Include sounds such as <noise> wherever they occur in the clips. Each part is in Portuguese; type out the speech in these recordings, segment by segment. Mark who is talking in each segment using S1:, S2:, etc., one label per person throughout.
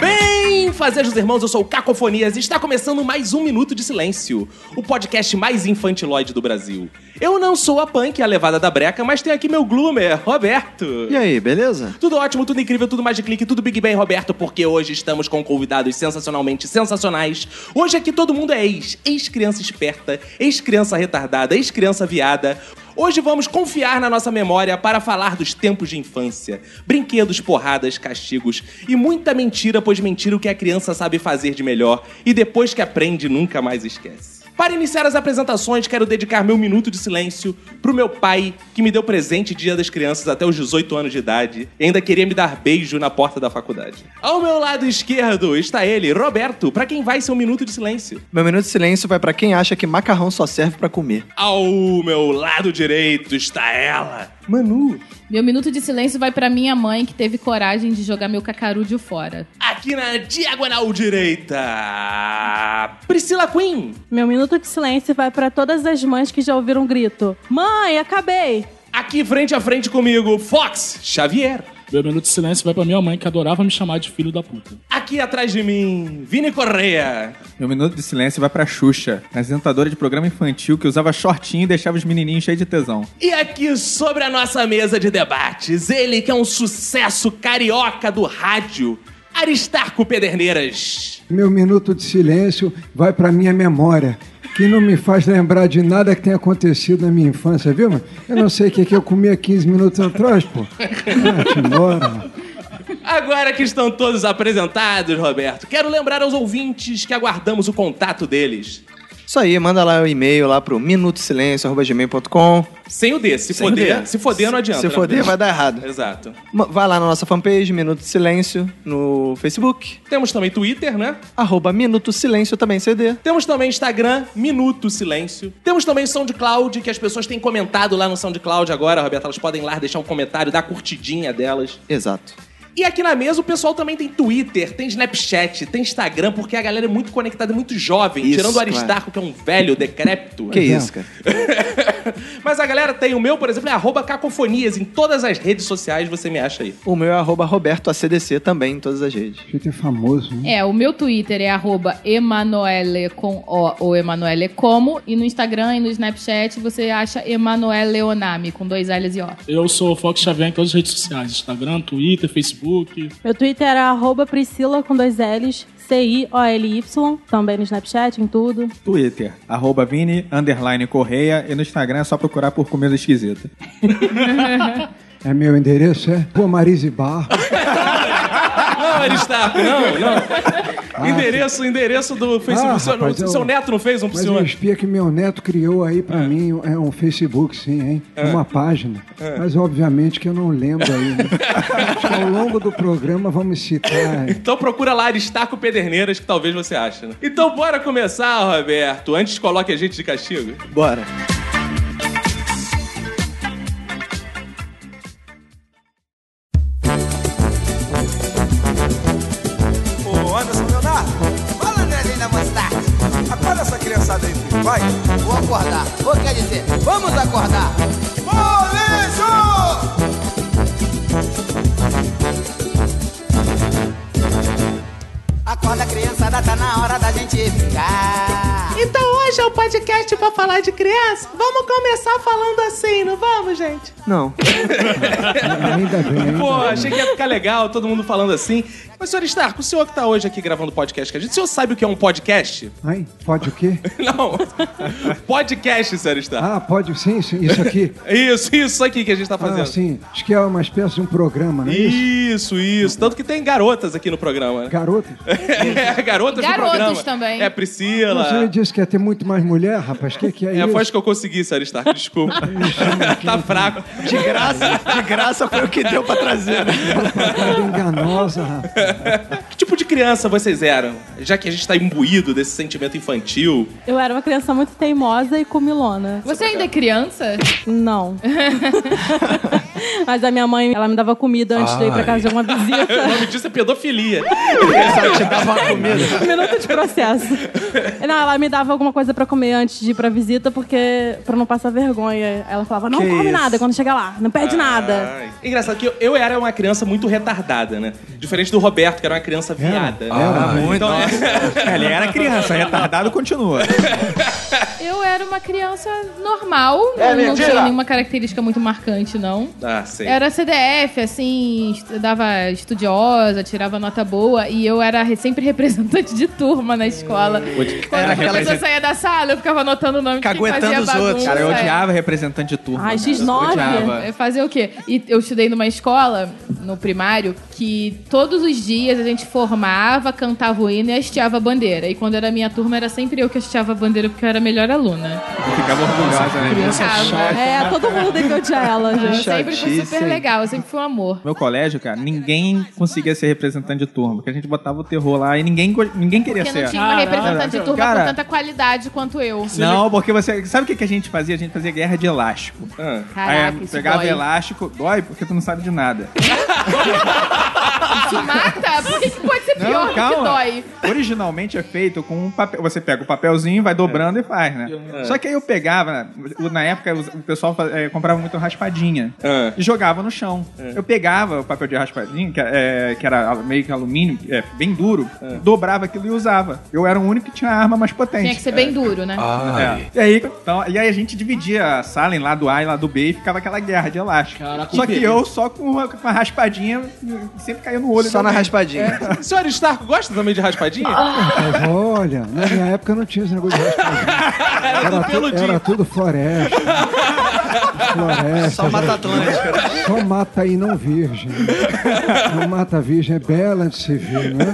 S1: Bem, fazejos irmãos, eu sou o Cacofonias e está começando mais um Minuto de Silêncio, o podcast mais infantiloide do Brasil. Eu não sou a punk, a levada da breca, mas tenho aqui meu gloomer, Roberto.
S2: E aí, beleza?
S1: Tudo ótimo, tudo incrível, tudo mais de clique, tudo Big Bang, Roberto, porque hoje estamos com convidados sensacionalmente sensacionais. Hoje aqui todo mundo é ex, ex-criança esperta, ex-criança retardada, ex-criança viada. Hoje vamos confiar na nossa memória para falar dos tempos de infância, brinquedos, porradas, castigos e muita mentira, pois mentira o que a criança sabe fazer de melhor e depois que aprende nunca mais esquece. Para iniciar as apresentações, quero dedicar meu minuto de silêncio pro meu pai, que me deu presente Dia das Crianças até os 18 anos de idade e ainda queria me dar beijo na porta da faculdade. Ao meu lado esquerdo está ele, Roberto, para quem vai ser um minuto de silêncio.
S2: Meu minuto de silêncio vai pra quem acha que macarrão só serve pra comer.
S1: Ao meu lado direito está ela, Manu.
S3: Meu minuto de silêncio vai pra minha mãe, que teve coragem de jogar meu cacarúdio fora.
S1: Aqui na diagonal direita, Priscila Queen.
S4: Meu minuto de silêncio vai para todas as mães que já ouviram um grito: Mãe, acabei!
S1: Aqui frente a frente comigo, Fox Xavier.
S5: Meu minuto de silêncio vai pra minha mãe, que adorava me chamar de filho da puta.
S1: Aqui atrás de mim, Vini Correia.
S6: Meu minuto de silêncio vai pra Xuxa, apresentadora de programa infantil que usava shortinho e deixava os menininhos cheios de tesão.
S1: E aqui sobre a nossa mesa de debates, ele que é um sucesso carioca do rádio, Aristarco Pederneiras.
S7: Meu minuto de silêncio vai para minha memória, que não me faz lembrar de nada que tenha acontecido na minha infância, viu? mano? Eu não sei o que, que eu comia 15 minutos atrás, pô. Ah, te embora.
S1: Agora que estão todos apresentados, Roberto, quero lembrar aos ouvintes que aguardamos o contato deles.
S2: Isso aí, manda lá o e-mail lá pro minutosilencio.gmail.com.
S1: Sem o D, se
S2: Sem o
S1: foder.
S2: D.
S1: Se foder, não adianta.
S2: Se
S1: né?
S2: foder, vai dar errado.
S1: Exato.
S2: Ma- Vai lá na nossa fanpage, Minuto de Silêncio, no Facebook.
S1: Temos também Twitter, né?
S2: Arroba Minuto Silêncio também, CD.
S1: Temos também Instagram, Minuto Silêncio. Temos também SoundCloud, que as pessoas têm comentado lá no SoundCloud agora, Roberto. Elas podem ir lá deixar um comentário, dar a curtidinha delas.
S2: Exato.
S1: E aqui na mesa o pessoal também tem Twitter, tem Snapchat, tem Instagram, porque a galera é muito conectada, muito jovem.
S2: Isso,
S1: tirando o
S2: claro.
S1: Aristarco, que é um velho decrépito.
S2: Que
S7: Exemplo.
S2: isso, cara.
S1: Mas a galera tem o meu, por exemplo, é arroba cacofonias. Em todas as redes sociais você me acha aí.
S2: O meu é arroba Roberto ACDC também em todas as redes.
S7: Jeito é famoso, né?
S3: É, o meu Twitter é arroba Emanuele com O ou Emanuele como. E no Instagram e no Snapchat você acha Emanuele Leonami, com dois L's e
S1: <laughs>
S3: O.
S5: Eu sou o Fox Xavier em todas as redes sociais: Instagram, Twitter, Facebook.
S4: Meu Twitter era arroba Priscila com dois L's, C-I-O-L-Y, também no Snapchat,
S3: <laughs>
S4: em tudo.
S6: Twitter, arroba Vini, underline Correia, e no Instagram é só procurar por comida esquisita.
S7: É meu endereço, é Rua Marise Barro.
S1: Não, Aristarco, não, não. Endereço, endereço do Facebook.
S7: Ah,
S1: seu,
S7: rapaz,
S1: seu
S7: eu-
S1: neto não fez um pro
S7: Mas eu
S1: senhor?
S7: espia que meu neto criou aí pra mim é um Facebook, sim, hein? É. Uma página. Mas obviamente que eu não lembro aí. Né? Acho que ao longo do programa vamos citar.
S1: Então procura lá Aristarco Pederneiras, que talvez você ache, né? Então bora começar, Roberto. Antes coloque a gente de castigo.
S2: Bora.
S8: Ô Anderson Leonardo, fala Andrezinho da Mostarda. Acorda essa criançada aí, filho. vai. Vou acordar, vou quer dizer, vamos acordar. Ô, lixo! Acorda, criançada, tá na hora da gente brincar.
S9: Então hoje é o podcast pra falar de criança? Vamos começar falando assim, não vamos, gente?
S2: Não.
S7: Ainda bem, ainda
S1: Pô,
S7: bem.
S1: achei que ia ficar legal, todo mundo falando assim. Mas, senhor Aristarco, o senhor que tá hoje aqui gravando podcast com a gente, o senhor sabe o que é um podcast? <laughs>
S7: Ai, pode o quê?
S1: Não. podcast, senhor Aristarco.
S7: Ah, pode sim, sim, isso aqui.
S1: <laughs> Isso, isso aqui que a gente tá fazendo.
S7: Ah, sim. Acho que é uma espécie de um programa, não é isso?
S1: Isso, isso. Tanto que tem garotas aqui no programa, né?
S7: Garoto.
S1: <laughs> É, garotas
S3: E
S1: no
S3: garotos
S1: programa.
S3: também.
S1: É,
S7: Você
S2: Ah,
S1: Priscila.
S7: disse que ia ter muito mais mulher, rapaz. O que, que é,
S1: É a
S7: isso?
S2: <laughs>
S1: voz que eu consegui, senhor Aristarco, desculpa. tá fraco.
S2: De graça, de graça foi o que deu pra trazer. né?
S1: <laughs>
S7: Enganosa, rapaz.
S1: Que tipo de criança vocês eram? Já que a gente tá imbuído desse sentimento infantil.
S4: Eu era uma criança muito teimosa e comilona.
S3: Você ainda é criança? <laughs>
S4: Não. Mas a minha mãe, ela me dava comida antes de ir pra casa de alguma
S1: <laughs> o
S4: visita.
S1: nome disso é pedofilia.
S4: Minuto de
S1: <laughs>
S4: processo. Não, ela me dava alguma coisa pra comer antes de ir pra visita, porque pra não passar vergonha. Ela falava, não
S1: Que
S4: come
S1: isso?
S4: nada quando chegar lá, não pede nada.
S1: Ai. Ah, Engraçado que eu, eu era uma criança muito retardada, né? Diferente do Roberto, que era uma criança viada.
S6: era muito.
S1: Então, é- <laughs>
S6: Ele era criança, retardado continua.
S3: Eu era uma criança normal.
S1: É
S3: eu não
S1: mentira.
S3: tinha nenhuma característica muito marcante, não.
S1: Ah, sei.
S3: Era
S4: assim.
S3: CDF, assim, estu- dava estudiosa, tirava nota boa e eu era re- sempre representante de turma na escola. Quando
S6: Hum. Era
S3: a professora
S6: representante-
S3: saía da sala, eu ficava anotando o nome de quem fazia bagunça.
S6: Cara, eu
S3: é.
S6: odiava representante de turma.
S3: Ai,
S6: cara. Eu odiava.
S3: É Fazer o quê? E eu estudei numa escola, no primário, que todos os dias a gente formava, cantava o hino e hasteava a bandeira. E quando era a minha turma, era sempre eu que hasteava a bandeira, porque eu era a melhor aluna.
S6: Eu Ficava orgulhosa, né?
S3: Ficava.
S4: É, todo mundo tem que odiar ela,
S3: Eu
S4: gente.
S3: sempre fui super legal, eu sempre fui um amor.
S6: No meu colégio, cara, ninguém conseguia ser representante de turma, porque a gente botava o terror lá e ninguém, go- ninguém queria
S3: Porque
S6: ser.
S3: Ah, não tinha uma representante de turma
S6: Cara,
S3: com tanta qualidade quanto eu.
S6: Não, porque você. Sabe o que, que a gente fazia? A gente fazia guerra de elástico.
S3: Caraca,
S6: Aí
S3: isso
S6: pegava
S3: dói.
S6: elástico, dói porque tu não sabe
S3: <laughs>
S6: de nada.
S3: Isso mata? Por que, que pode ser
S6: Não,
S3: pior do que
S6: calma.
S3: dói?
S6: Originalmente é feito com um papel. Você pega o papelzinho, vai dobrando e faz, né?
S1: É.
S6: Só que aí eu pegava, né, o- na época os- o pessoal fa- eh, comprava muito raspadinha
S1: Ah.
S6: e jogava no chão. Eu pegava o papel de raspadinha, que, eh, que era meio que alumínio, é, bem duro, dobrava aquilo e usava. Eu era o único que tinha a arma mais potente.
S3: Tinha que ser bem duro, né?
S6: É. E, aí, então, e aí a gente dividia a sala em lado A e lado B e ficava aquela guerra de elástico.
S5: Caraca,
S6: só que
S5: que
S6: eu só com uma, com uma raspadinha sempre caía no olho. É.
S2: Só na raspadinha.
S1: O <laughs> senhor Starco gosta também de raspadinha?
S6: Ah,
S7: Mas olha, na minha época não tinha esse
S1: <laughs>
S7: negócio de raspadinha. Era, tu- era tudo floresta. Floresta. né?
S2: Só Mata Atlântica. né?
S7: Só mata e não virgem. Não mata virgem, é bela de se ver, né?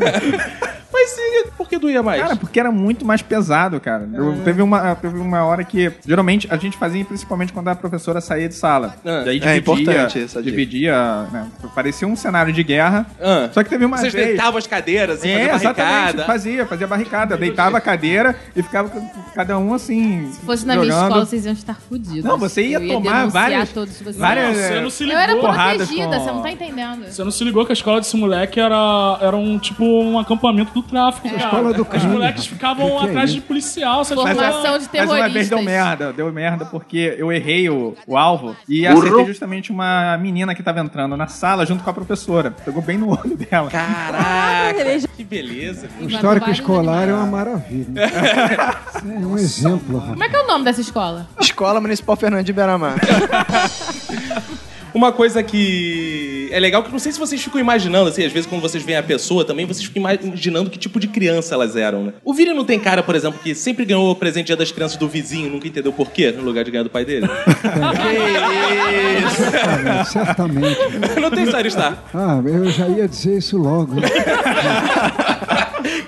S1: Mas sim, por que doía mais? É.
S6: Cara, porque era muito mais pesado, cara. Eu- teve, uma, teve uma hora que. Geralmente a gente fazia principalmente quando a professora saía de sala.
S1: Ah.
S6: E aí dividia.
S2: É importante essa dica.
S6: dividia. né, parecia um cenário de guerra.
S1: Ah.
S6: Só que teve uma
S1: Vocês
S6: vez.
S1: deitavam as cadeiras e
S6: É,
S1: faziam
S6: exatamente.
S1: barricada.
S6: Fazia, fazia barricada. Deitava a cadeira e ficava com- cada um assim.
S3: Se fosse na minha
S6: jogando.
S3: escola, vocês iam estar fodidos.
S6: Não, você ia
S3: eu ia
S6: tomar
S3: denunciar
S6: várias-
S3: todos vocês.
S6: várias- é,
S5: Você não se
S3: Eu
S5: ligou.
S3: era
S6: porradas
S3: protegida,
S6: com-
S3: você não tá entendendo.
S5: Você não se ligou que a escola desse moleque era, era um tipo um acampamento do tráfico,
S6: É.
S5: cara.
S7: escola do
S5: Os
S7: crime.
S5: moleques ficavam
S7: Que que é
S5: atrás
S7: isso?
S5: de policial, essas
S3: Formação
S5: coisas.
S3: de
S6: Mas
S3: terroristas.
S6: uma vez deu
S5: <laughs>
S6: merda, deu merda porque eu errei o, o alvo e acertei justamente uma menina que tava entrando na sala junto com a professora. Pegou bem no olho dela.
S1: Caraca, que beleza.
S3: E
S7: O
S3: matou
S7: histórico
S3: vários
S7: escolar é
S3: animais.
S7: uma
S6: <laughs>
S7: maravilha. Isso É um exemplo,
S3: Como
S7: rapaz.
S3: é que é o nome dessa escola?
S2: Escola Municipal Fernando de
S3: <laughs>
S2: Beramar.
S1: Uma coisa que é legal, que eu não sei se vocês ficam imaginando, assim, às vezes quando vocês veem a pessoa também, vocês ficam ima- imaginando que tipo de criança elas eram, né? O Vini não tem cara, por exemplo, que sempre ganhou o presente dia das crianças do vizinho, nunca entendeu por quê, no lugar de ganhar do pai dele.
S7: Olha, certamente.
S1: não tem sério estar.
S7: Ah, eu já ia dizer isso logo. né?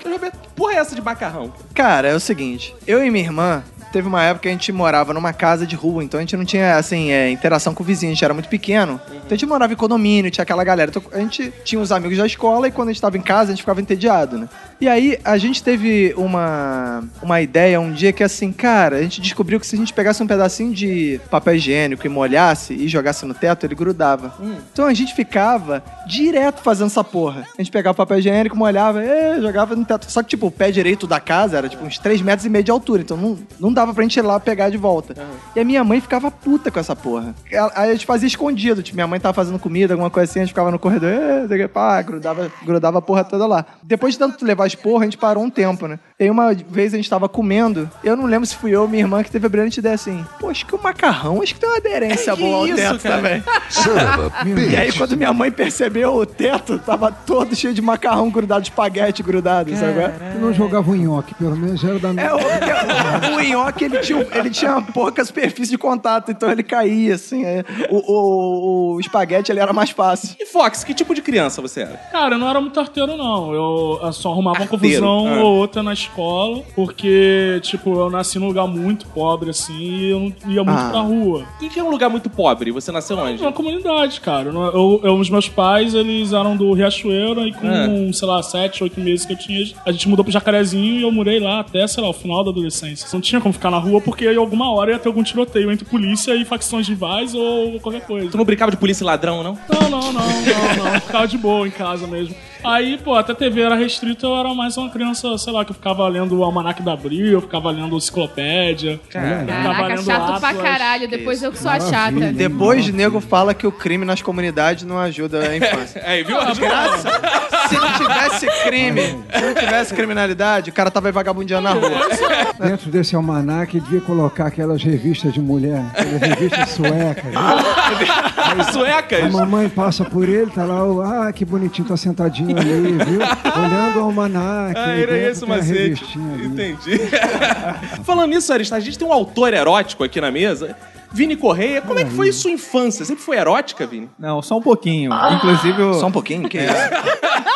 S1: Roberto, que <laughs> porra é essa de macarrão?
S2: Cara, é o seguinte, eu e minha irmã. Teve uma época que a gente morava numa casa de rua, então a gente não tinha, assim, é, interação com o vizinho, a gente era muito pequeno. Então a gente morava em condomínio, tinha aquela galera. Então a gente tinha os amigos da escola e quando a gente tava em casa, a gente ficava entediado, né? E aí a gente teve uma, uma ideia um dia que, assim, cara, a gente descobriu que se a gente pegasse um pedacinho de papel higiênico e molhasse e jogasse no teto, ele grudava. Então a gente ficava direto fazendo essa porra. A gente pegava papel higiênico, molhava, e jogava no teto. Só que, tipo, o pé direito da casa era, tipo, uns 3 metros e meio de altura. Então não, não dava pra gente ir lá pegar de volta. E a minha mãe ficava puta com essa porra. Ela- Aí a gente fazia escondido. Tipo, minha mãe tava fazendo comida, alguma coisa assim. A gente ficava no corredor, "É", não sei o quê, pá, grudava, grudava a porra toda lá. Depois de tanto levar as porra, a gente parou um tempo, né? E aí uma vez a gente tava comendo. Eu não lembro se fui eu ou minha irmã que teve a brilhante ideia assim. Pô, acho que o macarrão, acho que tem uma aderência boa ao
S1: isso,
S2: teto
S1: cara?
S2: também. <laughs> E
S7: Meu
S2: aí, quando minha mãe percebeu o teto, tava todo cheio de macarrão grudado, espaguete grudado, sabe? qual é?
S7: Eu não jogava o nhoque, pelo menos era da minha.
S2: É, o, porque o nhoque, ele tinha, ele tinha pouca superfície de contato, então ele caía, assim. é. O, o, o espaguete ele era mais fácil.
S1: E Fox, que tipo de criança você era?
S5: Cara, eu não era muito arteiro, não. Eu eu só arrumava uma
S1: Arteiro,
S5: confusão
S1: ah.
S5: ou outra na escola, porque, tipo, eu nasci num lugar muito pobre, assim, e eu não ia muito
S1: Ah.
S5: pra rua.
S1: O que é um lugar muito pobre? Você nasceu onde?
S5: Uma comunidade, cara. Eu, eu- eu- os meus pais, eles eram do Riachuelo, e com,
S1: Ah.
S5: sei lá, sete, oito meses que eu tinha, a gente mudou pro Jacarezinho e eu morei lá até, sei lá, o final da adolescência. Não tinha como ficar na rua, porque em alguma hora ia ter algum tiroteio entre polícia e facções rivais ou qualquer coisa.
S1: Tu não brincava de polícia e ladrão, não?
S5: Não, não, não, não, não. Ficava de boa em casa mesmo. Aí, pô, até a TV era restrita, eu era mais uma criança, sei lá, que eu ficava lendo o Almanac da Abril, eu ficava lendo enciclopédia. eu ficava
S3: Caraca,
S5: lendo
S3: chato pra
S5: Atlas.
S3: caralho. Depois eu que sou a chata.
S2: Depois nego fala que o crime nas comunidades não ajuda a infância.
S1: Aí, viu?
S2: graça. Se não tivesse crime, se não tivesse criminalidade, o cara tava aí vagabundeando na rua.
S7: Dentro desse almanac devia colocar aquelas revistas de mulher, aquelas revistas suecas.
S3: <laughs>
S7: A
S1: <laughs> Suecas?
S7: mamãe passa por ele, tá lá, o- ah, que bonitinho, tá sentadinho ali, viu? Olhando o almanac.
S1: Ah, era
S7: dentro
S1: esse o
S7: tem a
S1: macete.
S7: revistinha ali.
S1: Entendi. Falando nisso, Arista, a gente tem um autor erótico aqui na mesa. Vini Correia, como é que foi sua infância? Sempre foi erótica, Vini?
S6: Não, só um pouquinho. Inclusive. É. eu-
S2: Só um pouquinho? Que
S7: <laughs>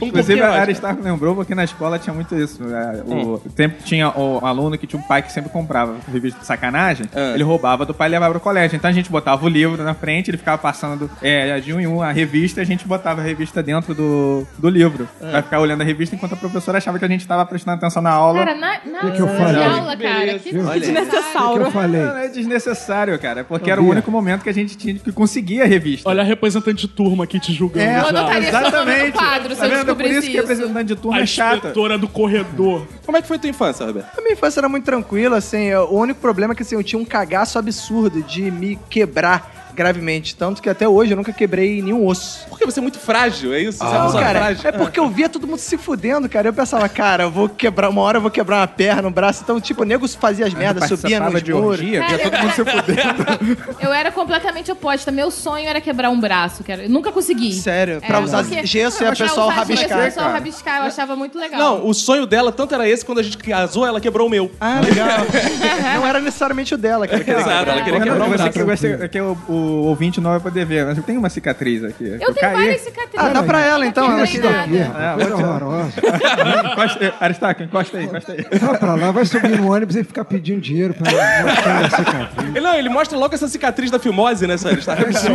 S7: Um
S6: Inclusive,
S2: pouquinho,
S6: a
S2: acho.
S6: Aristarco lembrou porque na escola tinha muito isso. né? O, Sempre tinha o aluno que tinha um pai que sempre comprava revista de sacanagem,
S2: Ah.
S6: ele roubava do pai e levava pro colégio. Então a gente botava o livro na frente, ele ficava passando é, de um em um a revista, a gente botava a revista dentro do, do livro.
S2: Ah.
S6: Vai ficar olhando a revista enquanto a professora achava que a gente tava prestando atenção na aula.
S3: Cara, na, na
S7: Que que eu falei?
S3: aula, cara, que
S7: Olha aí.
S3: desnecessário.
S7: Que que eu falei?
S6: Não, é desnecessário, cara. é Porque era o único momento que a gente tinha que conseguir a revista.
S5: Olha a representante de turma aqui te julgando.
S6: É,
S5: já.
S3: Eu
S1: tá
S3: anotaria seu nome no
S6: exatamente.
S3: quadro se
S6: Tá
S3: eu
S6: vendo? É por
S3: descobrisse
S6: isso que a
S3: isso.
S6: representante de turma
S5: A
S6: é chata.
S5: inspetora do corredor.
S1: Como é que foi tua infância, Roberto?
S2: A minha infância era muito tranquila, assim. eu- O único problema é que assim, eu tinha um cagaço absurdo de me quebrar gravemente. Tanto que até hoje eu nunca quebrei nenhum osso.
S1: Porque você é muito frágil, é isso? Você é uma
S2: Não,
S1: pessoa
S2: cara,
S1: frágil.
S2: é porque eu via todo mundo se fudendo, cara. Eu pensava, cara, eu vou quebrar uma hora, eu vou quebrar uma perna, um braço. Então, tipo, o nego fazia as merdas, subia
S6: Ah, participava
S2: nos
S6: de
S2: muros.
S6: orgia,
S3: Cara,
S6: via todo mundo se fudendo.
S3: Eu era completamente oposta. Meu sonho era quebrar um braço, cara. Eu nunca consegui.
S2: Sério, pra usar gesso e
S3: é
S2: a pessoal rabiscar,
S3: O pessoal
S2: cara.
S3: rabiscar, eu achava muito legal.
S1: Não, o sonho dela tanto era esse, quando a gente casou, ela quebrou o meu.
S2: Ah, legal. <laughs> não era necessariamente o dela, cara.
S1: Exato, ela queria
S6: Renato,
S1: quebrar o
S6: você
S1: braço.
S6: é que, você, que o, o ouvinte não vai poder ver, mas eu tenho uma cicatriz aqui.
S3: Eu tenho várias cicatrizes.
S2: Ah, dá pra ela, então,
S3: Não
S2: ela
S3: quebrei
S2: que-
S3: nada.
S6: Ah,
S7: Coisa
S6: vou tirar.
S7: horrorosa.
S6: <laughs> Encosta- Aristarco, encosta aí, encosta aí.
S7: Vai pra lá, vai subir no ônibus e ficar pedindo dinheiro pra mostrar essa cicatriz.
S1: <laughs> Ele- Não, ele mostra logo essa cicatriz da filmose, né, Sérgio? Tá
S7: Que é isso?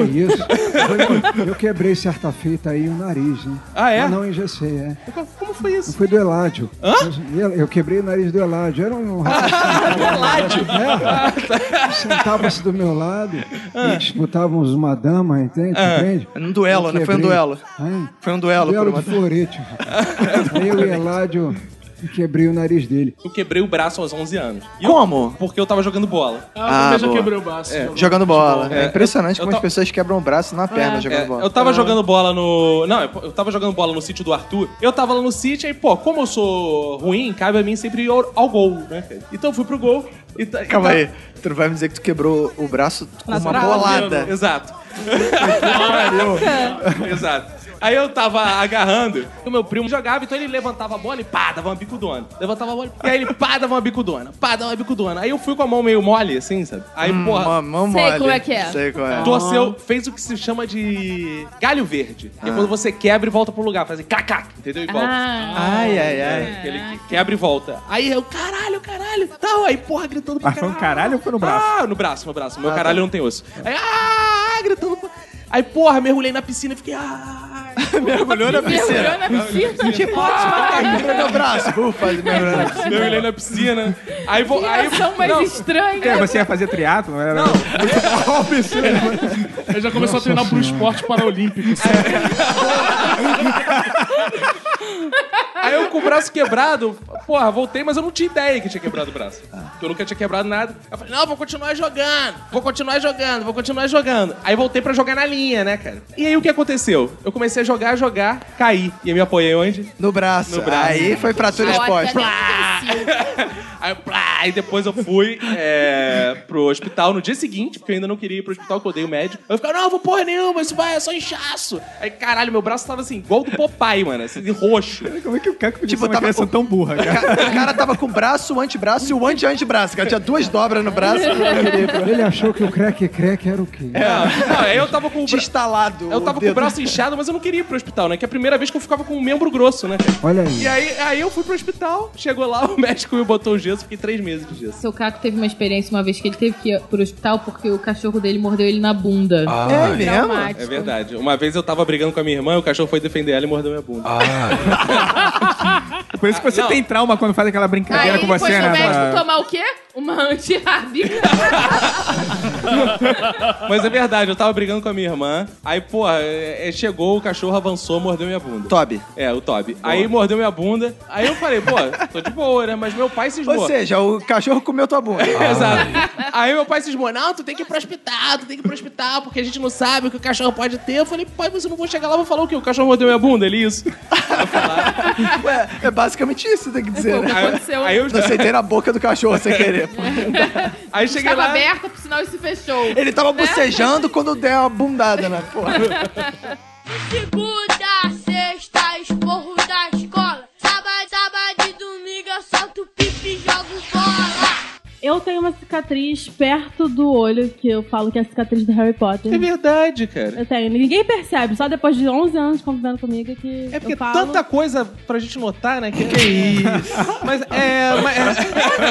S7: Eu, eu quebrei certa feita aí o nariz, né?
S1: Ah, é?
S7: Eu não engessei, é.
S1: Como foi isso?
S7: Foi do Eládio. Eu, eu quebrei o nariz do Eládio. Era
S1: <laughs>
S7: um rapaz
S1: Eládio? Ah, tá.
S7: que sentava-se do meu lado e disputavam uma dama, entende?
S1: Ah.
S7: entende?
S2: Num duelo,
S7: Eu
S2: né? Foi um
S7: quebrei.
S2: duelo.
S7: Hein?
S2: Foi um duelo, por
S7: Duelo
S2: uma...
S7: de florete. rapaz. Aí eu e Eládio e quebrei o nariz dele.
S1: Eu quebrei o braço aos 11 anos. E eu-
S2: Como?
S1: porque eu tava jogando bola.
S5: Ah,
S2: Ah,
S5: eu já
S2: boa.
S5: quebrei o braço.
S2: Jogando bola. É,
S1: É,
S2: impressionante
S1: eu- eu
S2: como as
S1: tava-
S2: pessoas quebram o braço na perna jogando
S1: É,
S2: bola.
S1: eu tava jogando bola no. Não, eu eu tava jogando bola no sítio do Arthur. Eu tava lá no sítio, aí, pô, como eu sou ruim, cabe a mim sempre ir ao, ao gol, né? cara? Então eu fui pro gol. E ta- e
S2: Calma
S1: ta-
S2: aí. Tu não vai me dizer que tu quebrou o braço com Tá. uma
S5: trave.
S2: bolada. <laughs>
S1: Exato. <laughs> Exato. Aí eu tava agarrando, o meu primo jogava, então ele levantava a bola e pá, dava uma bicudona. Levantava a bola e aí ele pá, dava uma bicudona. Pá, dava uma bicudona. Aí eu fui com a mão meio mole, assim, sabe? Aí, porra,
S2: Hum, Uma mão
S3: Sei
S2: mole.
S3: como é que é.
S2: Sei qual é.
S1: torceu, fez o que se chama de galho verde.
S2: Ah.
S1: Que é quando você quebra e volta pro lugar, faz assim, cacac, entendeu? E volta.
S3: Ah,
S2: Ai, ai, ai.
S1: É, que ele que- quebra e volta. Aí eu, caralho, caralho, tal. Aí, porra, gritando pra
S6: Mas foi
S1: caralho.
S6: um caralho ou foi no braço?
S1: Ah, no braço, no braço. Meu
S2: Ah,
S1: caralho
S2: tá.
S1: não tem osso. <laughs> Aí, ah, gritando. pra- Aí, porra, mergulhei na piscina e fiquei, ah.
S2: Mergulhou na
S3: Mergulhou na piscina. Que
S2: Quebrou meu braço. Ufa, mergulhou na piscina.
S1: mergulhei na piscina. Aí,
S5: <laughs>
S1: vou, aí,
S3: reação mais
S1: não,
S3: estranha.
S6: É, você ia fazer triatlo? Era... Não.
S5: Ele já começou a treinar pro esporte
S1: <laughs>
S5: paralímpico. sabe?
S1: aí eu com o braço quebrado, porra, voltei, mas eu não tinha ideia que tinha quebrado o braço. Porque eu nunca tinha quebrado nada. Eu falei, não, vou continuar jogando, vou continuar jogando, vou continuar jogando. Aí voltei pra jogar na linha, né, cara? E aí o que aconteceu? Eu comecei a jogar, jogar, caí. E eu me apoiei onde?
S2: No braço.
S1: No braço.
S2: Aí foi pra tudo esporte.
S3: Plá.
S1: <laughs> Aí, plá, e depois eu fui é, pro hospital no dia seguinte, porque eu ainda não queria ir pro hospital, que eu odeio médico. Eu ficava, não, vou porra nenhuma, isso vai, é só inchaço. Aí, caralho, meu braço tava assim, igual do Popeye, mano, assim, de roxo.
S6: Como é que que o cara que tipo, uma criança tão
S2: <laughs>
S6: burra,
S2: O
S6: cara.
S2: ca- o cara tava com o braço, o antebraço e o anti-antebraço, cara. Tinha duas dobras no braço.
S3: é
S7: Ele é um achou que o crack-crack era o quê?
S2: É,
S6: <laughs>
S1: Não, Ah, eu tava com o braço.
S2: instalado.
S1: Eu tava com o
S7: dedo.
S1: braço inchado, mas eu não queria ir pro hospital, né? Que é a primeira vez que eu ficava com um membro grosso, né? cara?
S7: Olha aí.
S1: E aí, aí eu fui pro hospital, chegou lá, <laughs> o médico me botou o gesso, fiquei três meses de gesso.
S3: Seu Caco teve uma experiência uma vez que ele teve que ir pro hospital porque o cachorro dele mordeu ele na bunda. Traumático.
S1: Ah, É verdade. Uma vez eu tava brigando com a minha irmã, o cachorro foi defender ela e mordeu minha bunda. Ah.
S6: Por isso que você tem trauma quando faz aquela brincadeira
S3: Aí
S6: com
S3: depois
S6: você,
S3: do
S6: né?
S3: médico
S6: Pra-
S3: tomar o quê? Uma
S2: <laughs>
S3: antirrábica.
S1: Mas é verdade, eu tava brigando com a minha irmã. Aí, porra, é, é, chegou, o cachorro avançou, mordeu minha bunda.
S2: Toby.
S1: É, o Toby. Aí mordeu minha bunda. Aí eu falei, pô, tô de boa, né? Mas meu pai se esmou.
S2: Ou seja, o cachorro comeu tua bunda.
S1: Exato. Aí meu pai se esmou, não, tu tem que ir pro hospital, tu tem que ir pro hospital, porque a gente não sabe o que o cachorro pode ter. Eu falei, pai, mas eu não vou chegar lá, vou falar o quê? O cachorro mordeu minha bunda, ele isso?
S2: <laughs> Ué, é basicamente isso, tem que dizer. né?
S1: Aí- aí eu-
S2: Não é
S1: <laughs>
S2: sentei na boca do cachorro sem querer. pô.
S1: Aí
S3: Estava aberta, por sinal, e se fechou.
S2: Ele tava
S3: Né?
S2: bocejando quando der uma bundada, né? Porra.
S10: Segunda, sexta, esporro da escola. Sábado, sábado e domingo eu solto pipi e jogo bola.
S4: Eu tenho uma cicatriz perto do olho, que eu falo que é a cicatriz do Harry Potter.
S1: É verdade, cara.
S4: Eu tenho. Ninguém percebe, só depois de 11 anos convivendo comigo que. É
S1: porque
S4: eu falo...
S1: tanta coisa pra gente notar, né? Que, isso? Mas é. Mas,
S4: É,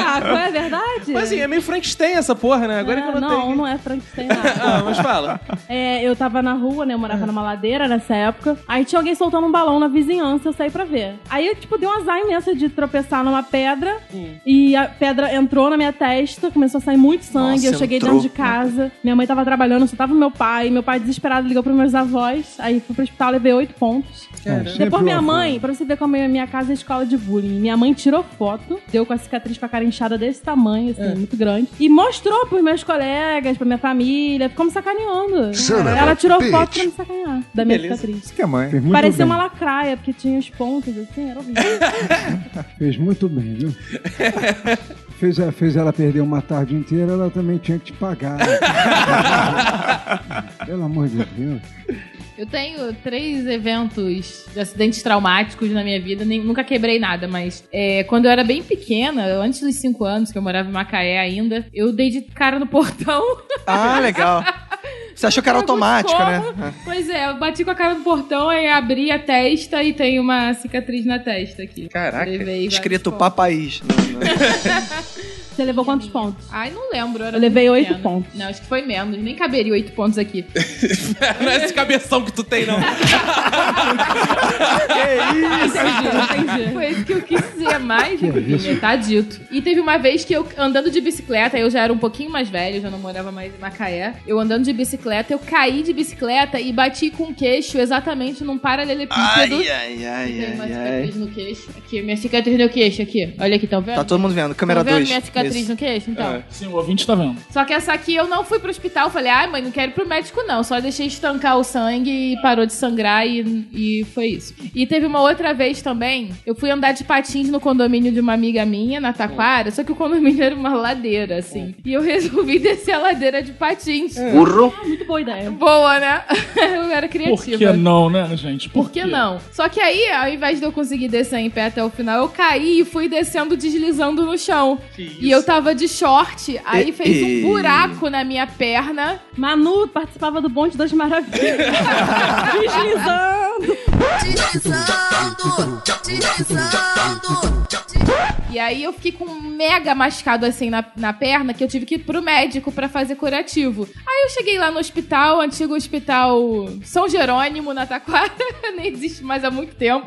S4: Caco, é verdade?
S1: mas assim, é meio Frankenstein essa porra, né? Agora
S4: É,
S1: que eu notei.
S4: Não, não é Frankenstein.
S1: <laughs> Ah, mas fala.
S4: É, eu tava na rua, né? Eu
S3: É.
S4: morava numa ladeira nessa época. Aí tinha alguém soltando um balão na vizinhança, eu saí pra ver. Aí eu, tipo, dei um azar imenso de tropeçar numa pedra. E a pedra entrou na minha testa, começou a sair muito sangue.
S3: Nossa,
S4: eu cheguei
S3: entrou.
S4: dentro de casa. Minha mãe tava trabalhando, só tava meu pai. Meu pai, desesperado, ligou pros meus avós. Aí fui pro hospital, levei oito pontos.
S7: Caramba.
S4: Depois
S7: Sempre
S4: minha
S7: uma
S4: mãe, pra você ver como é a minha casa é escola de bullying. Minha mãe tirou foto, deu com a cicatriz com a cara inchada desse tamanho, assim,
S3: É.
S4: muito grande. E mostrou pros meus colegas, pra minha família. Ficou me sacaneando.
S7: Son of
S4: Ela
S7: a
S4: tirou
S7: bitch.
S4: foto pra me sacanear da minha
S7: Beleza.
S4: cicatriz.
S6: que é mãe. Fez
S7: muito
S4: Parecia
S7: bem.
S4: uma lacraia, porque tinha os pontos assim, era horrível.
S1: <laughs>
S7: Fez muito bem, viu? Fez, a- fez ela perder uma tarde inteira, ela também tinha que te pagar. né? Pelo amor de Deus.
S3: <laughs> Eu tenho três eventos de acidentes traumáticos na minha vida. Nem- nunca quebrei nada, mas é, quando eu era bem pequena, antes dos cinco anos, que eu morava em Macaé ainda, eu dei de cara no portão.
S2: <laughs> Ah, legal. Você achou que era automático,
S3: Socorro.
S2: né?
S3: Pois é, eu bati com a cara no portão, aí abri a testa e tem uma cicatriz na testa aqui.
S2: Caraca,
S3: Levei vários
S2: escrito papaís.
S4: <laughs> Você levou quantos pontos?
S3: Ai, não lembro.
S4: Eu levei oito
S3: oito pontos. Não, acho que foi menos. Nem caberia oito pontos
S2: <laughs>
S3: aqui.
S1: Não é esse cabeção que tu tem,
S3: <laughs>
S1: não.
S3: Entendi, entendi. Foi isso que eu quis dizer mais, Ricotinha. Tá dito. E teve uma vez que eu, andando de bicicleta, eu já era um pouquinho mais velho, já não morava mais em Macaé. Eu andando de bicicleta, eu caí de bicicleta e bati com o queixo exatamente num paralelepípedo.
S2: Ai, ai, ai,
S3: Tem uma
S2: ai,
S3: cicatriz
S2: ai.
S3: no queixo. Aqui, minha cicatriz no queixo, aqui. Olha aqui, tão vendo?
S2: Tá todo mundo vendo, câmera
S3: Tão vendo
S2: 2.
S3: minha cicatriz
S2: Isso.
S3: no queixo, então?
S5: É, Sim, o ouvinte tá vendo.
S3: Só que essa aqui eu não fui pro hospital. Falei, ai, mãe, não quero ir pro médico, não. Só deixei estancar o sangue e parou de sangrar e, e foi isso. E teve uma outra vez também. Eu fui andar de patins no condomínio de uma amiga minha, na Taquara. Só que o condomínio era uma ladeira, assim. E eu resolvi <laughs> descer a ladeira de patins.
S4: Burro. Ah, muito boa ideia.
S3: Boa, né? <laughs> eu era
S5: Por
S3: criativa.
S5: que não, né, gente?
S3: Por que não? Só que aí, ao invés de eu conseguir descer em pé até o final, eu caí e fui descendo deslizando no chão. E eu tava de short, aí
S4: E-
S3: fez um
S4: e-
S3: buraco na minha perna.
S4: Manu participava do Bonde das Maravilhas. Deslizando.
S10: Deslizando,
S3: <laughs> E aí eu fiquei com um mega machucado assim na, na perna que eu tive que ir pro médico pra fazer curativo. Aí eu cheguei lá no hospital, antigo hospital São Jerônimo, na Taquara, <laughs> nem existe mais há muito tempo.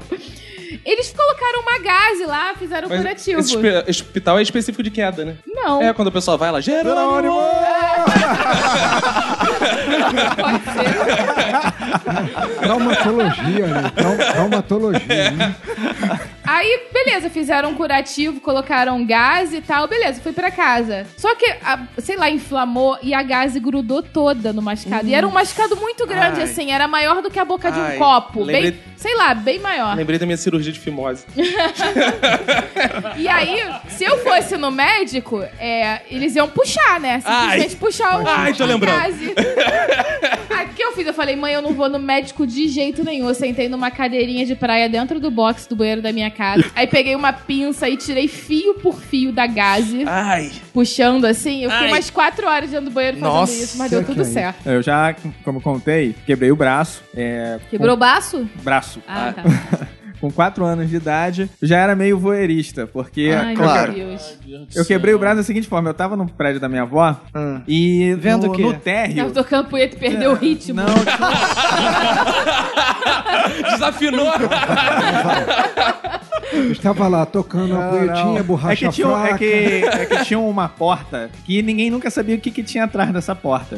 S3: Eles colocaram uma gase lá, fizeram
S1: Mas
S3: um curativo.
S1: Esse espe- hospital é específico de queda, né?
S3: Não.
S1: É quando o pessoal vai lá, Jerônimo!
S3: É,
S7: Traumatologia, né? Trau- Traumatologia, né?
S3: Aí, beleza, fizeram um curativo, colocaram gás e tal, beleza, fui pra casa. Só que, a- sei lá, inflamou e a gás grudou toda no mascado. E era um mascado muito grande,
S1: Hum. Ai.
S3: assim, era maior do que a boca de
S1: Ai,
S3: um copo.
S1: lembrei-
S3: Bem, sei lá, bem maior.
S1: Lembrei da minha cirurgia de fimose.
S3: <laughs> E aí, se eu fosse no médico, é, eles iam puxar, né? Simplesmente
S1: Ai.
S3: puxar o
S1: Ai, tô
S3: a
S1: lembrando.
S3: gás. Aí o que eu fiz? Eu falei, mãe, eu não vou no médico de jeito nenhum. Eu sentei numa cadeirinha de praia dentro do box do banheiro da minha casa. Aí peguei uma pinça e tirei fio por fio da gaze.
S1: Ai.
S3: Puxando assim. Eu fiquei
S1: Ai.
S3: mais quatro horas dentro do banheiro fazendo isso, mas deu
S2: é
S3: tudo
S6: que aí.
S3: certo.
S6: Eu já, como contei, quebrei o braço. é,
S3: Quebrou o
S6: com-
S3: baço?
S6: braço?
S3: Ah, tá.
S6: <laughs> Com 4 anos de idade, eu já era meio voeirista, porque.
S1: é
S3: Ai,
S6: eu
S3: meu
S6: que-
S3: Deus.
S6: Eu quebrei o braço da seguinte forma, eu tava no prédio da minha avó e
S2: Ah. Vendo
S6: no,
S2: o quê?
S6: no térreo.
S3: Tava tocando punheta e perdeu o ritmo. Não,
S1: Desafinou.
S7: Eu estava lá tocando
S2: Ah,
S7: a punhetinha,
S6: É
S7: borracha
S6: que, tinha,
S7: fraca.
S6: é, que, é que tinha uma porta que ninguém nunca sabia o que, que tinha atrás dessa porta.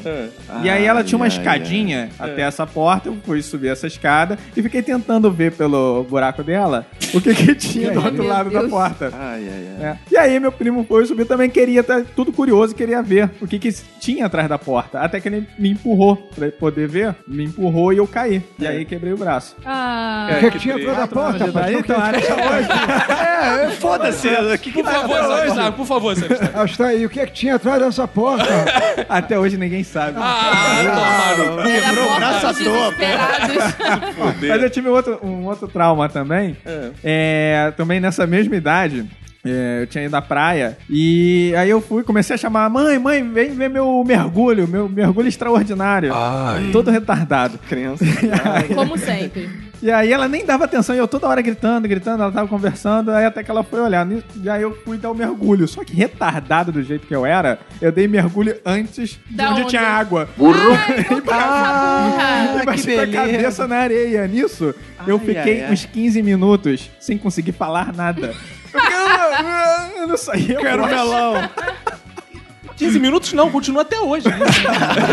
S6: E aí ela tinha uma
S11: Ai, ai,
S6: escadinha até essa porta, eu fui subir essa escada e fiquei tentando ver pelo buraco dela o que, que tinha do
S11: Ai,
S6: outro
S11: meu
S6: lado da
S11: Deus.
S6: porta.
S11: Ai, ai,
S6: É. E aí meu primo foi subir também, queria estar tudo curioso, queria ver o que, que tinha atrás da porta. Até que ele me empurrou pra eu poder ver, me empurrou e eu caí. E aí quebrei o braço.
S3: Ah.
S10: É,
S7: O que, que tinha atrás da porta? rapaz?
S6: Aí, então, até
S7: É, é, foda-se. O que, que
S1: Por favor,
S7: atrás da
S1: Zé
S7: porta?
S6: né?
S1: Gustavo, <laughs> por favor,
S7: <laughs>
S1: Zé Gustavo.
S7: Astra, e o que é que tinha atrás dessa porta?
S6: Até hoje ninguém sabe.
S1: Ah,
S7: mano. Quebrou o braço à toa.
S6: Mas eu tive outro, um outro trauma também. É, também nessa mesma idade. é, eu tinha ido à praia e aí eu fui, comecei a chamar, mãe, mãe, vem ver meu mergulho, meu mergulho extraordinário. Todo retardado.
S2: Criança.
S3: <laughs> Como sempre.
S6: E aí ela nem dava atenção, e eu toda hora gritando, gritando, ela tava conversando, aí até que ela foi olhar. nisso, E aí eu fui dar o mergulho. Só que retardado do jeito que eu era, eu dei mergulho antes de
S3: Da
S6: onde
S3: onda.
S6: tinha água. Burro! <laughs>
S3: Ah,
S6: e bati
S2: que
S6: a
S2: beleza.
S6: cabeça na areia. Nisso, eu
S2: Ai,
S6: fiquei
S2: ai, ai.
S6: uns 15 minutos sem conseguir falar
S2: <laughs>
S6: nada. eu não saía.
S11: Quero
S2: um
S6: eu acho.
S11: melão.
S1: 15 minutos não, continua até hoje. né?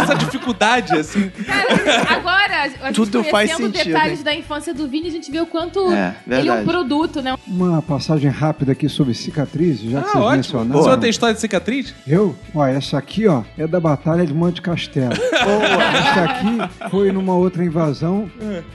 S1: Essa dificuldade, assim.
S3: Cara, agora, a gente
S1: Tudo
S3: conhecendo
S1: faz sentido,
S3: detalhes
S1: hein?
S3: da infância do Vini, a gente vê o quanto
S7: É,
S3: ele é um
S7: verdade.
S3: produto, né?
S7: Uma passagem rápida aqui sobre cicatrizes, já que
S1: Ah,
S7: vocês
S1: ótimo.
S7: mencionaram.
S1: O senhor tem história de cicatriz?
S7: Eu? Ó, essa aqui, ó, é da Batalha de Monte Castelo. essa aqui foi numa outra invasão.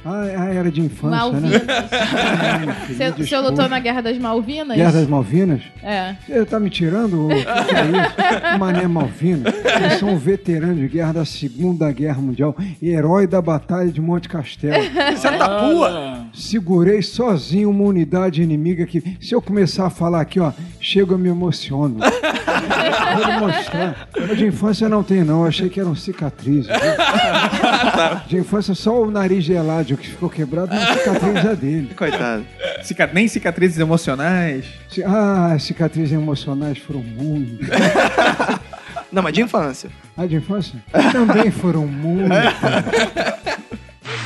S7: Ah, ah, era de infância,
S3: Malvinas.
S7: né?
S3: Você, você lutou na Guerra das Malvinas?
S7: Guerra das Malvinas.
S3: É.
S7: Você tá me tirando? O que que é isso? Mané Malvina. Eu sou um veterano de guerra da Segunda Guerra Mundial, herói da Batalha de Monte Castelo.
S1: Você
S10: tá
S1: é da pua?
S7: Segurei sozinho uma unidade inimiga que, se eu começar a falar aqui, ó, chego eu me emociono. Vou mostrar. é. Mas de infância não tem, não. Eu achei que eram cicatrizes.
S2: <laughs>
S7: viu? De infância, só o nariz gelado que ficou quebrado, mas cicatriz é dele.
S6: Coitado. Cica- Nem cicatrizes emocionais.
S7: Ci- Ah, as cicatrizes emocionais foram muitas.
S2: <laughs> Não, mas de infância.
S7: Ah, de infância? Também foram
S2: <laughs>
S7: muitas.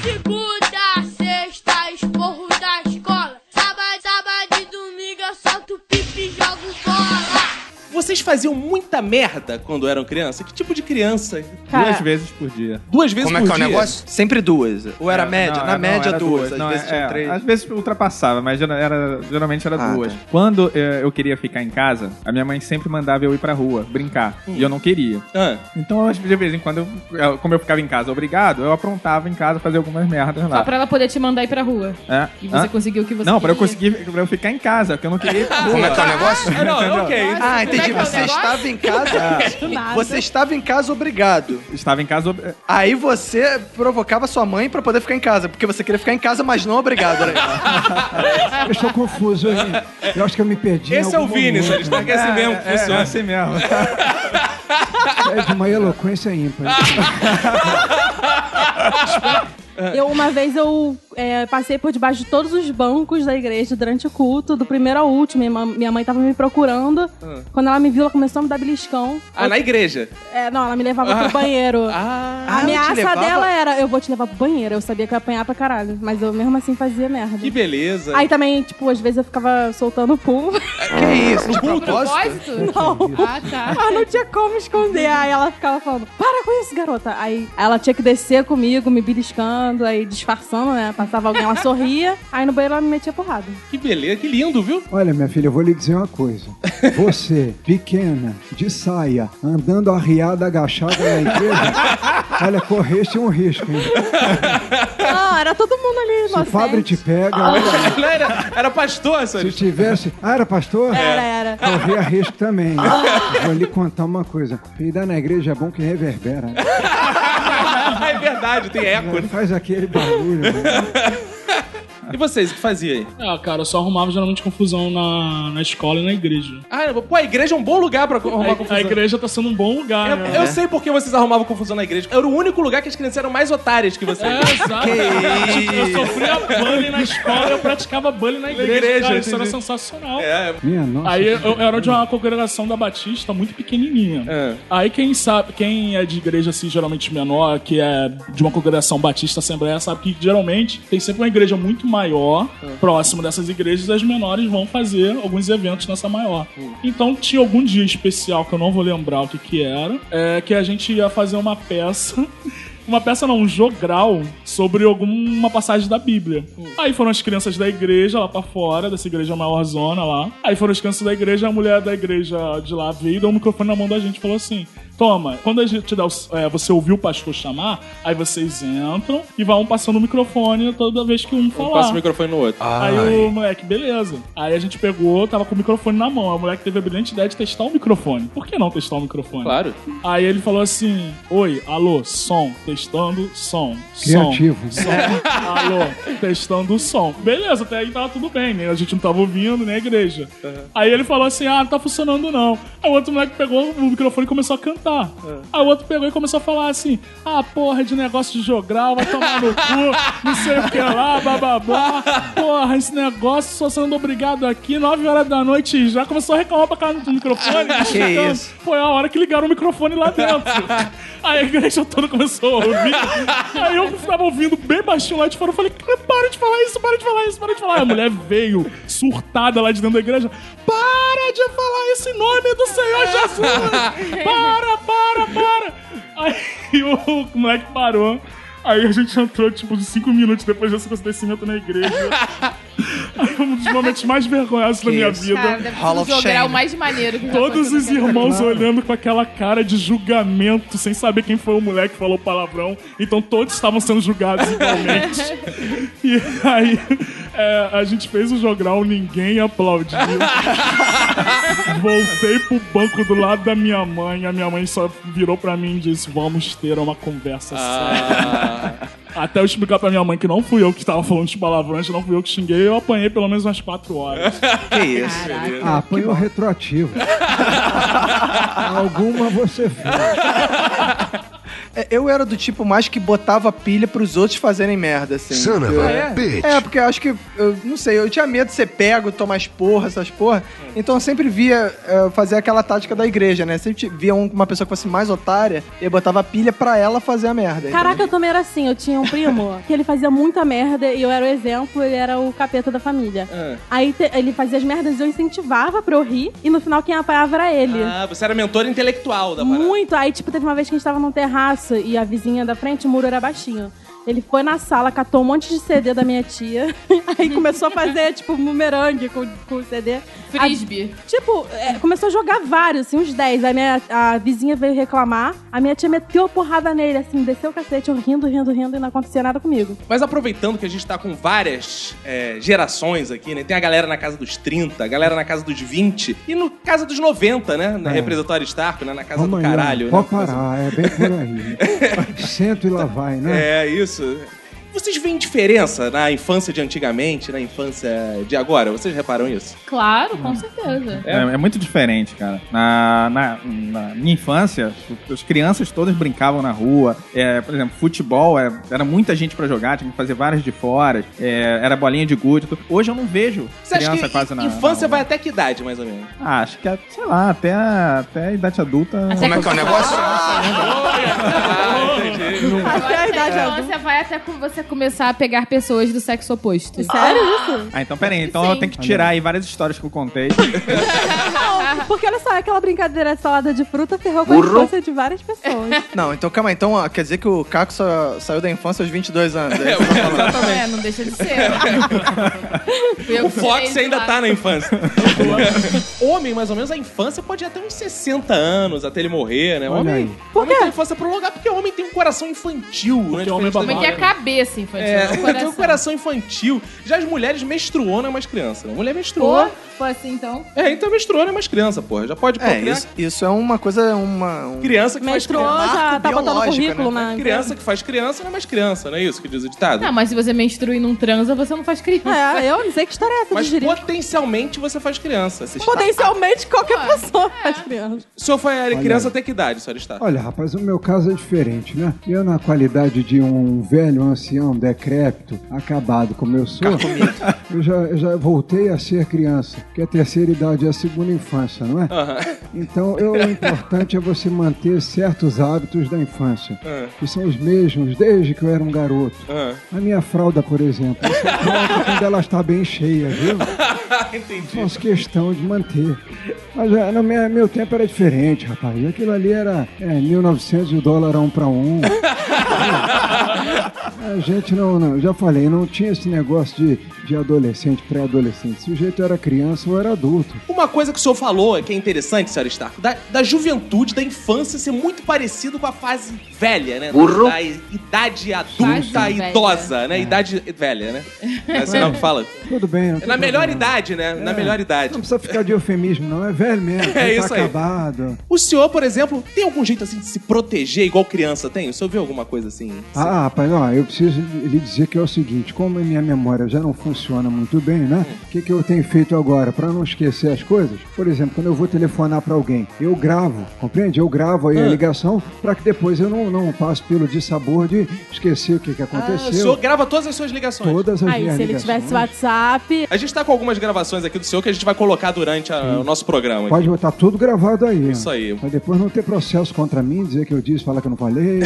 S10: Segunda, sexta, esporro da escola. Sábado, sábado e domingo eu solto pipi e jogo bola.
S1: Vocês faziam muita merda quando eram criança? Que tipo de criança?
S6: Duas vezes <laughs> por dia.
S1: Duas vezes
S2: é
S1: por dia?
S2: Sempre duas. Ou era
S6: É,
S2: média?
S6: não,
S2: Na
S6: não,
S2: média,
S6: era
S2: duas.
S6: Não,
S2: Às vezes
S6: é,
S2: tinha
S6: é,
S2: três.
S6: Às vezes ultrapassava, mas gera- era, geralmente era
S2: Ah,
S6: duas.
S2: tá.
S6: Quando é, eu queria ficar em casa, a minha mãe sempre mandava eu ir pra rua brincar. E eu não queria.
S2: Ah.
S6: Então, às vezes, de vez em quando, eu- como eu ficava em casa obrigado, eu aprontava em casa fazer algumas merdas lá.
S3: Só pra ela poder te mandar ir pra rua.
S6: É.
S3: E você
S6: Hã?
S3: conseguiu o que você
S6: Não, pra eu
S3: queria.
S6: conseguir, pra eu ficar em casa, porque eu não queria ir
S2: <laughs>
S6: pra rua.
S2: Como é que é o negócio?
S6: Ah, não,
S2: Entendeu?
S6: ok.
S2: Ah, entendi.
S6: Como é que
S2: Você
S6: é o negócio?
S2: estava em
S1: Ah.
S2: casa.
S6: É. Do nada.
S2: Você estava em casa obrigado.
S6: Estava em casa é. obrigado.
S2: Aí você provocava sua mãe pra poder ficar em casa, porque você queria ficar em casa, mas não obrigado. né? Olha aí.
S7: <laughs> Eu estou confuso. Eu, eu acho que eu me perdi. em
S2: Esse é
S7: algum
S2: o Vini,
S7: momento.
S2: Sérgio, porque é assim mesmo que
S6: É,
S2: funciona.
S6: é assim mesmo.
S7: É de uma eloquência ímpar.
S4: Eu, uma vez eu é, passei por debaixo de todos os bancos da igreja durante o culto, do primeiro ao último. Minha, ma- minha mãe tava me procurando.
S1: Ah.
S4: Quando ela me viu, ela começou a me dar beliscão.
S1: Ah, na igreja.
S4: É, não, ela me levava
S1: Ah.
S4: pro banheiro.
S1: ela
S4: a ameaça
S1: Ah, te levava-
S4: dela é-
S1: <laughs>
S4: era: eu vou te levar pro banheiro. Eu sabia que eu ia apanhar pra caralho, mas eu mesmo assim fazia merda.
S1: Que beleza.
S4: Aí também, tipo, às vezes eu ficava soltando pum.
S2: Que
S4: <laughs>
S2: isso? De
S3: propósito?
S4: Não. Ah, tá. <laughs> Mas não tinha como esconder. Aí ela ficava falando, para com isso, garota. Aí ela tinha que descer comigo, me beliscando, aí disfarçando, né? Passava alguém, ela sorria. Aí no banheiro ela me metia porrada.
S1: Que beleza, que lindo, viu?
S7: Olha, minha filha, eu vou lhe dizer uma coisa.
S1: <laughs>
S7: Você, pequena, de saia, andando arriada, agachada na igreja, olha, correste um risco. hein?
S4: Não, Ah, era todo mundo ali,
S7: Se o
S4: É inocente.
S7: Fabre te pega, olha,
S1: Não Ah, <laughs> era, era pastor,
S7: se
S1: Sérgio.
S7: tivesse... Ah, era pastor?
S4: Era, era. Ah.
S7: Corria risco
S4: <laughs>
S7: também. hein? Vou lhe contar uma coisa. Peidar na igreja é bom que reverbera. né?
S1: é verdade, tem eco. né?
S7: Faz aquele barulho. né?
S1: E vocês, o que fazia aí?
S5: Ah, cara, eu só arrumava geralmente confusão na, na escola e na igreja.
S1: Ah, pô, a igreja é um bom lugar pra arrumar
S5: a,
S1: confusão.
S5: A igreja tá sendo um bom lugar, né?
S1: Eu sei por que vocês arrumavam confusão na igreja. Era o único lugar que as crianças eram mais otárias que vocês.
S5: É, exato. Tipo,
S1: Que
S5: Eu
S1: isso.
S5: sofria bullying na escola, eu praticava bullying na igreja.
S1: igreja,
S5: cara, isso era
S1: entendi.
S5: sensacional.
S1: É.
S7: Minha nossa.
S5: Aí eu, eu era de uma congregação da Batista muito pequenininha.
S1: É.
S5: Aí quem sabe, quem é de igreja assim geralmente menor, que é de uma congregação Batista Assembleia, sabe que geralmente tem sempre uma igreja muito maior
S1: É.
S5: próximo dessas igrejas e as menores vão fazer alguns eventos nessa maior.
S1: Hum.
S5: Então tinha algum dia especial que eu não vou lembrar o que que era, é que a gente ia fazer uma peça uma peça não, um jogral sobre alguma passagem da Bíblia. Aí foram as crianças da igreja lá pra fora, dessa igreja maior zona lá. Aí foram as crianças da igreja, a mulher da igreja de lá veio e deu um microfone na mão da gente e falou assim: Toma, quando a gente dá o- é, você ouviu o pastor chamar, aí vocês entram e vão passando o microfone toda vez que um falar.
S1: Passa o microfone no outro.
S5: Aí o moleque, beleza. Aí a gente pegou, tava com o microfone na mão. Aí o moleque teve a brilhante ideia de testar o microfone. Por que não testar o microfone?
S1: Claro.
S5: Aí ele falou assim: Oi, alô, som, testando, som.
S7: Criativo.
S5: Som, som, alô, testando o som. Beleza, até aí tava tudo bem, né? A gente não tava ouvindo, nem a igreja. Aí ele falou assim: Ah, não tá funcionando não. Aí o outro moleque pegou o microfone e começou a cantar. Aí o outro pegou e começou a falar assim: Ah, porra, de negócio de jogral, vai tomar no cu, não sei o que lá, bababá. Porra, esse negócio só sendo obrigado aqui, 9 horas da noite e já começou a reclamar pra caramba do microfone.
S2: <laughs> Que
S5: Então,
S2: isso.
S5: Foi a hora que ligaram o microfone lá dentro. Aí a igreja toda começou a ouvir. Aí eu tava ouvindo bem baixinho lá de fora. Eu falei, "Cara, para de falar isso, para de falar isso, para de falar. A mulher veio surtada lá de dentro da igreja. Para de falar esse nome do Senhor Jesus! Para, para, para! <laughs> Aí o moleque parou. Aí a gente entrou, tipo, uns 5 minutos depois desse acontecimento na igreja. Aí foi um dos momentos mais vergonhosos da minha vida.
S3: Cara, deve ser um jogral mais maneiro que já
S5: Todos
S3: aconteceu.
S5: os irmãos olhando com aquela cara de julgamento, sem saber quem foi o moleque que falou palavrão. Então todos estavam sendo julgados
S3: <laughs>
S5: igualmente. <laughs> e aí é, a gente fez o jogral, ninguém aplaudiu. Voltei pro banco do lado da minha mãe. A minha mãe só virou pra mim e disse: Vamos ter uma conversa
S1: Ah.
S5: séria. Até eu explicar pra minha mãe que não fui eu que tava falando de palavrões, não fui eu que xinguei, eu apanhei pelo menos umas quatro horas.
S2: <laughs> Que isso?
S7: Ah, apanhou retroativo. Alguma você fez.
S2: É, Eu era do tipo mais que botava pilha pros outros fazerem merda, assim.
S12: Son of
S2: Eu-
S12: a
S2: é,
S12: bitch.
S2: é, porque eu acho que, eu não sei, eu tinha medo de ser pego, tomar as porra, essas porra. Então eu sempre via eh, fazer aquela tática da igreja, né? Sempre ti- via um- uma pessoa que fosse mais otária e eu botava pilha pra ela fazer a merda.
S4: Caraca, eu também era assim. Eu tinha um primo que ele fazia muita merda e eu era o exemplo, ele era o capeta da família. Aí te- ele fazia as merdas e eu incentivava pra eu rir e no final quem apanhava era ele.
S1: Ah, você era mentor intelectual da parada.
S4: Muito. Aí, tipo, teve uma vez que a gente tava num terraço e a vizinha da frente, o muro era baixinho. Ele foi na sala, catou um monte de CD da minha tia. <laughs> Aí começou a fazer, tipo, bumerangue com, com o CD.
S3: Frisbee.
S4: A- tipo, é, começou a jogar vários, assim, uns 10. Aí minha, a vizinha veio reclamar. A minha tia meteu a porrada nele, assim, desceu o cacete, eu rindo, rindo, rindo, e não acontecia nada comigo.
S1: Mas aproveitando que a gente tá com várias é, gerações aqui, né? Tem a galera na casa dos 30, a galera na casa dos 20 e no casa dos 90, né? Na
S7: É.
S1: representório Starco, né? Na casa
S7: Amanhã,
S1: do caralho.
S7: Pode
S1: né?
S7: parar, é bem por
S1: <laughs>
S7: aí. Sento e lá vai, né?
S1: É, isso. Vocês veem diferença na infância de antigamente, na infância de agora? Vocês reparam isso?
S3: Claro, com certeza.
S6: É, é muito diferente, cara. Na, na- na minha infância, as crianças todas brincavam na rua. É, por exemplo, futebol, é, era muita gente pra jogar, tinha que fazer várias de fora. é, era bolinha de gude. tudo. Hoje eu não vejo
S1: Você acha
S6: criança
S1: que
S6: quase na
S1: infância
S6: na
S1: vai até que idade, mais ou menos?
S6: rua. Ah, acho que, é, sei lá, até a, até a idade adulta...
S3: Como é Ah! que é o negócio?
S4: Até a idade
S3: então você vai até com- você começar a pegar pessoas do sexo oposto.
S4: Sério isso?
S6: Ah, então peraí, então eu tenho que tirar aí várias histórias que eu contei.
S3: <laughs>
S4: Não, porque olha só, aquela brincadeira de salada de fruta ferrou com a
S2: Burro.
S4: infância de várias pessoas.
S2: Não, então calma aí. Então ó, quer dizer que o Caco só saiu da infância aos 22 anos. É, isso que eu tô
S3: <laughs>
S2: falando.
S3: É,
S6: <laughs>
S3: não deixa de ser. Fui eu
S1: <laughs> O
S3: que fiz
S1: Fox ainda
S3: lá.
S1: tá na infância. Homem, mais ou menos, a infância pode ir até uns 60 anos até ele morrer, né?
S7: Olha
S1: Homem,
S7: aí.
S1: homem tem infância prolongada porque homem tem um coração infantil. Porque
S3: Como é que é a cabeça infantil?
S1: É,
S3: não o
S1: tem um
S3: coração.
S1: coração infantil. Já as mulheres menstruou, não é mais criança. né? A mulher menstruou.
S3: Pô, pô, assim então.
S1: É, então menstruou, não é mais criança, porra. Já pode
S2: É,
S1: procriar.
S2: isso, isso é uma coisa, uma... um-
S1: Criança que faz
S4: Menstruou,
S1: criança.
S4: já
S2: Marco
S4: tá botando o
S2: biológico,
S4: currículo
S2: né?
S4: na.
S1: Criança que faz criança não é mais criança, não é isso que diz o ditado?
S3: Não, mas se você menstrua e não transa, você não faz criança.
S4: É, eu não sei que história é essa,
S1: Mas
S4: de direito.
S1: potencialmente você faz criança. Se
S4: Potencialmente qualquer pessoa
S2: é.
S4: faz criança.
S1: O senhor foi
S7: Olha
S1: criança
S7: aí.
S1: até que idade, senhora está?
S7: Olha, rapaz, o meu caso é diferente, né? Eu, na qualidade de um velho ancião decrépito, acabado como eu sou, <laughs> eu já, eu já voltei a ser criança, que a terceira idade é a segunda infância, não é? Então, eu, o importante é você manter certos hábitos da infância,
S1: Ah.
S7: que são os mesmos desde que eu era um garoto.
S1: Ah.
S7: A minha fralda, por
S1: <laughs>
S7: exemplo, eu só troco quando ela está bem cheia, viu?
S1: Entendi.
S7: Faço questão de manter. Mas é, no meu, meu tempo era diferente, rapaz. Aquilo ali era é, 1.900 dólares um para
S1: <laughs>
S7: um. A gente não, não- já falei, não tinha esse negócio de, de adolescente, pré-adolescente. Se o jeito era criança ou era adulto.
S1: Uma coisa que o senhor falou que é interessante, senhora Stark, da, da juventude, da infância ser muito parecido com a fase velha, né?
S7: Burro.
S1: Da i- idade adulta,
S3: Fase velha.
S1: idosa,
S7: É.
S1: né? Idade
S4: <laughs>
S1: velha, né? Não é assim não que fala? É
S7: Tudo bem. não tem
S1: Na melhor
S7: problema.
S1: idade, né? Na
S7: É.
S1: melhor idade.
S7: Não precisa ficar de eufemismo, não. É velho mesmo.
S1: É
S7: já
S1: isso
S7: tá
S1: aí.
S7: acabado.
S1: O senhor, por exemplo, tem algum jeito assim de se proteger igual criança tem? O senhor viu alguma coisa assim?
S7: Ah, rapaz, ó, eu preciso lhe dizer que é o seguinte, como a minha memória já não funciona muito bem, né?
S1: Hum.
S7: O que, que eu tenho feito agora para não esquecer as coisas? Por exemplo, quando eu vou telefonar para alguém, eu gravo, compreende? Eu gravo aí a
S1: Ah.
S7: ligação para que depois eu não, não passe pelo dissabor de esquecer o que, que
S1: Ah, o senhor
S7: aconteceu.
S1: grava todas as suas ligações.
S7: Todas as minhas ligações.
S4: WhatsApp.
S1: A gente tá com algumas gravações aqui do senhor que a gente vai colocar durante a- o nosso programa. aqui.
S7: Pode botar tudo gravado aí. né?
S1: Isso aí.
S7: Pra depois não ter processo contra mim, dizer que eu disse, falar que eu não falei.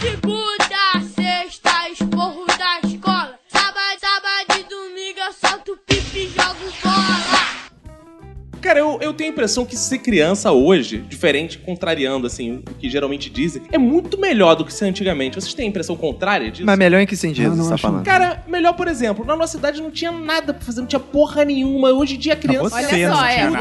S10: Segunda, sexta, esporro da escola. Sábado, sábado e domingo eu solto pipi e jogo bola.
S1: Cara, eu, eu tenho a impressão que ser criança hoje, diferente, contrariando, assim, o que geralmente dizem, é muito melhor do que ser antigamente. Vocês têm a impressão contrária disso?
S2: Mas é melhor em que sentido você tá falando?
S1: Cara, melhor, por exemplo, na nossa idade não tinha nada pra fazer, não tinha porra nenhuma. Hoje em dia, a criança...
S3: Olha só, é, você não tinha nada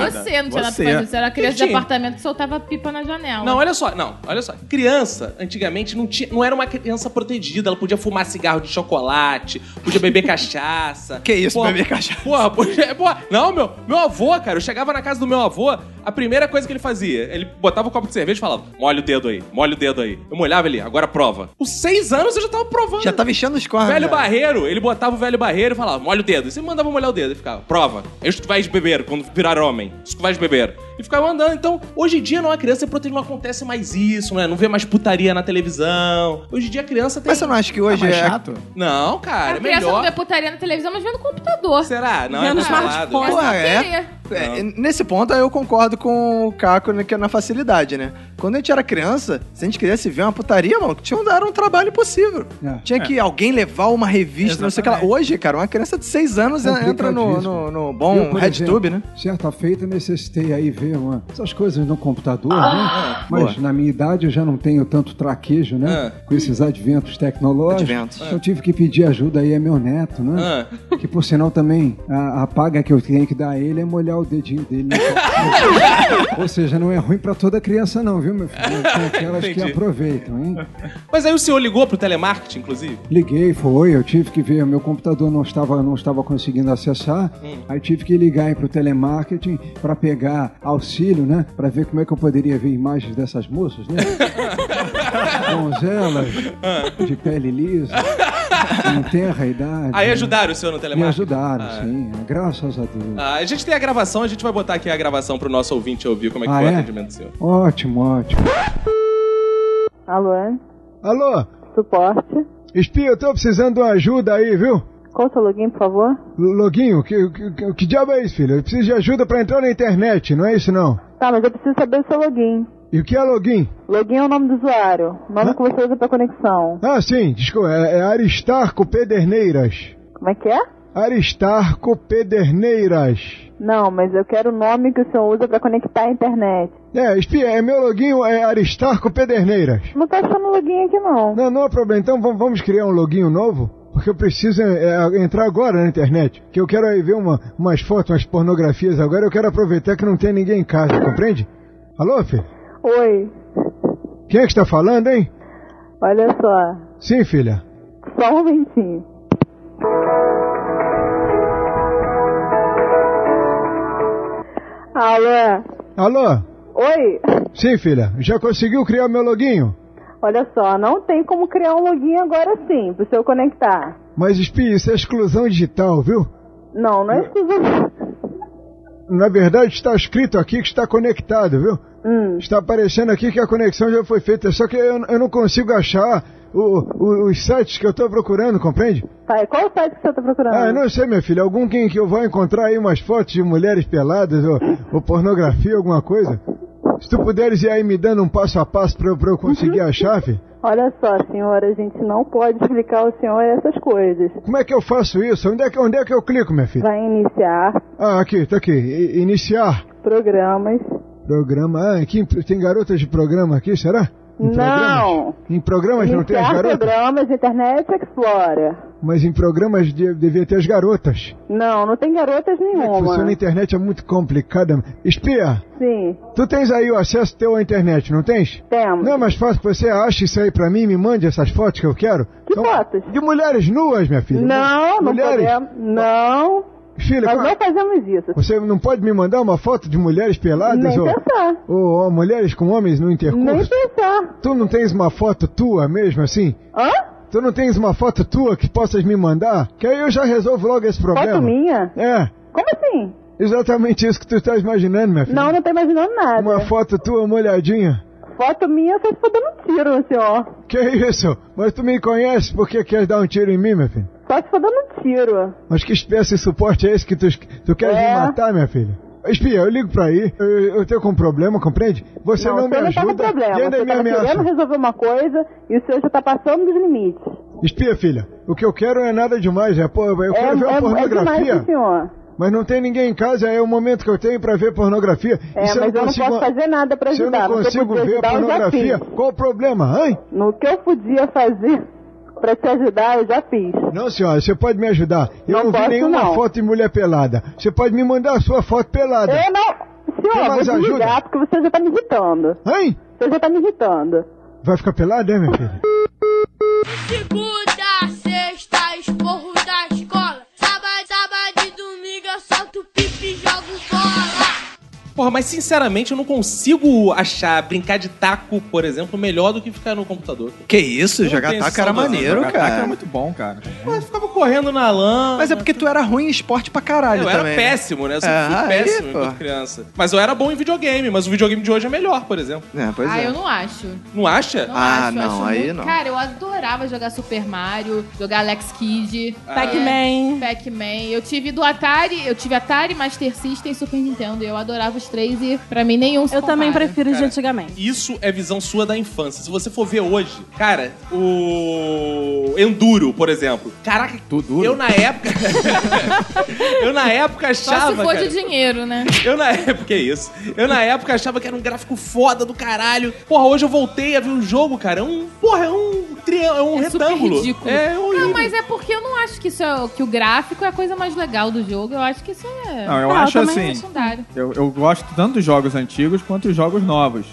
S3: pra fazer. Você era criança de
S1: Tinha.
S3: apartamento que soltava pipa na janela.
S1: Não, olha só, não, olha só. Criança, antigamente, não, tinha, não era uma criança protegida. Ela podia fumar cigarro de chocolate,
S2: <laughs>
S1: podia beber cachaça. Que
S2: isso, beber cachaça?
S1: Porra, podia, é, porra, não, meu, meu avô, cara, eu chegava na casa do meu avô, a primeira coisa que ele fazia, ele botava um copo de cerveja e falava: molha o dedo aí, molha o dedo aí. Eu molhava ele, agora é prova. Com seis anos eu já tava provando.
S2: Já tava enchendo os cornos.
S1: Velho
S2: já.
S1: Barreiro, ele botava o velho Barreiro e falava, molha o dedo. E você mandava molhar o dedo. Ele ficava, prova. É isso que tu vais beber quando virar homem. Isso que tu vais beber. E ficava andando. Então, hoje em dia, não, a criança é protegida, não acontece mais isso, né? Não vê mais putaria na televisão. Hoje em dia, a criança tem... Tá
S2: Mas você não acha que hoje é...
S1: Não,
S3: a
S1: cara, é
S3: criança não vê
S1: melhor.
S3: putaria na televisão, mas vê no computador.
S1: Será? Não, é
S3: Vendo
S1: controlado.
S2: smartphone. Porra, é?
S3: Queria.
S2: É, nesse ponto eu concordo com o Caco né, que é na facilidade, né? Quando a gente era criança, se a gente quisesse ver uma putaria, mano, tinha, era um trabalho impossível.
S7: É.
S2: Tinha que alguém levar uma revista, não sei o que lá. Hoje, cara, uma criança de 6 anos entra no,
S7: Complicadíssimo.
S2: no, no bom
S7: Eu, por exemplo,
S2: RedTube, né?
S7: Certa feita necessitei aí ver uma, essas coisas no computador,
S2: Ah,
S7: né?
S2: boa. Ah.
S7: Mas na minha idade eu já não tenho tanto traquejo, né? Com esses adventos tecnológicos. Então,
S2: Adventos. Ah.
S7: Eu tive que pedir ajuda aí a meu neto, né? Que por sinal também a, a paga que eu tenho que dar a ele é molhar o dedinho dele. no computador.
S2: <laughs>
S7: Ou seja, não é ruim pra toda criança não, viu, meu filho? Tem aquelas que
S1: Entendi.
S7: aproveitam, hein?
S1: Mas aí o senhor ligou pro telemarketing, inclusive?
S7: Liguei, foi, eu tive que ver, meu computador não estava, não estava conseguindo acessar,
S1: Hum.
S7: aí tive que ligar aí pro telemarketing para pegar auxílio, né? Para ver como é que eu poderia ver imagens dessas moças,
S1: <laughs>
S7: né? Donzelas,
S1: Ah.
S7: de pele lisa, que não tem a idade.
S1: Aí
S7: né?
S1: ajudaram o senhor no
S7: Me
S1: telemarketing?
S7: ajudaram, sim, né? graças a Deus.
S1: Ah, a gente tem a gravação, a gente vai botar aqui a gravação pro nosso ouvinte ouvir como é que
S7: Ah,
S1: foi o
S7: é?
S1: atendimento seu.
S7: Ótimo, ótimo.
S12: Alô?
S7: Alô?
S12: Suporte.
S7: Espio, eu tô precisando de uma ajuda aí, viu?
S12: Qual o seu login, por favor?
S7: Loguinho, que, que, que diabo é isso, filho? Eu preciso de ajuda para entrar na internet, não é isso não?
S12: Tá, mas eu preciso saber o seu login.
S7: E o que é login?
S12: Login é o nome do usuário, o nome que você usa pra conexão.
S7: Ah, sim, desculpa, é, é Aristarco Pederneiras.
S12: Como é que é?
S7: Aristarco Pederneiras.
S12: Não, mas eu quero o nome que o senhor usa pra conectar à internet.
S7: É, espia, é meu login é Aristarco Pederneiras.
S12: Não tá achando login aqui, não.
S7: Não, não é problema, então vamos, vamos criar um login novo? Porque eu preciso é, é, entrar agora na internet. Que eu quero aí ver uma, umas fotos, umas pornografias agora. Eu quero aproveitar que não tem ninguém em casa, compreende? Alô, filho?
S12: Oi.
S13: Quem é que está falando, hein?
S8: Olha só,
S13: Sim, filha.
S8: só um momentinho. Alô?
S13: Alô?
S8: Oi?
S13: Sim, filha. Já conseguiu criar meu loginho?
S8: Olha só, não tem como criar um login agora sim, pro seu conectar.
S13: Mas, Espinho, isso é exclusão digital, viu?
S8: Não, não é exclusivo.
S13: Na verdade, está escrito aqui que está conectado, viu?
S8: Hum.
S13: Está aparecendo aqui que a conexão já foi feita, só que eu, eu não consigo achar o- o- os sites que eu estou procurando, compreende?
S8: Tá, e qual o site que você tá procurando?
S13: Ah, eu não sei, minha filha. Algum que, que eu vou encontrar aí umas fotos de mulheres peladas ou, ou pornografia, alguma coisa? Se tu puderes ir aí me dando um passo a passo pra, eu- pra eu
S8: Uhum.
S13: conseguir a chave.
S8: Olha só, senhora, a gente não pode explicar ao senhor é essas coisas.
S13: Como é que eu faço isso? Onde é que, onde é que eu clico, minha filha?
S8: Vai iniciar
S13: Ah, aqui, tá aqui. I- iniciar.
S8: programas.
S13: Programa. Ah, aqui em- tem garotas de programa aqui, será? Em
S8: Não.
S13: programas? Em programas não tem as
S8: Iniciar
S13: garotas?
S8: programas Internet Explorer.
S13: Mas em programas de, devia ter as garotas.
S8: Não, não tem garotas
S13: Funciona na
S8: nenhuma.
S13: internet é muito complicada. Espia,
S8: Sim.
S13: tu tens aí o acesso teu à internet, não tens?
S8: Temos.
S13: Não é mais fácil que você ache isso aí pra mim e me mande essas fotos que eu quero? Que
S8: fotos?
S13: De mulheres nuas, minha filha.
S8: Não, não
S13: mulheres.
S8: podemos. Não.
S13: Filha,
S8: Nós
S13: qual-
S8: não fazemos isso.
S13: Você não pode me mandar uma foto de mulheres peladas
S8: Nem
S13: ou,
S8: pensar.
S13: ou, ou mulheres com homens no
S8: Nem
S13: intercurso?
S8: pensar.
S13: Tu não tens uma foto tua mesmo assim?
S8: Hã?
S13: Tu não tens uma foto tua que possas me mandar? Que aí eu já resolvo logo esse problema.
S8: Foto minha?
S13: É.
S8: Como assim?
S13: Exatamente isso que tu estás imaginando, minha filha.
S8: Não, não tô imaginando nada.
S13: Uma foto tua molhadinha.
S8: Foto minha, só se for dando um tiro no senhor.
S13: Que isso? Mas tu me conhece porque quer dar um tiro em mim, minha filha?
S8: Só se for dando um tiro.
S13: Mas que espécie de suporte é esse que tu, tu queres
S8: É.
S13: me matar, minha filha? Espia, eu ligo pra aí, eu, eu tenho um problema, compreende? Você não, me
S8: você não tá com
S13: ajuda
S8: problema.
S13: e ainda
S8: Você
S13: me
S8: tava
S13: ameaça.
S8: querendo resolver uma coisa e o senhor já tá passando dos limites.
S13: Espia, filha, o que eu quero é nada demais, é, pô, eu
S8: é,
S13: quero ver
S8: é-
S13: uma
S8: é demais
S13: pornografia.
S8: do senhor.
S13: mas não tem ninguém em casa, é o momento que eu tenho pra ver pornografia.
S8: É,
S13: E se
S8: mas eu não
S13: consigo-
S8: posso fazer nada pra
S13: Se eu
S8: ajudar,
S13: não
S8: mas se eu
S13: consigo
S8: puder
S13: ver
S8: ajudar, eu já
S13: pornografia,
S8: fiz.
S13: qual o problema, hein?
S8: No que eu podia fazer pra te ajudar, eu já fiz.
S13: Não, senhora, você pode me ajudar. Eu
S8: Não
S13: não, vi
S8: posso,
S13: nenhuma
S8: não.
S13: foto de mulher pelada. Você pode me mandar a sua foto pelada.
S8: Eu não.
S13: Quem
S8: Senhor, vou
S13: mais
S8: te
S13: ajuda?
S8: ligar porque você já tá me irritando.
S13: Hein?
S8: Você já tá me irritando.
S13: Vai ficar pelada, hein, minha filha?
S10: Segunda, sexta, esporro da escola. Sábado, sábado e domingo eu solto pipi e jogo
S8: <laughs>
S10: bola.
S1: Porra, mas sinceramente eu não consigo achar brincar de taco, por exemplo, melhor do que ficar no computador.
S2: Que isso, jogar taco era maneiro, cara.
S1: é
S2: muito bom, cara.
S1: Eu ficava correndo na lã.
S2: Mas é porque tu era ruim em esporte pra caralho
S1: Eu era
S2: também.
S1: péssimo, né? Eu <laughs> sempre
S2: É,
S1: fui
S2: aí,
S1: péssimo
S2: pô.
S1: enquanto criança. Mas eu era bom em videogame, mas o videogame de hoje é melhor, por exemplo.
S2: É, Ah, pois
S3: ah, eu não acho.
S1: Não acha?
S3: Não acho, eu acho muito- Cara, eu adorava jogar Super Mario, jogar Alex Kidd,
S4: Ah. Pac-Man.
S3: É, Pac-Man. Eu tive do Atari, eu tive Atari, Master System, Super Nintendo. Eu adorava os três e pra mim nenhum se
S4: Eu também
S3: compara.
S4: prefiro os de antigamente.
S1: Isso é visão sua da infância. Se você for ver hoje, cara, o Enduro, por exemplo. Caraca, eu na época. eu na época
S3: Só
S1: achava.
S3: se for
S1: cara,
S3: de dinheiro, né?
S1: Eu na época, que isso? Eu na época achava que era um gráfico foda do caralho. Porra, hoje eu voltei a ver um jogo, cara. É um, porra, é um tri... é um retângulo.
S3: ridículo.
S1: É horrível.
S3: Não, mas é porque eu não acho que isso é, que o gráfico é a coisa mais legal do jogo. Eu acho que isso é.
S6: Não, eu acho
S3: também
S6: assim.
S3: É secundário.
S6: Eu, eu gosto tanto dos jogos antigos quanto dos jogos novos.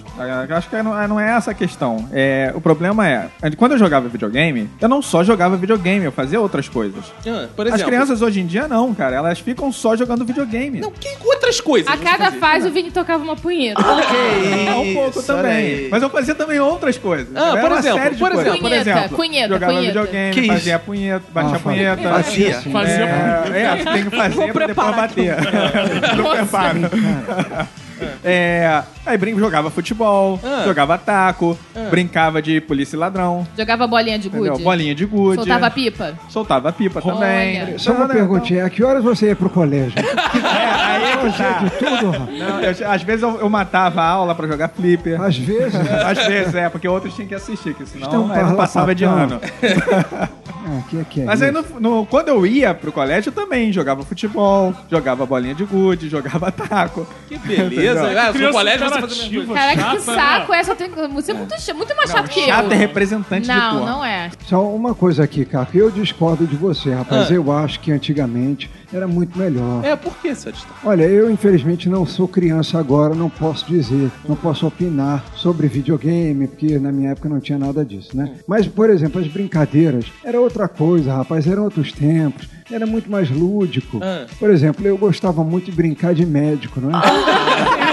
S6: Eu acho que não, não é essa a questão. É, o problema é, quando eu jogava videogame, eu não só jogava videogame, eu fazia outras coisas.
S1: Ah, por exemplo,
S6: As crianças hoje em dia não, cara. Elas ficam só jogando videogame. Não,
S1: que outras coisas?
S3: A cada fase o Vini tocava uma punheta.
S6: né? Ah, um pouco também. Mas eu fazia também outras coisas.
S3: Ah,
S6: Era
S3: por
S6: uma
S3: exemplo,
S6: série de
S3: por
S6: coisas.
S3: exemplo. Punheta, punheta,
S6: Jogava
S3: punheta.
S6: videogame,
S2: Que isso?
S6: fazia a punheta, batia
S2: Ah,
S6: a punheta.
S2: fazia.
S6: É,
S2: Fazia.
S6: É, é, tem que fazer pra depois bater. <laughs> Não preparo. É, aí brin jogava futebol,
S3: Ah.
S6: jogava taco,
S3: Ah.
S6: brincava de polícia e ladrão,
S3: Jogava bolinha de
S6: entendeu?
S3: gude.
S6: bolinha de gude, é.
S3: Soltava pipa.
S6: soltava pipa também.
S13: Só
S6: Não,
S13: uma
S6: não,
S13: perguntinha, a que horas você ia pro colégio?
S6: Aí é que tá. Não, eu- às vezes eu, eu matava a aula pra jogar flipper.
S13: Às vezes?
S6: é, Às vezes, é, porque outros tinham que assistir, que senão
S13: Estão
S6: aí não
S13: parla-
S6: passava de
S13: patão.
S6: ano.
S7: <laughs> Ah, que que é
S6: Mas aí,
S7: isso?
S6: no, no- quando eu ia pro colégio, eu também jogava futebol, jogava bolinha de gude, jogava taco.
S1: Que
S3: né?
S1: beleza.
S6: Entendeu?
S1: Ah, no colégio você faz a mesma coisa.
S3: Caraca, que saco essa. Tem... Você é muito, ch- muito mais chato que eu.
S6: chato é representante de
S3: Não,
S6: turma.
S3: não é.
S7: Só uma coisa aqui, Caco. Eu discordo de você, rapaz.
S1: Ah.
S7: Eu acho que antigamente era muito melhor.
S1: É, por que, seu Titã?
S7: Olha, eu infelizmente não sou criança agora, não posso dizer, não posso opinar sobre videogame, porque na minha época não tinha nada disso, né? Mas, por exemplo, as brincadeiras era outra coisa, rapaz, eram outros tempos, era muito mais lúdico.
S1: Ah.
S7: Por exemplo, eu gostava muito de brincar de médico, não é?
S1: <laughs>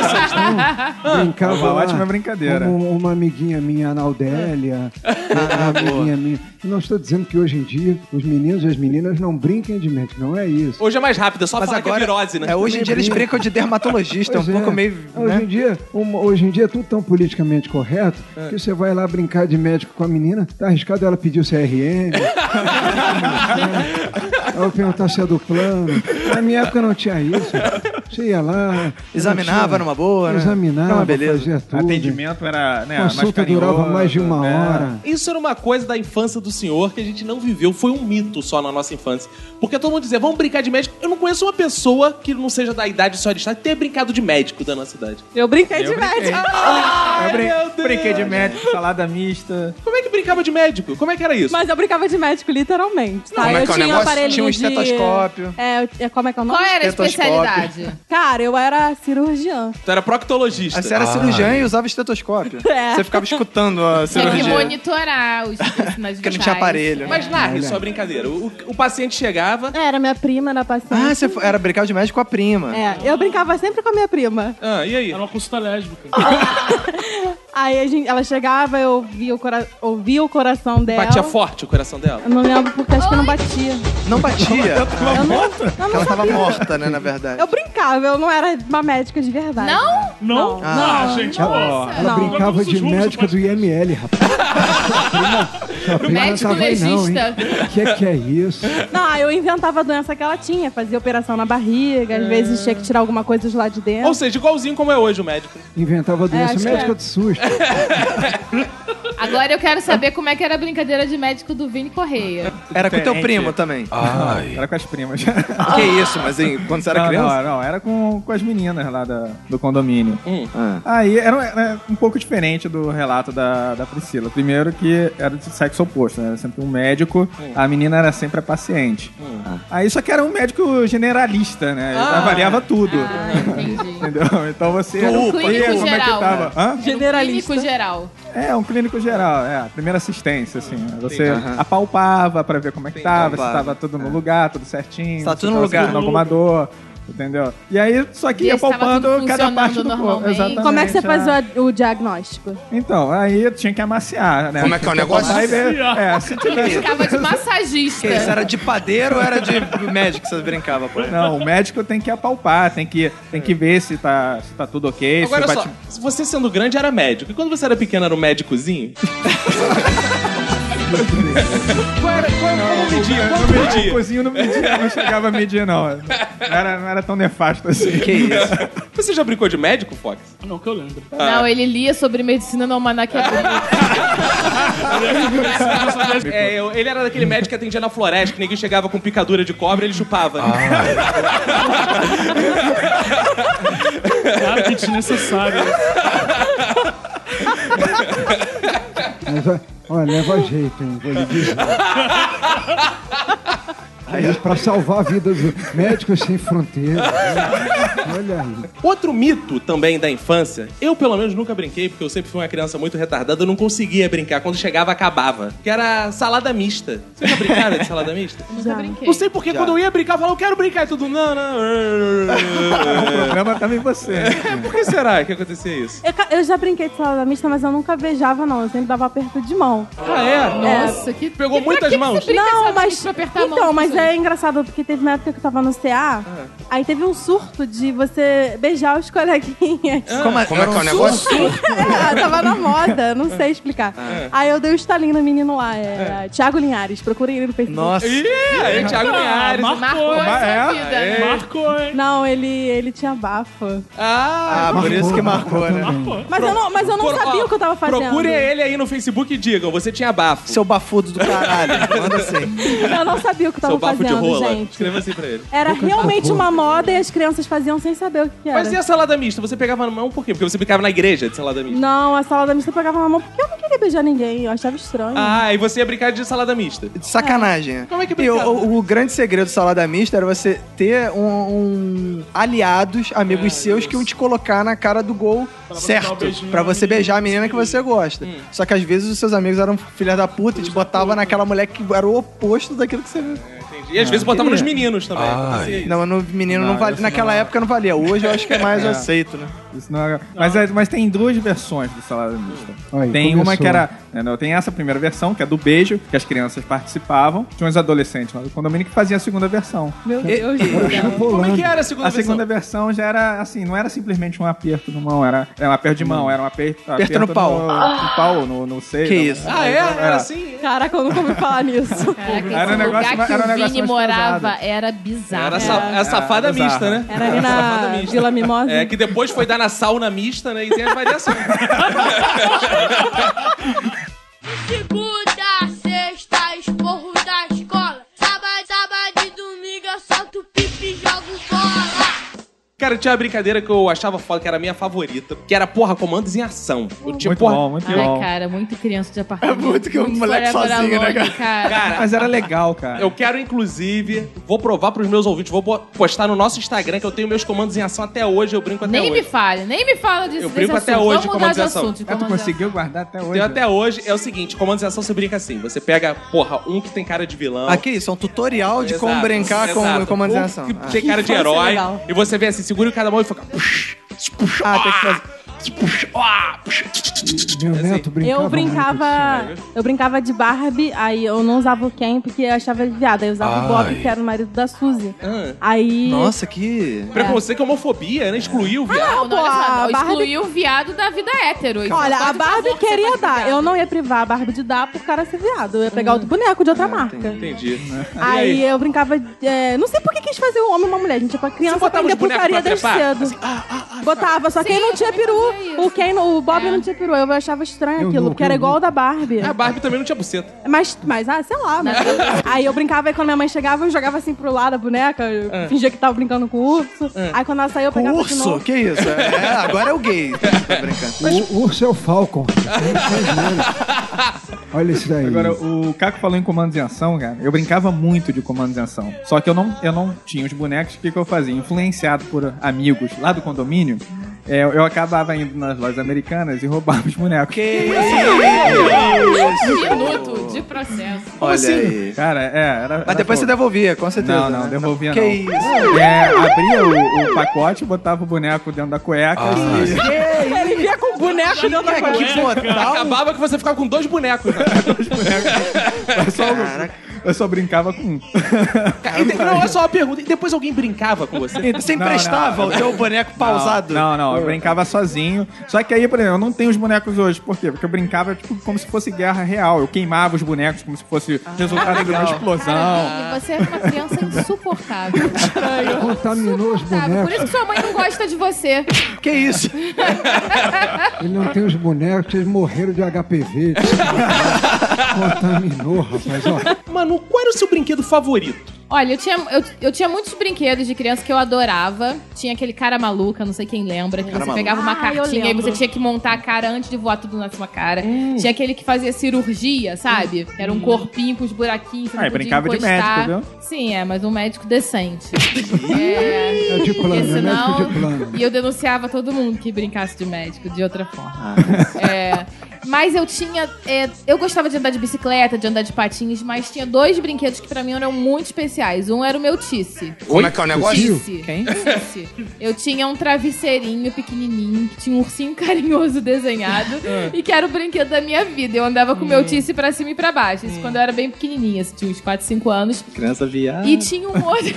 S8: Ah,
S7: brincava
S6: Ah, Uma
S7: lá
S6: ótima brincadeira. É.
S7: Como uma amiguinha minha, a Naudélia,
S6: <laughs>
S7: uma amiguinha minha. Eu não estou dizendo que hoje em dia os meninos e as meninas não brinquem de médico, não é isso.
S1: Hoje é mais rápido, é só
S7: Mas
S1: falar que é
S7: agora-
S1: virose, né?
S7: é, hoje em dia eles brincam
S2: de dermatologista,
S7: Pois
S2: um pouco
S7: é.
S2: meio.
S7: Hoje em dia, uma- hoje em dia é tudo tão politicamente correto
S2: É.
S7: que você vai lá brincar de médico com a menina, tá arriscado ela pedir o CRM.
S6: <laughs>
S7: Ela vai perguntar se é do plano. Na minha época não tinha isso. Você ia lá.
S2: Examinava
S7: tinha-
S2: numa boa, né?
S7: Examinava,
S2: Ah, beleza.
S7: fazia tudo.
S6: Atendimento era, né, mais
S7: Consulta
S6: carinhoso,
S7: durava mais de uma
S6: né?
S7: hora.
S1: Isso era uma coisa da infância do senhor que a gente não viveu. Foi um mito só na nossa infância. Porque todo mundo dizia, vamos brincar de médico. Eu não conheço uma pessoa que não seja da idade só de estar ter brincado de médico da nossa idade.
S4: Eu brinquei
S1: Eu
S4: de
S1: brinquei.
S4: médico.
S1: Ai,
S6: Eu brin-
S1: meu Deus.
S6: brinquei de médico, salada mista.
S1: Como é que brincava de médico? Como é que era isso?
S4: Mas eu brincava de médico, literalmente. Tá?
S1: Como é
S4: eu
S1: que é o
S4: tinha
S1: negócio?
S4: aparelhinho
S1: Tinha um
S4: de-
S1: estetoscópio.
S4: É, eu- é, como é que é o nome?
S3: Qual era a especialidade?
S4: Cara, eu era cirurgiã.
S1: Tu era proctologista.
S2: Aí você era
S7: Ah,
S2: cirurgiã e usava estetoscópio.
S4: É.
S2: Você ficava escutando a
S3: Tinha que
S2: cirurgia.
S3: monitorar
S2: <laughs>
S3: os, os sinais
S2: Porque não
S3: vitais.
S2: tinha aparelho. né? É
S1: Mas narre sua brincadeira. O, o paciente chegava.
S4: É, Era minha prima, era paciente.
S2: Ah, você foi- era brincar de médico com a prima.
S4: É, eu brincava sempre com a minha prima.
S1: Ah, e aí?
S5: Era uma consulta lésbica.
S4: Aí a gente, ela chegava, eu ouvia o, cora- ouvia o coração dela.
S1: Batia forte o coração dela.
S4: Eu não lembro porque acho que não batia.
S2: Não batia.
S4: Eu não, eu não
S2: Ela tava
S4: sabia.
S2: morta, né, na verdade.
S4: Eu brincava, eu não era uma médica de verdade. Não?
S5: Não?
S2: Ah, gente,
S7: Ela, ela
S4: Não.
S7: brincava de médico do IML, rapaz. Sua prima- sua prima não
S4: Médico
S7: tava aí, não, hein?
S4: legista.
S7: Que que é isso?
S4: Não, aí eu inventava a doença que ela tinha, fazia operação na barriga, às vezes tinha que tirar alguma coisa de lá de dentro.
S1: Ou seja, igualzinho como é hoje o médico.
S7: Inventava
S4: É,
S7: doença
S4: acho que
S7: médica
S4: é.
S7: de susto.
S3: Agora eu quero saber como é que era a brincadeira de médico do Vini
S6: <laughs>
S3: Correia.
S2: Era com o teu
S6: Diferente.
S2: primo também.
S6: Ai. Era com as
S2: <laughs>
S6: primas.
S2: Que isso, mas hein, quando você era
S6: não,
S2: criança?
S6: Não, não, era com, com as meninas lá da- do condomínio. Aí era, era um pouco diferente do relato da, da Priscila. Primeiro que era de sexo oposto, né? Era sempre um médico, a menina era sempre a paciente. Aí só que era um médico generalista, né? Ele
S4: Ah.
S6: avaliava tudo.
S2: Ah.
S6: Entendeu? Então você
S4: Era um
S6: via
S4: clínico
S6: como
S4: geral,
S6: é que tava.
S4: né?
S6: Hã?
S4: Generalista.
S3: Clínico um geral.
S6: É, um clínico geral, é. a Primeira assistência, assim. né? Você
S2: Aham.
S6: apalpava pra ver como é que tava, se
S2: palpava.
S6: tava tudo no lugar, tudo certinho.
S2: Se tá
S6: se
S2: tudo no
S6: tava
S2: lugar.
S6: sentindo alguma dor, entendeu? E aí, só que
S4: E
S6: ia
S4: estava
S6: palpando
S4: tudo
S6: cada parte do
S4: funcionando né?
S6: corpo.
S4: normalmente?
S6: Exatamente.
S4: Como é que você
S6: faz
S4: fazia o, o diagnóstico?
S6: Então, aí eu tinha que amaciar, né?
S2: Como é que é o
S6: Tinha
S2: negócio?
S6: palpar e ver- É,
S3: <laughs>
S6: se tivesse...
S3: Ficava de massagista.
S2: Que isso era de padeiro ou era de médico que você brincava, pô?
S6: Não, o médico tem que apalpar, tem que, tem que ver se tá, se tá tudo ok,
S1: Agora
S6: se
S1: olha só, se você sendo grande era médico. E quando você era pequeno era um médicozinho?
S6: <laughs>
S1: <laughs> qual era, qual era, como media? Quanto
S6: Não
S1: media?
S6: media. Cozinho não media, não chegava a medir, não. Não era, não era tão nefasto assim. Que isso?
S1: Você já brincou de médico, Fox?
S5: Não, que eu lembro.
S3: Não, ele lia sobre medicina no almanac Abril.
S1: É, eu- ele era daquele médico que atendia na floresta, que ninguém chegava com picadura de cobra, ele chupava.
S5: Claro que desnecessário.
S7: Mas, ó, olha, leva jeito, hein? Vou lhe dizer. Aliás, pra salvar a vida dos médicos sem fronteiras.
S6: Ah.
S1: <laughs>
S7: Olha aí.
S1: Outro mito Tipo, também da infância, eu pelo menos nunca brinquei, porque eu sempre fui uma criança muito retardada, eu não conseguia brincar. Quando chegava, acabava. Que era salada mista. Vocês já brincaram de
S2: <laughs>
S1: salada mista?
S3: Nunca brinquei.
S1: Não sei porque quando eu ia brincar, eu falava, eu quero brincar e tudo. Não, não.
S2: <laughs>
S1: É,
S6: O problema tava em você. né?
S1: Por que será que acontecia isso?
S4: Eu, ca- eu já brinquei de salada mista, mas eu nunca beijava, não. Eu sempre dava aperto de mão. É.
S1: Ah, é?
S3: Nossa, que.
S1: Pegou
S3: que- pra
S1: muitas
S3: que que
S1: mãos.
S3: Você brinca
S4: Não,
S3: não,
S4: mas-
S3: mas. Pra apertar a mão
S4: então,
S3: das
S4: mas
S3: pessoas?
S4: é engraçado, porque teve uma época que eu tava no CA,
S8: Ah.
S4: aí teve um surto de você beijar os coleguinhas.
S8: <laughs> Como é- Como é que é o era um negócio? surto?
S4: É, tava na moda, não sei explicar.
S8: Ah.
S4: Aí eu dei o estalinho no menino lá, é, Thiago Linhares, procurem ele no Facebook.
S8: Nossa. Ih, aí,
S4: Ah,
S8: Thiago Linhares.
S1: Ah,
S8: Marcou a sua É, vida, é. né? Marcou,
S4: hein? Não, ele, ele tinha bafo.
S1: Ah,
S2: por isso que marcou, né?
S4: Mas eu não, mas eu não
S1: Pro-
S4: sabia
S1: ó,
S4: o que eu tava fazendo.
S1: Procure ele aí no Facebook e digam, você tinha bafo. Seu
S2: bafudo do
S1: <laughs>
S2: caralho. Manda assim.
S4: Eu não sabia o que eu tava
S1: Seu bafo
S4: fazendo,
S1: de rola.
S4: gente.
S1: Escreva assim pra ele.
S4: Era realmente uma moda e as crianças faziam sem saber o que que era.
S1: Mas e a salada mista? Você pegava na mão por quê? Porque você ficava na igreja de salada mista.
S4: Não, a salada mista eu pegava na mão porque eu não queria beijar ninguém, eu achava estranho.
S1: Ah, e você ia brincar de salada mista.
S2: Sacanagem.
S1: Como é que
S2: e o, o- o grande segredo do salada mista era você ter um, um- aliados,
S6: É,
S2: amigos seus, que iam te colocar na cara do gol
S6: um
S2: certo. Pra você beijar a menina que você gosta.
S6: Hum.
S2: Só que às vezes os seus amigos eram filha da puta e te botava naquela mulher que era o oposto daquilo que você viu.
S1: E às vezes botava
S2: queria.
S1: nos meninos
S6: Ah,
S1: também. Fazia isso.
S2: Não, mas no menino
S6: Não,
S2: não, valia.
S6: isso
S2: Naquela
S6: não.
S2: época não valia. Hoje eu acho que é mais
S6: É.
S2: aceito, né?
S6: Isso não é- Mas, é- mas tem duas versões do salada mista.
S7: Aí,
S6: tem uma
S7: começou.
S6: que era. né, não, Tem essa primeira versão, que é do beijo, que as crianças participavam. Tinha uns adolescentes lá do condomínio que faziam a segunda versão. um
S4: Meu
S7: Deus do céu. Como é que era a segunda
S6: a segunda versão já era assim, não era simplesmente um aperto na mão, era, era um aperto de mão, era um aperto.
S2: Aperto no pau.
S6: No, no pau, no, no seio.
S2: Que
S6: não-
S2: isso?
S1: Ah, é? Era assim?
S4: Caraca, eu nunca ouvi falar nisso.
S3: Caraca,
S6: Era um
S3: esse
S6: negócio
S3: lugar
S6: mais-
S3: que
S6: era um
S3: o
S6: negócio
S3: Vini
S6: mais
S3: morava
S6: pesado.
S3: era bizarro.
S1: Era, sa- era safada
S6: Era bizarro.
S1: mista, né?
S4: Era ali na Vila Mimosa.
S1: É, que depois foi dar na sauna mista, né? E tem as variações.
S10: Segunda, sexta, esporro da escola. Sábado, sábado e domingo eu solto pipi e jogo bola.
S1: Cara, tinha uma brincadeira que eu achava foda, que era a minha favorita, que era, porra, comandos em ação. Eu tinha,
S6: Muito
S1: porra,
S6: bom, muito
S3: Ai, cara, muito criança de apartamento. muito
S1: que o moleque
S3: forever
S1: sozinho, né,
S3: alone, cara?
S6: Mas era legal, cara.
S1: Eu quero, inclusive, vou provar pros meus ouvintes, vou bo- postar no nosso Instagram que eu tenho meus comandos em ação até hoje, eu brinco até
S3: Nem me
S1: hoje.
S3: fale, nem me fala disso.
S1: Eu brinco
S3: desse
S4: assim,
S1: até
S3: assunto.
S1: hoje de
S3: Vamos mudar de
S1: comandização.
S3: assunto. de
S4: então,
S2: É,
S1: Ah, tu
S3: comandização.
S6: É, Conseguiu guardar até hoje.
S1: Tenho
S2: né?
S1: até hoje, é o seguinte, comandos em ação você brinca assim, você pega, porra, um que tem cara de vilão.
S2: Aqui, isso é um tutorial de como
S1: Exato,
S2: brincar com Ah.
S1: exato.
S2: comandos em
S1: Um
S2: ação.
S1: que tem cara de
S4: é
S1: herói, e você vê assim, segura em cada mão e fica...
S2: Ah, tem que fazer.
S5: tipo, É
S7: Meu
S5: assim.
S7: neto brincava
S4: eu
S5: <laughs>
S4: brincava. Eu brincava de Barbie, aí eu não usava o Ken porque eu achava ele viado. Aí eu usava o
S2: Ai.
S4: Bob, que era o marido da Suzy. Aí.
S2: Nossa, que.
S1: Preconceito, homofobia, né? Excluiu o
S4: Ah,
S1: viado.
S3: Não, não, olha só, não,
S4: Pô, a Barbie-
S3: excluiu o viado da vida hétero. Então,
S4: Olha, a
S3: pode, por
S4: Barbie
S3: favor,
S4: queria
S3: você pode
S4: dar.
S3: brigar.
S4: Eu não ia privar a Barbie de dar por cara ser viado. Eu ia pegar outro boneco de outra marca.
S1: Entendi.
S4: Aí, eu brincava. é, não sei por que quis fazer um homem e uma mulher, gente. É pra criança
S1: Você botava
S4: aprender
S1: os bonecos
S4: putaria
S1: pra
S4: desde
S1: trepar? Assim, ah,
S4: cedo. botava, só que ele não tinha peru. O, Ken, o Bob não tinha peru. Eu achava estranho
S1: Eu
S4: aquilo,
S1: não,
S4: porque era
S1: eu
S4: igual ao da Barbie.
S1: A Barbie também não tinha buceta.
S4: Mas, mas, ah, sei lá. Mas... aí eu brincava, aí quando minha mãe chegava, eu jogava assim pro lado a boneca, eu
S1: Ah.
S4: fingia que tava brincando com o urso. Aí quando ela saiu, eu
S2: Com
S4: pegava de
S2: urso?
S4: novo.
S2: Que isso? É, <laughs> agora é o
S1: <laughs>
S2: gay. Tô brincando.
S7: O, o urso é o Falcon. Olha isso daí.
S6: Agora, o Caco falou em comandos em ação, cara. Eu brincava muito de comandos em ação. Só que eu não, eu não tinha os bonecos. O que, que eu fazia? Influenciado por amigos lá do condomínio, é, eu acabava indo nas lojas americanas e roubava os bonecos. Que
S3: Minuto de processo.
S2: Olha aí.
S6: Cara, é, era.
S2: assim? Mas depois você devolvia, com certeza.
S6: Não, não,
S2: né?
S6: devolvia
S2: Que
S6: não.
S2: isso?
S6: É, abria o, o pacote, botava o boneco dentro da cueca
S2: Ah,
S6: e...
S4: Ele vinha com o boneco dentro da
S2: Que botar um-
S1: Acabava que você ficava com dois bonecos. né?
S6: <laughs> Eu só, eu só brincava com um.
S1: E de- não, é só uma pergunta. E depois alguém brincava com você?
S2: Você emprestava o teu boneco pausado?
S6: Não, não,
S1: É.
S6: eu brincava sozinho. Só que aí, por exemplo, eu não tenho os bonecos hoje. Por quê? Porque eu brincava tipo, como se fosse guerra real. Eu queimava os bonecos como se fosse
S1: Ah,
S6: resultado de uma
S2: legal.
S6: explosão.
S3: Ah, E você era uma criança insuportável.
S6: <laughs>
S7: Contaminou os
S3: Sabe? Por
S7: bonecos.
S3: isso que sua mãe não gosta de você. <laughs>
S2: Que isso?
S7: Ele não tem os bonecos, eles morreram de HPV. Contaminou, rapaz. Ó,
S1: Manu, qual era o seu brinquedo favorito?
S3: Olha, eu tinha, eu, eu tinha muitos brinquedos de criança que eu adorava. Tinha aquele cara maluca, não sei quem lembra, que
S4: Cara
S3: você
S4: maluca.
S3: pegava uma
S4: Ah, eu
S3: cartinha e
S4: lembro.
S3: você tinha que montar a cara antes de voar tudo na sua cara.
S6: É.
S3: Tinha aquele que fazia cirurgia, sabe? Que Era um corpinho com os buraquinhos, você
S6: Ah,
S3: não
S6: e
S3: podia
S6: brincava de
S3: encostar.
S6: médico,
S3: Sim, é, mas um médico
S6: <laughs>
S3: decente. é,
S7: é de plano,
S3: porque
S7: é médico
S3: senão...
S7: de plano.
S3: E eu denunciava todo mundo que brincasse de médico de outra forma. É, Mas eu tinha. é, eu gostava de andar de bicicleta, de andar de patins, mas tinha dois brinquedos que pra mim eram muito especiais. Um era o meu Tice.
S14: Como é que é o negócio?
S3: Tice. Tice. Eu tinha um travesseirinho pequenininho, que tinha um ursinho <laughs> carinhoso desenhado,
S10: É.
S3: e que era o brinquedo da minha vida. Eu andava com o meu Tice pra cima e pra baixo. Isso quando eu era bem pequenininha, assim, tinha uns 4, 5 anos.
S2: Criança viada.
S15: Ah.
S3: E tinha um outro.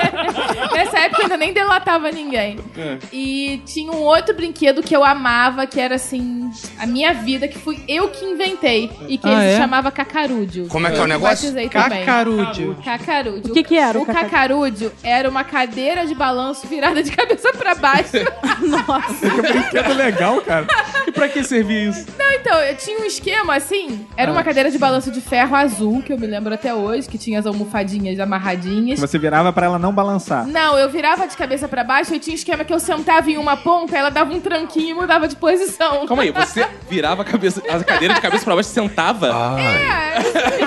S3: <laughs> Nessa época eu ainda nem delatava ninguém. E tinha um outro brinquedo que eu amava, que era assim, a minha vida, que fui eu que inventei. E que
S14: Ah,
S3: ele se
S14: é?
S3: chamava Cacarúdio.
S14: Como é que é
S3: Eu
S14: o negócio?
S3: batizei também.
S14: Cacarúdio.
S3: Cacarúdio.
S4: O que que era o
S3: O cacarúdio era uma cadeira de balanço virada de cabeça pra
S4: <laughs>
S3: baixo. Nossa.
S6: Que
S5: é
S6: brinquedo legal, cara. E pra que servia isso?
S3: Não, então, eu tinha um esquema assim. Era uma
S6: Ah.
S3: cadeira de balanço de ferro azul, que eu me lembro até hoje, que tinha as almofadinhas amarradinhas.
S6: Você virava pra ela não balançar.
S3: Não, eu virava de cabeça pra baixo e tinha um esquema que eu sentava em uma ponta, ela dava um tranquinho e mudava de posição.
S1: Calma aí, você virava a, cabeça, a cadeira de cabeça pra baixo e sentava?
S3: É,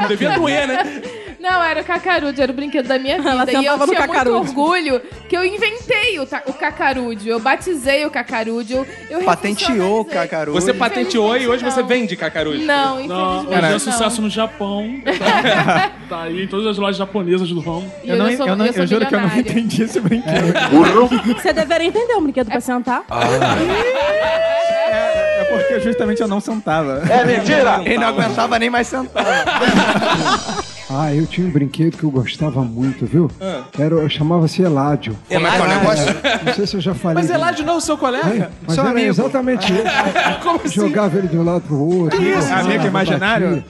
S1: Não devia
S3: <laughs>
S1: doer, né?
S3: Não, era o cacarúdio, era o brinquedo da minha vida.
S4: Ela
S3: e eu
S4: sentava no
S3: tinha
S4: cacarúdio.
S3: muito orgulho que eu inventei o, ta- o cacarúdio. Eu batizei o cacarúdio. Eu
S2: Patenteou o cacarudo.
S1: Você patenteou e hoje você vende cacarujo.
S3: Não,
S5: Não,
S3: infelizmente
S5: hoje é
S3: não.
S5: sucesso no Japão. Tá, <laughs> tá aí em todas as lojas japonesas do ramo. É.
S3: E eu Eu não- já sou- eu não- eu já sou eu juro que eu não milionária.
S5: entendi esse brinquedo. <laughs>
S4: Você deveria entender um brinquedo pra sentar.
S14: Ah.
S6: É porque justamente eu não sentava.
S2: É
S6: <laughs>
S2: mentira! Ele não aguentava nem mais sentar.
S7: Ah, eu tinha um brinquedo que eu gostava muito, viu?
S2: Ah.
S7: Era, eu chamava-se Eládio.
S14: Como é que é o negócio?
S7: Não sei se eu já falei.
S14: Mas
S7: disso.
S14: Eládio
S1: não é o seu
S7: É,
S14: colega?
S7: mas era <laughs> exatamente isso. Jogava ele de um lado pro outro.
S6: Isso, amigo
S7: batia,
S6: imaginário?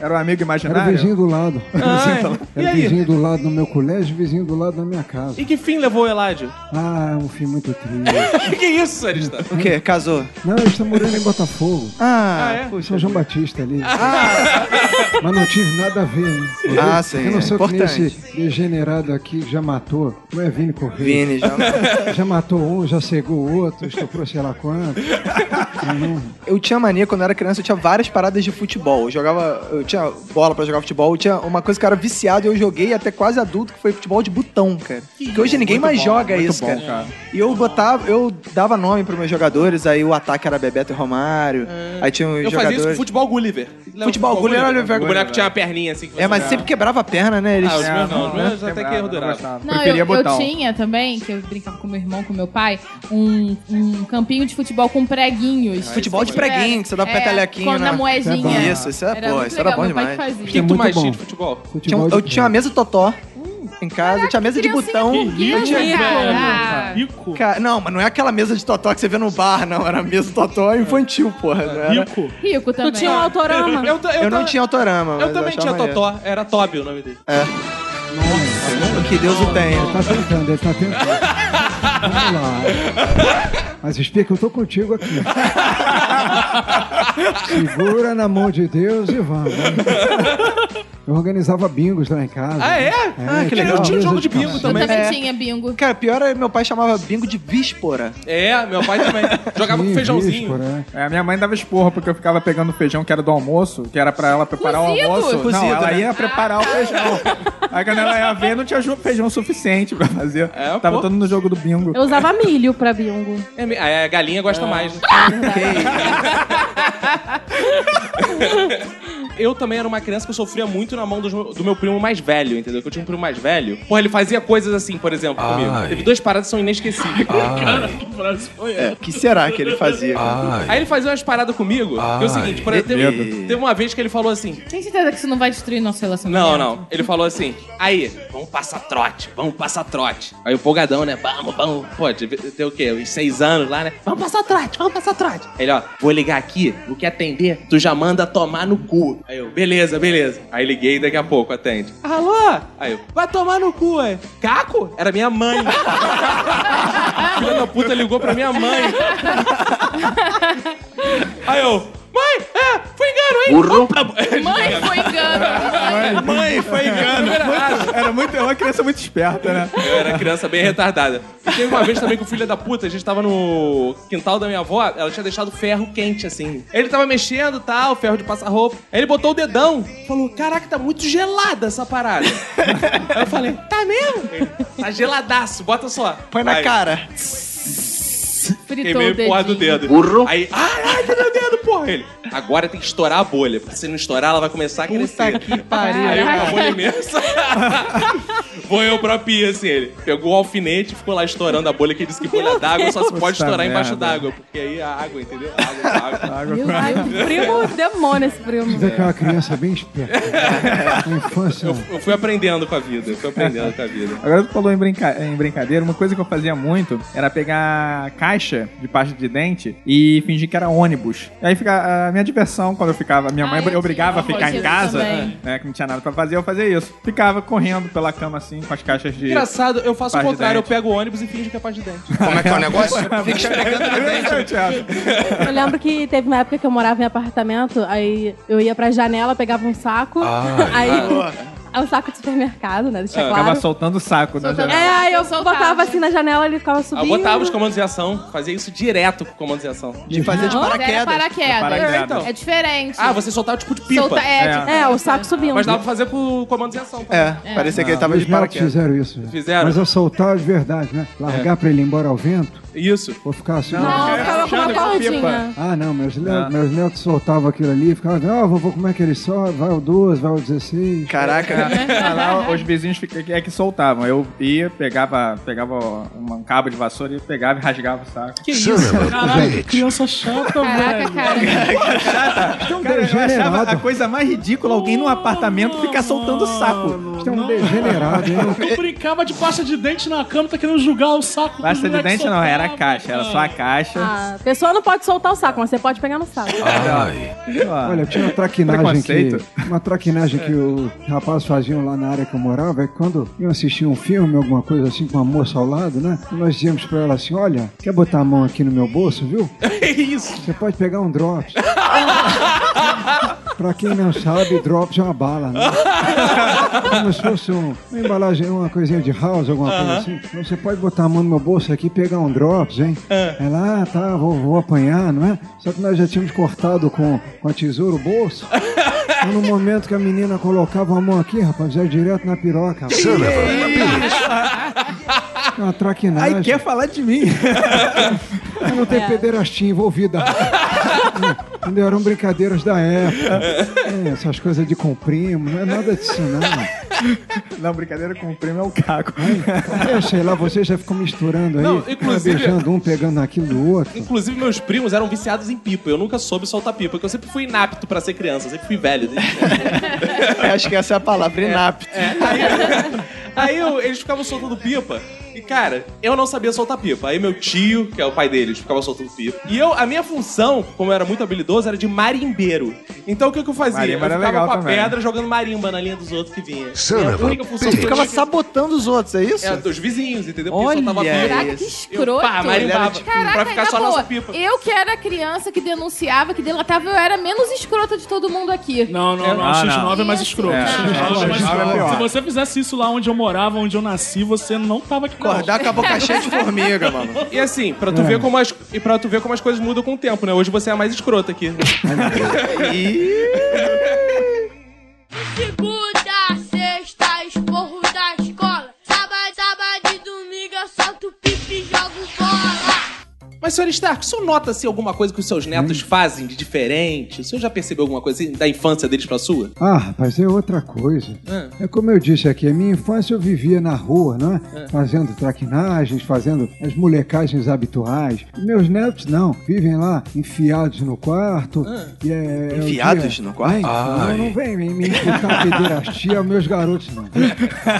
S6: Era o
S7: Era o
S6: amigo imaginário?
S7: vizinho do lado.
S1: Ah, é. E
S7: Era o <laughs>
S1: aí?
S7: vizinho do lado no meu colégio, vizinho do lado na minha casa.
S1: E que fim levou o Eládio?
S7: Ah, é um fim muito triste.
S1: que isso, Arista?
S2: O quê? Casou?
S7: Não, eles estão morando em Botafogo.
S2: Ah,
S7: é? São João Batista ali. <laughs> Mas não tive nada a ver, hein?
S2: Ah,
S7: Eu-
S2: sim,
S7: Eu não
S2: é
S7: sou que nem
S2: importante.
S7: esse degenerado aqui que já matou. Não é Vini Correia. <laughs>
S2: Vini, já-
S7: Já matou um, já cegou o outro, estuprou sei lá quanto.
S2: Eu tinha mania, quando eu era criança, eu tinha várias paradas de futebol. Eu jogava. Eu tinha bola pra jogar futebol, eu tinha uma coisa que eu era viciado e eu joguei até quase adulto, que foi futebol de botão, cara. Que, hoje ninguém
S6: Muito
S2: mais
S6: bom,
S2: joga
S6: muito
S2: isso,
S6: bom,
S2: cara.
S6: cara.
S2: E eu botava, eu dava nome pros meus jogadores, aí o ataque era Bebeto e Romário. Aí tinha os
S1: Eu fazia isso com
S2: jogadores.
S1: futebol Gulliver. Lembra
S2: Futebol Gulliver, olha o
S1: O boneco
S2: Gulliver.
S1: tinha uma perninha assim. que você
S2: É, mas sempre quebrava a perna, né? Eles...
S1: Ah, os meus não, os meus até que
S3: Não,
S1: duravam.
S3: eu, eu tinha também, que eu brincava com meu irmão, com meu pai, um, um campinho de futebol com preguinhos.
S1: Ah,
S2: Futebol de preguinho, que você dá
S3: É,
S2: petelequinho,
S3: com- na
S2: né?
S1: Tá
S3: moedinha.
S2: Isso, isso é
S3: Era
S2: pô,
S3: muito
S2: isso era
S3: legal,
S2: bom
S3: meu pai
S2: demais.
S3: que fazia.
S2: O
S3: que que tu mais tinha de
S1: futebol?
S2: Tinha um- eu tinha uma mesa totó. Em casa, eu tinha mesa de botão.
S3: rico,
S2: eu tinha...
S3: cara.
S5: Rico?
S2: não, mas não é aquela mesa de totó que você vê no bar, não. Era mesa totó infantil, porra. não era-
S5: Rico?
S3: Rico também.
S4: tinha um autorama?
S1: Eu, ta-
S2: Eu, não
S1: ta-
S2: tinha autorama. mas
S1: Eu também tinha
S2: achava maneiro.
S1: Totó. Era Toby o nome dele.
S2: É. Nossa, que Deus o tenha.
S7: Ele tá tentando, ele tá tentando.
S2: <laughs>
S7: Vamos lá. Mas explica, eu tô contigo aqui. Segura na mão de Deus e vamos. Eu organizava bingos lá em casa.
S1: Ah, é? Ah, que legal. Eu tinha um jogo de bingo
S3: Eu também
S2: É.
S3: tinha bingo.
S2: Cara,
S1: Ah,
S2: pior é meu pai chamava bingo de víspora.
S1: É, meu pai <laughs> também. Jogava com feijãozinho.
S2: né?
S6: É, minha mãe dava esporra porque eu ficava pegando o feijão que era do almoço, que era pra ela preparar
S3: Cozido?
S6: o almoço. não,
S2: Cozido,
S6: ela
S2: né?
S6: ia preparar o feijão. Aí quando ela ia ver, não tinha jo- feijão suficiente pra fazer. Tava
S1: É, pô.
S6: todo no jogo do bingo.
S4: Eu usava milho pra bingo.
S1: É, me- é, a galinha gosta mais. <laughs> eu também era uma criança que eu sofria muito na mão dos meu- do, meu primo mais velho, entendeu? Que eu tinha um primo mais velho. Porra, ele fazia coisas assim, por exemplo,
S16: Ai.
S1: comigo. Teve duas paradas que são inesquecíveis.
S16: Ai.
S2: É, o que será que ele fazia? cara?
S1: Aí ele fazia umas paradas comigo. Que é o seguinte, por
S2: Ai.
S1: exemplo, teve,
S2: Medo.
S1: teve uma vez que ele falou assim:
S3: Tem certeza que isso não vai destruir nosso
S1: Não,
S3: relacionamento?
S1: não. Ele falou assim: aí, vamos passar trote, vamos passar trote. Aí o folgadão, né? Vamos, vamos. Pô, devia ter o quê? Uns seis anos lá, né? Vamos passar trote, vamos passar trote. Ele, ó, vou ligar aqui, o que atender, tu já manda tomar no cu. Aí eu, beleza, beleza. Aí liguei daqui a pouco, atende. Alô? Aí eu, vai tomar no cu, é. Caco? Era minha mãe. <laughs> Filha da puta ligou pra minha mãe. <laughs> Aí eu, mãe, é, foi engano, hein? <laughs> Opa!
S3: Mãe, foi engano.
S6: Mãe, foi engano.
S1: Era
S6: Muito- Era muito, era uma criança muito esperta, né?
S1: Eu era criança bem retardada. E teve uma vez também que o filho da puta, a gente tava no quintal da minha avó, ela tinha deixado ferro quente, assim. Ele tava mexendo e tal, ferro de passar roupa. Aí ele botou o dedão, falou: Caraca, tá muito gelada
S3: <laughs>
S1: essa parada. Aí eu falei: Tá mesmo? Ele, tá geladaço, bota só.
S2: Põe na
S1: Aí,
S2: cara.
S3: Fritou
S1: Queimei
S3: o
S1: meio porra do
S3: dedinho.
S1: dedo. Aí, ai, ai, que meu dedo, porra. Ele, agora tem que estourar a bolha, porque se não estourar, ela vai começar a crescer. que
S3: pariu.
S1: Aí uma bolha é imensa. Vou eu pra pia, assim, ele. Pegou o alfinete e ficou lá estourando a bolha, que disse que bolha d'água só se
S6: Deus.
S1: pode
S6: Puta
S1: estourar embaixo
S6: merda.
S1: d'água, porque aí a água, entendeu? A água, a água.
S4: Meu
S6: <laughs>
S4: Deus, primo demônio esse primo.
S7: Você vê que é uma criança bem esperta. Na infância.
S1: Eu, eu fui aprendendo com a vida, eu fui aprendendo com a vida.
S6: <laughs> Agora tu falou em, brinca- em brincadeira, uma coisa que eu fazia muito era pegar caixa de pasta de dente e fingir que era ônibus. E aí fica a minha diversão quando eu ficava, minha mãe
S17: Ah, eu
S6: obrigava a
S17: tinha
S6: ficar em
S17: isso
S6: casa,
S17: também.
S6: né, que não tinha nada pra fazer, eu fazia isso. Ficava correndo pela cama assim com as caixas de
S1: Engraçado, eu faço o
S6: Parte de
S1: contrário, eu
S6: dente.
S1: pego o ônibus e finjo que é parte de <laughs> dente.
S6: Como é que é o
S14: negócio?
S6: <laughs> Fica esfregando no dente.
S4: Eu lembro que teve uma época que eu morava em apartamento, aí eu ia pra janela, pegava um saco,
S6: Ah,
S4: aí...
S6: boa.
S4: É um saco de supermercado,
S17: É
S4: né?
S1: Ah,
S4: Deixa
S6: Eu
S4: claro.
S6: ficava soltando o saco né?
S4: É,
S6: na janela.
S4: aí eu botava assim na janela, ele ficava
S1: né? Ah, Eu
S4: subindo.
S1: botava os comandos em ação, fazia isso direto com comandos em ação.
S6: De fazer
S3: Não, era paraquedas.
S1: é paraquedas. É, então.
S3: É diferente.
S1: Ah, você soltava tipo de pipa.
S3: Solta- é, de- É, o saco
S4: subindo.
S1: Mas dava pra fazer com comandos em ação.
S7: É,
S1: parecia
S7: Ah, meus netos fizeram isso. né?
S1: Fizeram? É.
S7: Mas é assaltar de verdade, né? Largar pra ele ir embora ao vento.
S1: Isso.
S7: Vou ficar assim.
S4: Não,
S7: ó.
S4: eu ficava com uma cordinha.
S7: Ah, não, meus, le- meus netos soltavam aquilo ali e ficavam, ó, vovô, como é que ele sobe? Vai o 12, vai o 16.
S6: Ah, lá, os vizinhos fica- é que soltavam. Eu ia, pegava, pegava um cabo de vassoura e pegava e rasgava o saco.
S5: Que isso? Caralho, que criança chata, velho.
S1: É. um
S6: Cara, eu achava a coisa mais ridícula alguém num apartamento ficar soltando saco. Isso é um degenerado, <laughs>
S5: Tu brincava de pasta de dente na cama, tá querendo julgar o saco. do
S6: Pasta
S1: é
S6: de
S5: moleque
S6: dente não, era a
S1: tá
S5: soltava.
S6: caixa, era só a caixa.
S4: Ah, a pessoa não pode soltar o saco, mas você pode pegar no saco.
S1: Ah,
S2: Ah,
S7: Olha, tinha uma traquinagem que,
S6: Preconceito.
S7: uma traquinagem que os rapazes faziam lá na área que eu morava, é que quando iam assistir um filme, alguma coisa assim, com uma moça ao lado, né? Nós dizíamos pra ela assim, olha, quer botar a mão aqui no meu bolso, viu?
S1: <laughs> É isso.
S7: Você pode pegar um drops. <laughs> pra quem não sabe, drops é uma bala, né? Como se fosse um- uma embalagem, uma coisinha de house, alguma coisa
S17: Aham.
S7: assim. Então, Você pode botar a mão no meu bolso aqui e pegar um drops, hein?
S17: É.
S7: Ela, ah, tá, vou, vou apanhar, não é? Só que nós já tínhamos cortado com, com a tesoura o
S6: <laughs>
S7: bolso. Então, no momento que a menina colocava a mão aqui, rapaz, já direto na piroca. rapaz. É Uma traquinagem.
S6: Ai, quer falar de
S7: <laughs>
S6: mim?
S7: Mas não tem pederastia envolvida. Entendeu? Eram brincadeiras da época. É, essas coisas de comprimo, não é nada disso, não.
S6: Não, brincadeira com o primo é
S1: Tipo
S6: o caco.
S7: Eu sei lá, vocês já ficam misturando aí.
S1: Não,
S7: fica
S1: inclusive-
S7: Beijando um, pegando aquilo do outro.
S1: Inclusive, meus primos eram viciados em pipa. Eu nunca soube soltar pipa, porque eu sempre fui inapto pra ser criança. Eu sempre
S2: <laughs>
S1: fui velho.
S2: Acho que essa é <laughs> a palavra, inapto.
S1: Aí eu- eles ficavam soltando pipa. E, cara, eu não sabia soltar pipa. Aí meu tio, que é o pai deles, ficava soltando pipa. E eu, a minha função, como eu era muito habilidoso, era de marimbeiro. Então o que, que eu fazia?
S6: Marimba
S1: eu
S6: era
S1: ficava
S6: legal
S1: com a
S6: também.
S1: pedra jogando marimba na linha dos outros que vinha.
S6: Son
S1: Minha
S6: of a
S1: única
S2: Você
S1: função que eu
S2: ficava
S1: tinha-
S2: sabotando os outros, é isso?
S1: É, dos vizinhos, entendeu? Porque eu soltava
S2: Olha
S1: pipa.
S2: Caraca, que
S1: isso.
S3: escroto.
S1: Eu, pá, marimbava.
S3: Caraca,
S1: pra ficar
S3: na
S1: só
S3: boa,
S1: nessa pipa.
S3: Eu que era criança, que denunciava, que delatava, eu era menos escrota de todo mundo aqui.
S5: Não, não, não. O
S6: Ah, não.
S5: X9 é mais escroto.
S6: É,
S5: O X9
S6: não,
S5: é mais
S6: o X9 é
S5: escroto.
S6: pior.
S5: Se você fizesse isso lá onde eu morava, onde eu nasci, você não tava aqui.
S2: Acordar com a
S5: <laughs>
S2: boca cheia de formiga, mano.
S1: E assim, pra tu, ver
S7: É.
S1: como as, e pra tu ver como as coisas mudam com o tempo, né? Hoje você é a mais escrota <laughs> aqui.
S10: Segunda, sexta, esporro da escola. Sábado, sábado e domingo eu solto pipi e jogo bola.
S1: Mas, senhor Stark, o senhor nota assim, alguma coisa que os seus
S7: Hum.
S1: netos fazem de diferente? O senhor já percebeu alguma coisa assim, da infância deles pra sua?
S7: Ah, rapaz, é outra coisa. É como eu disse aqui, a minha infância eu vivia na rua, né?
S17: É.
S7: Fazendo traquinagens, fazendo as molecagens habituais. E meus netos não, vivem lá enfiados no quarto. E é, é o
S2: Enfiados no quarto?
S7: Vem,
S2: Ah, é. Ai.
S7: não, não vem me, me imputar pederastia aos meus garotos, não.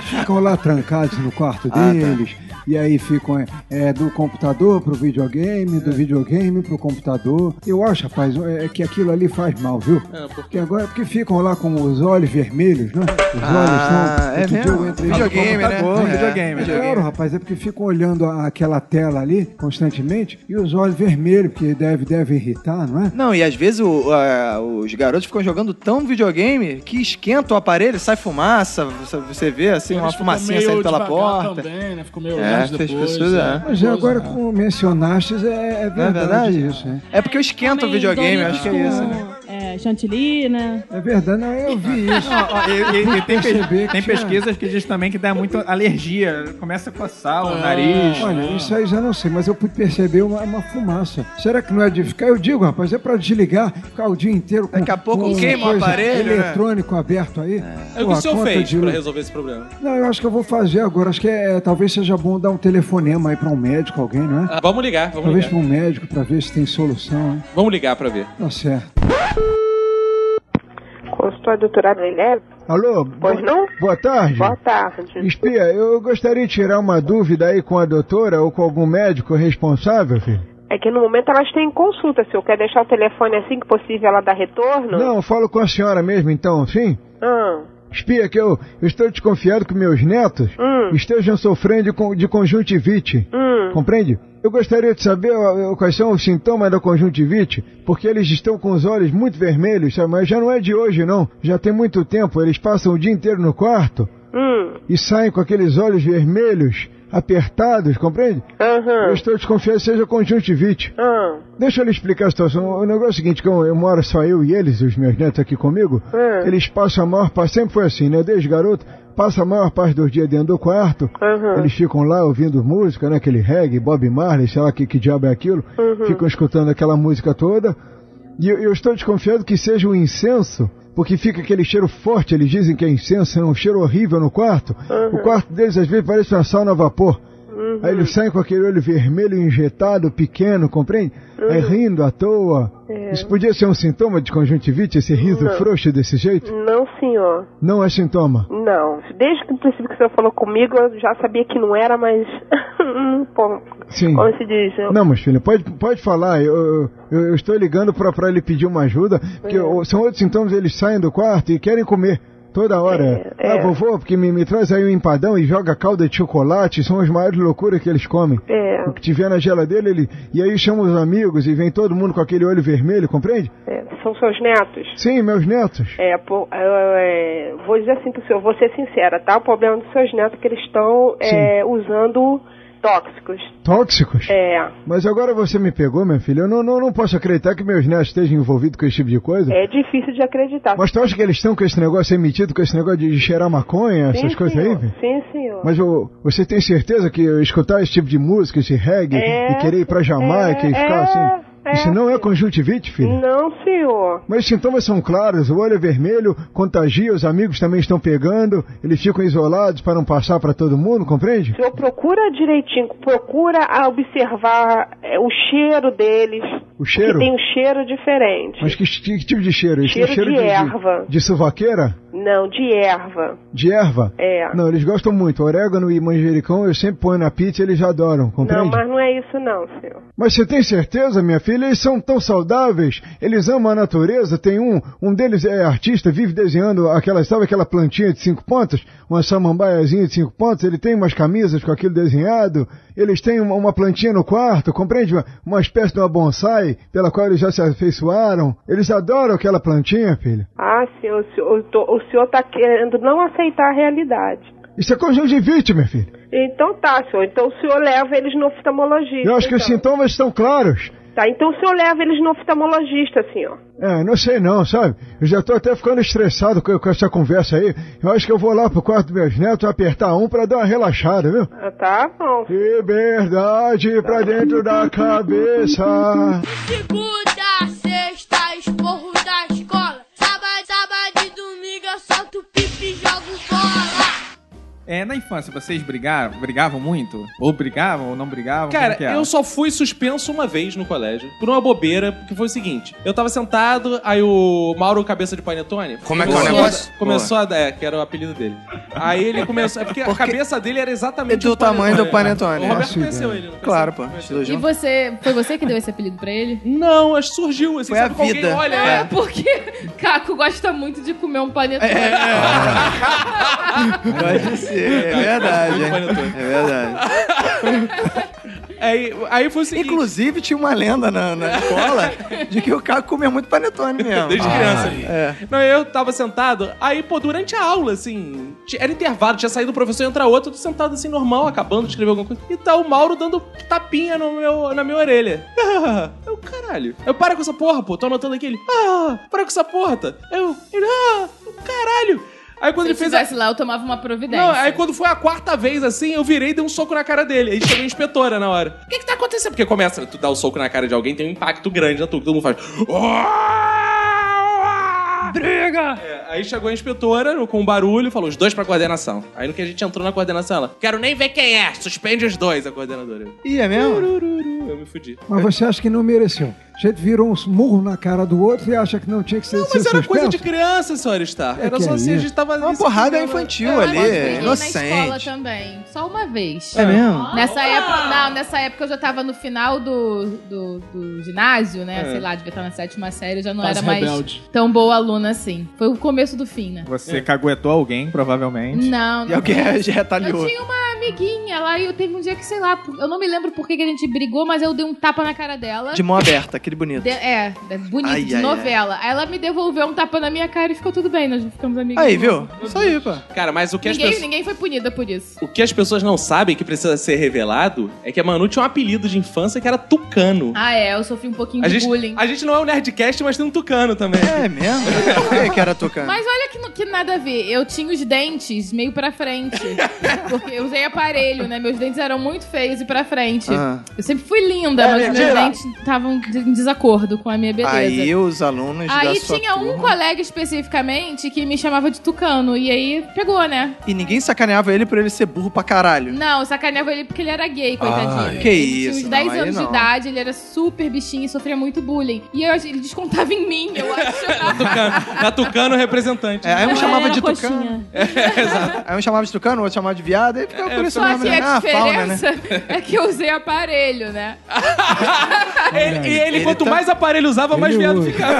S7: Ficam lá trancados no quarto
S2: Ah, tá.
S7: deles. E aí ficam é, é, do computador pro videogame,
S2: É.
S7: do videogame pro computador. Eu acho, rapaz, é, que aquilo ali faz mal, viu?
S2: Ah,
S7: Porque agora, porque ficam lá com os olhos vermelhos, né? Os
S2: Ah,
S7: olhos são.
S2: é
S7: outro dia
S2: mesmo?
S7: eu entrei no
S2: Videogame, né?
S7: computador,
S2: É,
S7: videogame,
S2: videogame.
S7: Claro, rapaz, é porque ficam olhando a- aquela tela ali constantemente e os olhos vermelhos, porque deve, deve irritar, não é?
S2: Não, e às vezes o- a- os garotos ficam jogando tão videogame que esquenta o aparelho, sai fumaça, você, você vê assim, uma fumacinha saindo pela porta.
S5: Também, né? Ficou meio
S2: É,
S5: longe
S2: essas
S5: depois.
S2: pessoas, é.
S5: né?
S7: Mas agora, como mencionaste, é, é verdade,
S2: verdade?
S7: isso, né?
S4: então,
S2: É porque eu esquento o videogame, eu acho que é isso. né?
S4: É, é, chantilly, né?
S7: É verdade, não, eu vi
S2: <laughs>
S7: isso.
S6: E, e- e tem, pe-
S7: Perceber que
S6: tem
S7: tinha-
S6: pesquisas que diz também que dá muito alergia. Começa a coçar
S1: Ah,
S6: o nariz.
S7: Olha, isso aí já não sei, mas eu pude perceber uma, uma fumaça. Será que não é de ficar? Eu digo, rapaz, é pra desligar, ficar o dia inteiro com
S2: Daqui a pouco
S7: com
S2: queima o
S7: coisa
S2: aparelho, né?
S7: eletrônico aberto aí.
S1: É
S7: Pô,
S1: o que o
S7: a
S1: senhor
S7: conta
S1: fez
S7: de um-
S1: pra
S7: luz.
S1: resolver esse problema?
S7: Não, eu acho que eu vou fazer agora. Acho que é, talvez seja bom dar um telefonema aí pra um médico, alguém, não é?
S1: Ah, vamos ligar, vamos
S7: talvez
S1: ligar.
S7: pra um médico, pra ver se tem solução, hein?
S1: Vamos ligar pra ver.
S7: Tá certo.
S12: Consultório doutorado Minerva?
S13: Alô?
S12: Pois não?
S13: Boa tarde.
S12: Boa tarde.
S13: Espia, eu gostaria de tirar uma dúvida aí com a doutora ou com algum médico responsável, filho.
S12: É que no momento elas têm consulta. Se eu quer deixar o telefone assim que possível ela dá retorno?
S13: Não, eu falo com a senhora mesmo então, sim?
S12: Ah,
S13: Espia, que eu, eu estou desconfiado que meus netos
S12: Hum.
S13: estejam sofrendo de, con- de conjuntivite. Compreende? Eu gostaria de saber ó, ó, quais são os sintomas da conjuntivite, porque eles estão com os olhos muito vermelhos, sabe? Mas já não é de hoje, não. Já tem muito tempo. Eles passam o dia inteiro no quarto
S12: Hum.
S13: e saem com aqueles olhos vermelhos, apertados, compreende? Eu estou desconfiado que seja conjuntivite. Deixa eu lhe explicar a situação. O negócio é o seguinte, que eu, eu moro só eu e eles, os meus netos aqui comigo.
S12: Hum.
S13: Eles passam a maior parte, sempre foi assim, né? Desde garoto, passam a maior parte dos dias dentro do quarto. Eles ficam lá ouvindo música, né? Aquele reggae, Bob Marley, sei lá que, que diabo é aquilo.
S12: Uhum.
S13: Ficam escutando aquela música toda. E eu, eu estou desconfiado que seja um incenso, porque fica aquele cheiro forte. Eles dizem que é incenso, é um cheiro horrível no quarto.
S12: Uhum.
S13: O quarto deles às vezes parece uma sauna a vapor. Aí eles saem com aquele olho vermelho injetado, pequeno, compreende? Aí rindo à toa.
S12: Uhum. É.
S13: Isso podia ser um sintoma de conjuntivite, esse riso
S12: Não.
S13: frouxo desse jeito?
S12: não, senhor.
S13: Não é sintoma.
S12: Não. Desde que o princípio que o senhor falou comigo, eu já sabia que não era, mas. <laughs> Hum, Pô,
S13: Sim.
S12: como se diz? né? Eu-
S13: Não, mas filho, pode, pode falar. Eu, eu, eu estou ligando pra, pra ele pedir uma ajuda. Porque
S12: É.
S13: o- são outros sintomas, eles saem do quarto e querem comer. Toda hora.
S12: É, é.
S13: Ah, vovô, porque me, me traz aí um empadão e joga calda de chocolate. São as maiores loucuras que eles comem.
S12: É.
S13: O que tiver na geladeira, ele. E aí chama os amigos e vem todo mundo com aquele olho vermelho, compreende?
S12: É, são seus netos?
S13: Sim, meus netos.
S12: É, pô, eu, é, vou dizer assim pro senhor, vou ser sincera, tá? O problema dos seus netos é que eles estão é, usando tóxicos.
S13: Tóxicos?
S12: É.
S13: Mas agora você me pegou, minha filha. Eu não, não, não posso acreditar que meus netos estejam envolvidos com esse tipo de coisa.
S12: É difícil de acreditar.
S13: Mas tu acha que eles estão com esse negócio emitido, com esse negócio de cheirar maconha, essas
S12: Sim,
S13: coisas aí?
S12: senhor.
S13: velho?
S12: Sim, senhor.
S13: Mas ô, você tem certeza que escutar esse tipo de música, esse reggae,
S12: É,
S13: e querer ir pra Jamaica e
S12: é,
S13: ficar assim,
S12: é,
S13: isso não é conjuntivite, filho?
S12: Não, senhor.
S13: Mas os sintomas são claros, o olho é vermelho, contagia, os amigos também estão pegando, eles ficam isolados para não passar pra todo mundo, compreende?
S12: O senhor procura direitinho, procura ah, observar é, o cheiro deles.
S13: O cheiro?
S12: Que tem um cheiro diferente.
S13: Mas que, que tipo de cheiro? é esse?
S12: Cheiro
S13: cheiro
S12: de erva.
S13: De, de suvaqueira?
S12: Não, de erva.
S13: De erva?
S12: É.
S13: Não, eles gostam muito. Orégano e manjericão eu sempre ponho na pizza e eles adoram,
S12: Não,
S13: compreende?
S12: mas não é isso não, senhor.
S13: Mas você tem certeza, minha filha? Eles são tão saudáveis, eles amam a natureza. Tem um, um deles é artista, vive desenhando aquela, sabe aquela plantinha de cinco pontas? Uma samambaiazinha de cinco pontas. Ele tem umas camisas com aquilo desenhado. Eles têm uma, uma plantinha no quarto, compreende? Uma, uma espécie de uma bonsai pela qual eles já se afeiçoaram. Eles adoram aquela plantinha, filha.
S12: Ah, senhor, o senhor, o to- o senhor tá querendo não aceitar a realidade.
S13: Isso é conjuntivite, minha filha.
S12: Então tá, senhor. Então o senhor leva eles no oftalmologista.
S13: Eu acho que os
S12: então.
S13: sintomas estão claros.
S12: Tá, então o senhor leva eles no oftalmologista, senhor.
S13: É, não sei não, sabe? Eu já tô até ficando estressado com, com essa conversa aí. Eu acho que eu vou lá pro quarto dos meus netos apertar um pra dar uma relaxada, viu?
S12: Ah, Tá bom.
S13: Liberdade pra dentro da cabeça.
S10: Segunda, sexta, esporro da escola. Sábado, sábado e domingo eu solto pipi e jogo fora.
S6: É, na infância, vocês brigavam, brigavam muito? Ou brigavam, ou não brigavam?
S7: é
S1: Cara,
S6: Como que era?
S1: eu só fui suspenso uma vez no colégio por uma bobeira, porque foi o seguinte: eu tava sentado, aí o Mauro Cabeça de Panetone.
S14: Como é que é o
S1: começou a-
S14: negócio?
S1: Começou a. É, que era o apelido dele. Aí ele começou. É porque, a cabeça dele era exatamente.
S2: é Do
S1: o
S2: tamanho do
S1: O
S2: Panetone.
S1: Roberto
S2: Nossa,
S1: conheceu
S2: ideia.
S1: ele. não conheceu?
S2: Claro, pô.
S3: E você, foi você que deu esse apelido pra ele?
S1: Não, acho que surgiu. Assim,
S3: Foi
S1: sabe
S3: a
S1: quando
S3: vida.
S1: Alguém, olha,
S3: É,
S1: é.
S3: porque <laughs> Caco gosta muito de comer um panetone.
S1: é,
S2: <laughs> Pode ser, é verdade. hein? É verdade.
S1: <laughs> Aí, aí foi o seguinte.
S2: Inclusive, tinha uma lenda na, na escola de que o Caco comia muito panetone mesmo.
S1: Desde criança.
S2: É.
S1: Não, eu tava sentado, aí, pô, durante a aula, assim, ti- era intervalo, tinha saído o professor e entrar outro, eu tô sentado assim, normal, acabando de escrever alguma coisa. E tá o Mauro dando tapinha no meu, na minha orelha. <laughs> Eu, caralho. Eu para com essa porra, pô. Tô anotando aqui. Ele, ah, para com essa porra. Tá? Eu, ele, ah, caralho. Aí quando
S3: Se
S1: ele
S3: ele
S1: fez a...
S3: estivesse lá, eu tomava uma providência.
S1: Não, aí quando foi a quarta vez assim, eu virei e dei um soco na cara dele. Aí chegou a inspetora na hora. O que que tá acontecendo? Porque começa, tu dá o soco na cara de alguém, tem um impacto grande na tua, que todo mundo faz. Briga! É, aí chegou a inspetora com um barulho falou: os dois pra coordenação. Aí no que a gente entrou na coordenação, ela: quero nem ver quem é, suspende os dois, a coordenadora.
S2: Ih, é mesmo?
S1: Eu me fudi.
S7: Mas você acha que não mereceu? A gente virou uns murros na cara do outro e acha que não tinha que ser. Não,
S1: Mas era coisa de criança, senhor Star.
S7: É
S1: Era
S7: que
S1: só
S7: é
S1: assim, a
S7: isso.
S1: gente tava.
S2: Uma porrada infantil
S1: É,
S2: ali,
S3: Peguei na escola também. Só uma vez. Ah.
S2: É mesmo?
S3: Nessa época, não, nessa época eu já tava no final do, do, do ginásio, né?
S2: É.
S3: Sei lá, devia estar na sétima série, eu já não
S6: Fase
S3: era mais
S6: rebelde.
S3: tão boa aluna assim. Foi o começo do fim, né?
S6: Você caguetou alguém, provavelmente.
S3: Não, não. Eu
S2: <laughs>
S6: <laughs> retalhou.
S3: tinha um- uma amiguinha lá e eu teve um dia que, sei lá, eu não me lembro por que que a gente brigou, mas eu dei um tapa na cara dela.
S2: é. De mão aberta, aquele bonito.
S3: De- é, é bonito,
S2: Ai,
S3: de
S2: ai,
S3: novela. Aí ela me devolveu um tapa na minha cara e ficou tudo bem, nós ficamos amigos.
S2: Aí,
S3: de novo.
S2: viu? Isso aí, pô.
S1: Cara, mas o que as
S3: Ninguém,
S1: pessoas.
S3: ninguém foi punida por isso.
S1: O que as pessoas não sabem que precisa ser revelado é que a Manu tinha um apelido de infância que era Tucano.
S3: Ah, é, eu sofri um pouquinho
S1: A
S3: de
S1: gente,
S3: bullying.
S1: a gente não é um Nerdcast, mas tem um Tucano também. É
S2: mesmo? Por que, que era Tucano?
S3: Mas olha que, no- que nada a ver. Eu tinha os dentes meio pra frente.
S2: <laughs>
S3: porque eu usei aparelho, né? Meus dentes eram muito feios e pra frente.
S2: Ah.
S3: Eu sempre fui linda,
S2: É
S3: mas meus
S2: mentira.
S3: dentes estavam de- em desacordo com a minha beleza.
S2: Aí os alunos
S3: Aí
S2: da sua
S3: tinha um
S2: turma-
S3: colega especificamente que me chamava de tucano. E aí pegou, né?
S2: E ninguém sacaneava ele por ele ser burro pra caralho.
S3: Não, eu sacaneava ele porque ele era gay, coitadinho.
S2: Ai, que
S3: ele Tinha
S2: isso,
S3: uns
S2: não,
S3: 10
S2: aí
S3: anos de
S2: não.
S3: idade, ele era super bichinho e sofria muito bullying. E eu- ele descontava em mim, eu acho.
S1: Na Tucano representante.
S2: É, aí um
S3: Não,
S2: <laughs> chamava
S3: era
S2: de
S3: coxinha.
S2: tucano. Aí um chamava de tucano, o outro chamava de viado,
S3: É,
S2: aí
S1: É,
S2: ficava por isso
S3: Só
S2: mesmo,
S3: que
S1: assim,
S2: né?
S3: a
S2: Ah, fauna, né?
S3: diferença
S6: <laughs>
S3: é que eu usei aparelho, né?
S1: Ele- e ele, quanto mais aparelho usava, mais
S7: tá- Ele
S1: viado
S7: usa. <laughs>
S1: ficava.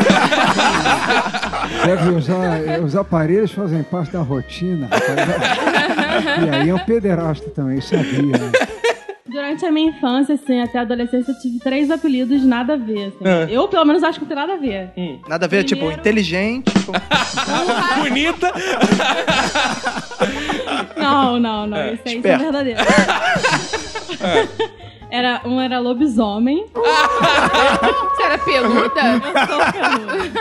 S7: Deve usar, os aparelhos fazem parte da rotina. rapaz. E aí é um pederasta também, sabia. né?
S4: Durante a minha infância, assim, até a adolescência, eu tive três apelidos nada a ver. assim.
S2: Ah.
S4: Eu, pelo menos, acho que não tem nada a ver.
S2: Nada a ver, tipo, inteligente.
S1: Bonita.
S4: Não, não, não.
S2: É,
S4: Isso aí isso é
S2: esperto. É.
S4: verdadeiro. Era, um era lobisomem.
S3: Você era peluda?
S4: Eu sou peluda.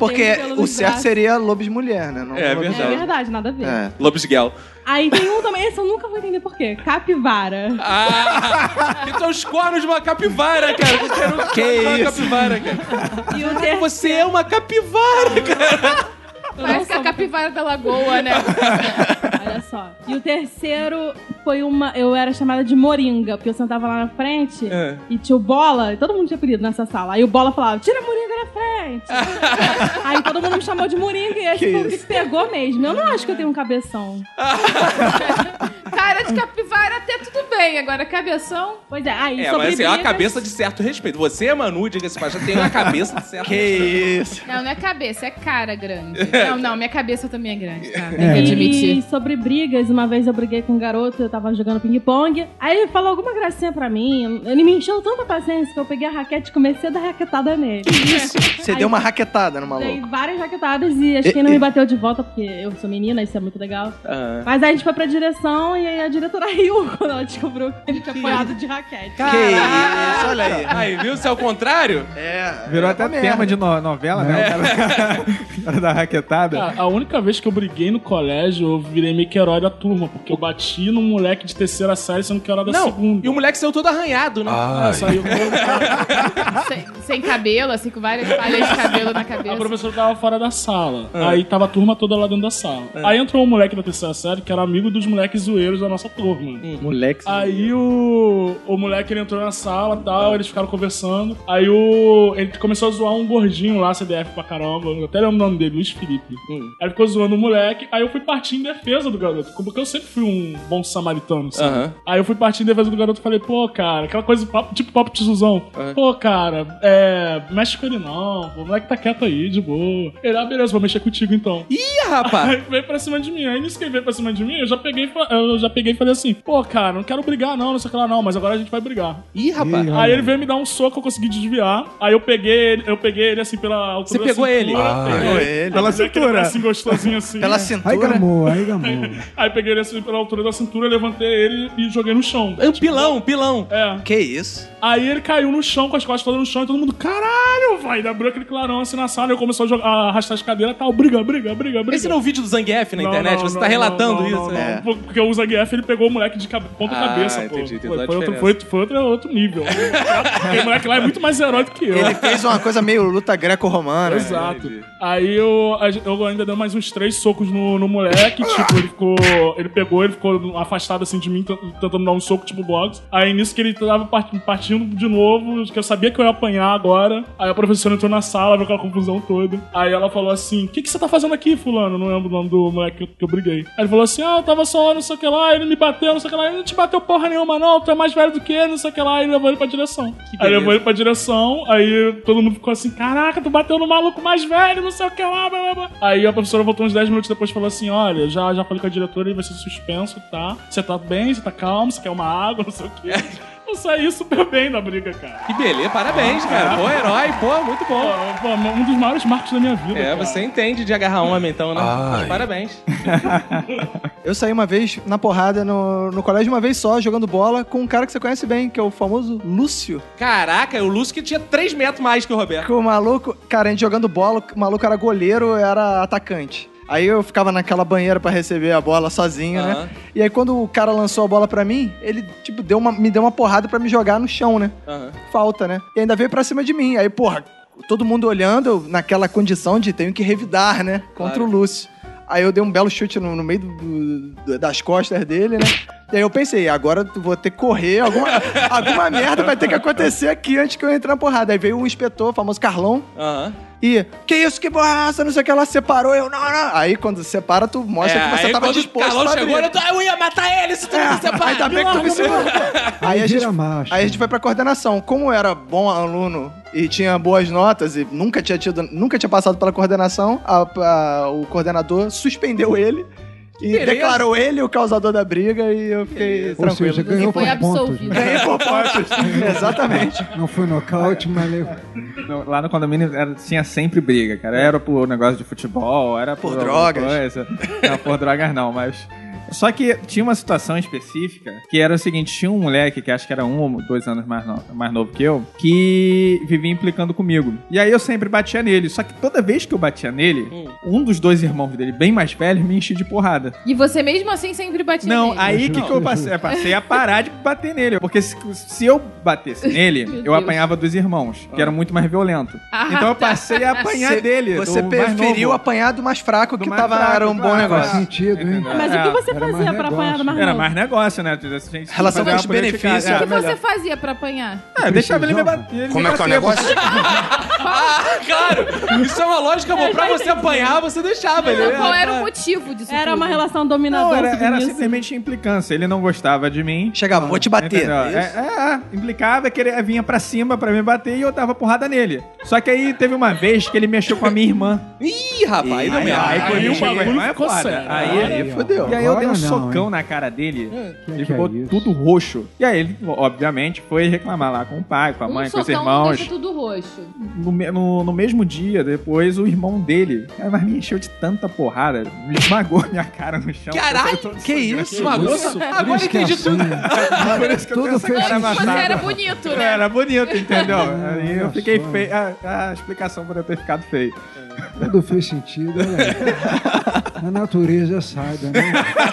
S2: Porque
S4: Eu tenho pelo
S2: o
S4: nos
S2: certo
S4: braços.
S2: seria lobis mulher, né? Não
S1: É
S2: lobis-
S4: É verdade, nada a ver.
S2: É.
S1: Lopes Gal.
S4: Aí tem um também, esse eu nunca vou entender por quê. Capivara.
S1: Ah,
S2: Então
S1: que são os cornos de uma capivara, cara. Você não que uma
S4: isso?
S1: capivara, cara.
S4: E
S1: <laughs>
S4: o terceiro...
S1: Você é
S3: <laughs>
S1: uma capivara, cara.
S3: Parece que é a capivara da lagoa, né?
S4: <laughs> Olha só. E o terceiro foi uma. Eu era chamada de Moringa, porque eu sentava lá na frente
S1: É.
S4: e tinha o Bola, e todo mundo tinha apelido nessa sala. Aí o Bola falava: tira a Moringa da frente.
S3: <laughs>
S4: Aí todo mundo me chamou de Moringa e esse
S2: Que
S4: público
S2: isso?
S4: pegou mesmo. Eu não acho que eu tenho um cabeção.
S3: Cara Ah, de capivara até tudo bem, agora cabeção.
S4: Pois é, aí
S1: É, mas assim, é uma cabeça de certo respeito. Você, é Manu, diga-se de passagem, tem uma cabeça de certo respeito.
S2: Que isso.
S3: Não, não é cabeça, é cara
S6: <laughs>
S3: grande. Não, não, minha cabeça também é grande, tá? Tem
S4: É.
S3: que admitir.
S4: E sobre brigas, uma vez eu briguei com um garoto, eu tava jogando ping-pong. Aí ele falou alguma gracinha pra mim. Ele me encheu tanta paciência que eu peguei a raquete e comecei a dar raquetada nele. Isso!
S2: Você deu uma raquetada no
S4: Dei
S2: maluco.
S4: várias jaquetadas e acho que ele não me bateu de volta, porque eu sou menina, isso é muito legal.
S2: Ah.
S4: Mas aí a gente foi pra direção e aí a diretora <laughs> riu quando ela descobriu que ele tinha apanhado de raquete.
S1: isso, olha aí. Aí, viu? Se é o contrário?
S2: É.
S6: Virou até tema de no- novela, né? O cara- <laughs> O cara da raquetada.
S5: Cara, a única vez que eu briguei no colégio, eu virei meio que herói da turma, porque eu bati num moleque de terceira série, sendo que era da
S1: Não,
S5: segunda.
S1: e o moleque saiu todo arranhado, né?
S5: Ah, saiu
S3: Sem, sem cabelo, assim, com várias falhas de cabelo na
S5: A
S3: cabeça.
S5: professora tava fora da sala.
S3: Ah.
S5: Aí tava a turma toda lá dentro da sala. Aí entrou um moleque da terceira série que era amigo dos moleques zoeiros da nossa turma.
S6: Moleque.
S5: Aí o, o moleque ele entrou na sala e tal, eles ficaram conversando. Aí o. Ele começou a zoar um gordinho lá, CDF pra caramba. Eu até lembro o nome dele, Luiz Felipe. Aí ele ficou zoando o moleque. Aí eu fui partir em defesa do garoto. Porque eu sempre fui um bom samaritano, sabe?
S1: Aham.
S5: Aí eu fui partir em defesa do garoto e falei, pô, cara, aquela coisa papo- tipo papo de Suzão. Pô, cara, é. Mexe com ele não, pô, o moleque tá quieto aí, de boa. Ele, ah, beleza, vou mexer contigo então.
S1: Ih, rapaz!
S5: Aí veio pra cima de mim. Aí nisso que ele veio pra cima de mim, eu já peguei, e fa- eu já peguei e falei assim, pô, cara, não quero brigar, não, não sei o que lá, não, mas agora a gente vai brigar.
S1: Ih,
S17: rapaz. Ih,
S5: aí
S17: rapaz.
S5: ele veio me dar um soco, eu consegui desviar. Aí eu peguei ele, eu peguei ele assim pela altura
S1: Você
S5: da
S1: pegou ele?
S5: cintura,
S1: Ah,
S5: peguei
S1: pegou
S5: ele.
S1: ele.
S5: Pela
S1: Pela
S5: cintura.
S1: cintura.
S5: Assim, gostosinho assim.
S1: Pela
S7: Aí gamou, aí gamou.
S5: Aí peguei ele assim pela altura da cintura, levantei ele e joguei no chão. Tipo,
S1: É um pilão, pilão.
S5: É.
S2: Que isso?
S5: Aí ele caiu no chão, com as costas todas no chão, e todo mundo, caralho, vai. Daí abriu aquele clarão assim na sala, eu começou a, jogar, a arrastar as cadeiras e tal, briga, briga, briga, briga.
S1: Esse não é o vídeo do Zangief na internet? Você tá relatando isso?
S5: Não, não,
S1: É.
S5: Pô, Porque o Zangief, ele pegou o moleque de cabe- ponta
S1: Ah,
S5: cabeça, pô.
S1: entendi,
S5: foi,
S1: tem toda a
S5: foi outro,
S1: diferença.
S5: foi, foi outro, outro nível. Aquele moleque lá é muito mais herói do que eu.
S2: <laughs> Ele fez uma coisa meio luta greco-romana.
S5: Exato. Aí eu, a gen- eu ainda dei mais uns três socos no, no moleque, tipo, ele ficou. Ele pegou, ele ficou afastado assim de mim, tent- tentando dar um soco, tipo box. Aí nisso que ele tava part- partindo de novo, que eu sabia que eu ia apanhar agora. Aí a professora entrou na sala, viu aquela confusão toda. Aí ela falou assim: O que, que você tá fazendo aqui, Fulano? Não lembro o nome do moleque que eu, que eu briguei. Aí ele falou assim: Ah, eu tava só, não sei o que lá, ele me bateu, não sei o que lá, ele não te bateu porra nenhuma, não, tu é mais velho do que ele, não sei o que lá, e levou ele pra direção. Aí
S17: beleza.
S5: levou ele pra direção, aí todo mundo ficou assim, caraca, tu bateu no maluco mais velho, não sei o que lá, blá, blá, blá. Aí a professora voltou uns 10 minutos depois e falou assim, olha, já, já falei com a diretora, ele vai ser suspenso, tá? Você tá bem, você tá calmo, você quer uma água, <laughs> não sei o que. Eu saí super bem da briga, cara.
S1: Que beleza, parabéns,
S5: Ah,
S1: cara.
S5: é.
S1: Pô, herói, pô, muito bom.
S5: Pô, um dos maiores marcos da minha vida.
S1: É,
S5: cara.
S1: você entende de agarrar homem, então, né?
S5: Ai.
S1: Mas Parabéns.
S2: Eu saí uma vez na porrada no, no colégio, uma vez só, jogando bola com um cara que você conhece bem, que é o famoso Lúcio.
S1: Caraca, o Lúcio que tinha 3 metros mais que o Roberto.
S2: Que o maluco, cara, a gente jogando bola, o maluco era goleiro, eu era atacante. Aí eu ficava naquela banheira pra receber a bola sozinho,
S1: Aham.
S2: né? E aí quando o cara lançou a bola pra mim, ele tipo deu uma, me deu uma porrada pra me jogar no chão, né?
S1: Aham.
S2: Falta, né? E ainda veio pra cima de mim. Aí, porra, todo mundo olhando, eu naquela condição de tenho que revidar, né? Contra
S1: Claro.
S2: o Lúcio. Aí eu dei um belo chute no, no meio do- do- do- das costas dele, né? E aí eu pensei, agora eu vou ter que correr, alguma, alguma merda vai ter que acontecer aqui antes que eu entre na porrada. Aí veio um inspetor, o famoso Carlão,
S1: Aham.
S2: e, que isso, que borraça, não sei o que, ela separou, eu, não, não. Aí quando separa, tu mostra
S1: É,
S2: que você
S1: aí
S2: tava
S1: quando
S2: disposto
S1: O Carlão
S2: pra
S1: chegou,
S2: briga.
S1: eu, tô, "Ah, eu ia matar ele se tu não me separa.
S2: Ainda bem que tu me segurou. Aí, a gente, aí a gente foi pra coordenação. Como eu era bom aluno e tinha boas notas e nunca tinha tido, nunca tinha passado pela coordenação, a- a- o coordenador suspendeu ele e
S17: beleza.
S2: declarou ele o causador da briga e eu fiquei
S7: Ou
S2: tranquilo.
S7: seja, ganhou por pontos. né?
S2: Ganhei
S7: <laughs>
S2: por pontos. Exatamente.
S7: Não foi nocaute, mas levou.
S6: No- lá no condomínio era- tinha sempre briga, cara. Era por negócio de futebol, era por,
S2: Por
S6: alguma
S2: drogas.
S6: coisa. Não, por drogas não, mas. Só que tinha uma situação específica que era o seguinte: tinha um moleque que acho que era um ou dois anos mais, no- mais novo que eu, que vivia implicando comigo. E aí eu sempre batia nele. Só que toda vez que eu batia nele,
S3: Hum.
S6: um dos dois irmãos dele, bem mais velho, me enchia de porrada.
S3: E você mesmo assim sempre batia
S6: Não,
S3: nele.
S6: aí que, que eu passei, é, passei a parar de bater nele. Porque se, se eu batesse
S3: Meu
S6: nele, eu
S3: Deus.
S6: apanhava dos irmãos, que era muito mais violento.
S3: Ah,
S6: então eu passei a apanhar
S2: Você-
S6: dele.
S2: Você preferiu apanhar do mais fraco que tava, era um bom negócio.
S7: sentido, hein?
S3: Mas o que você fazia pra apanhar do mais
S6: É. Era
S3: novo?
S6: mais negócio, né? A gente
S2: Relação
S6: fazia uma
S2: custo-benefício
S6: política-
S3: O que
S6: é,
S3: você fazia pra apanhar?
S6: É, deixava ele me bater. ele me
S14: Como é que é o
S6: bater. <laughs>
S14: negócio?
S1: Ah, claro! Isso é uma lógica boa. Pra você apanhar, você deixava ele. né?
S3: Não, qual era um o
S1: Claro.
S3: motivo disso
S4: Era
S3: tudo?
S4: uma relação
S6: Não,
S4: dominadora.
S6: era, era assim,
S4: submissa.
S6: simplesmente implicância. Ele não gostava de mim.
S2: Chegava, vou te bater.
S6: Entendeu? É,
S2: É
S6: é, é, implicava, que ele vinha pra cima pra me bater e eu dava porrada nele. Só que aí teve uma vez que ele mexeu com a minha irmã.
S1: Ih, rapaz, aí não
S6: Aí,
S1: me
S6: aí, quando
S5: um
S6: ele
S1: aí,
S6: chegou,
S1: aí,
S6: irmão, é foda. Aí, aí fodeu. E aí eu dei um
S7: Agora não,
S6: socão
S7: hein?
S6: na cara dele. ele
S7: que é
S6: ficou tudo roxo. E aí ele, obviamente, foi reclamar lá com o pai, com a mãe,
S3: um
S6: com os
S3: socão
S6: irmãos.
S3: deixa tudo roxo.
S6: No, me- no- no mesmo dia, depois, o irmão dele, cara, mas me encheu de tanta porrada, me esmagou <laughs> a minha cara no chão.
S1: Caralho,
S2: que
S6: né?
S2: isso?
S1: Magoço? Agora eu entendi tudo.
S6: assim, <laughs> Por isso que eu tenho essa cara
S3: Você
S6: amassada.
S3: era bonito,
S6: Eu
S3: né?
S6: Era bonito, <laughs> entendeu?
S7: Ah,
S6: Aí eu
S7: olha
S6: fiquei
S7: só.
S6: feio. A, a explicação por eu ter ficado feio.
S7: Tudo fez sentido,
S6: <laughs>
S7: olha aí. A natureza é sábia, né?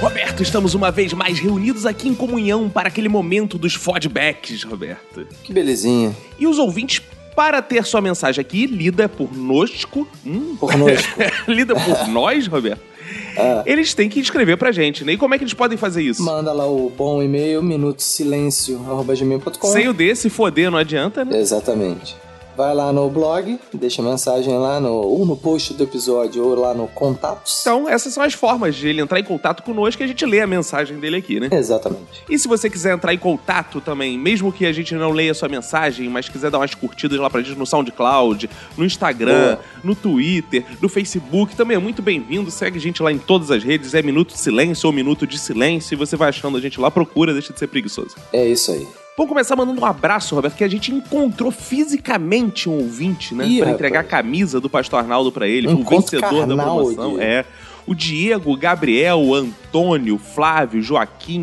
S1: Roberto, estamos uma vez mais reunidos aqui em comunhão para aquele momento dos fodbacks, Roberto.
S17: Que belezinha.
S1: E os ouvintes, para ter sua mensagem aqui, lida por nosco. Hum,
S17: Pornosco.
S1: <laughs> lida por nós, Roberto. Eles têm que escrever pra gente, né? E como é que eles podem fazer isso?
S17: É. Manda lá o bom e-mail, minutosilencio.com.
S1: Sem o D, se foder, não adianta, né?
S17: Exatamente.
S15: vai lá no blog, deixa mensagem lá no, ou no post do episódio ou lá no contatos.
S1: Então, essas são as formas de ele entrar em contato conosco e a gente lê a mensagem dele aqui, né?
S15: Exatamente.
S1: E se você quiser entrar em contato também, mesmo que a gente não leia a sua mensagem, mas quiser dar umas curtidas lá pra gente no SoundCloud, no Instagram,
S15: Boa.
S1: no Twitter, no Facebook, também é muito bem-vindo. Segue a gente lá em todas as redes, é Minuto de Silêncio ou Minuto de Silêncio, e você vai achando a gente lá, procura, deixa de ser preguiçoso.
S15: É isso aí.
S1: Vamos começar mandando um abraço, Roberto, que a gente encontrou fisicamente um ouvinte, né?
S15: Ih,
S1: pra
S15: rapaz. Um
S1: entregar a camisa do Pastor Arnaldo pra ele. Foi o
S15: Encontro
S1: vencedor da
S15: carnal,
S1: promoção.
S15: Diego.
S1: É. O Diego, o Gabriel, o Antônio, Flávio, Joaquim,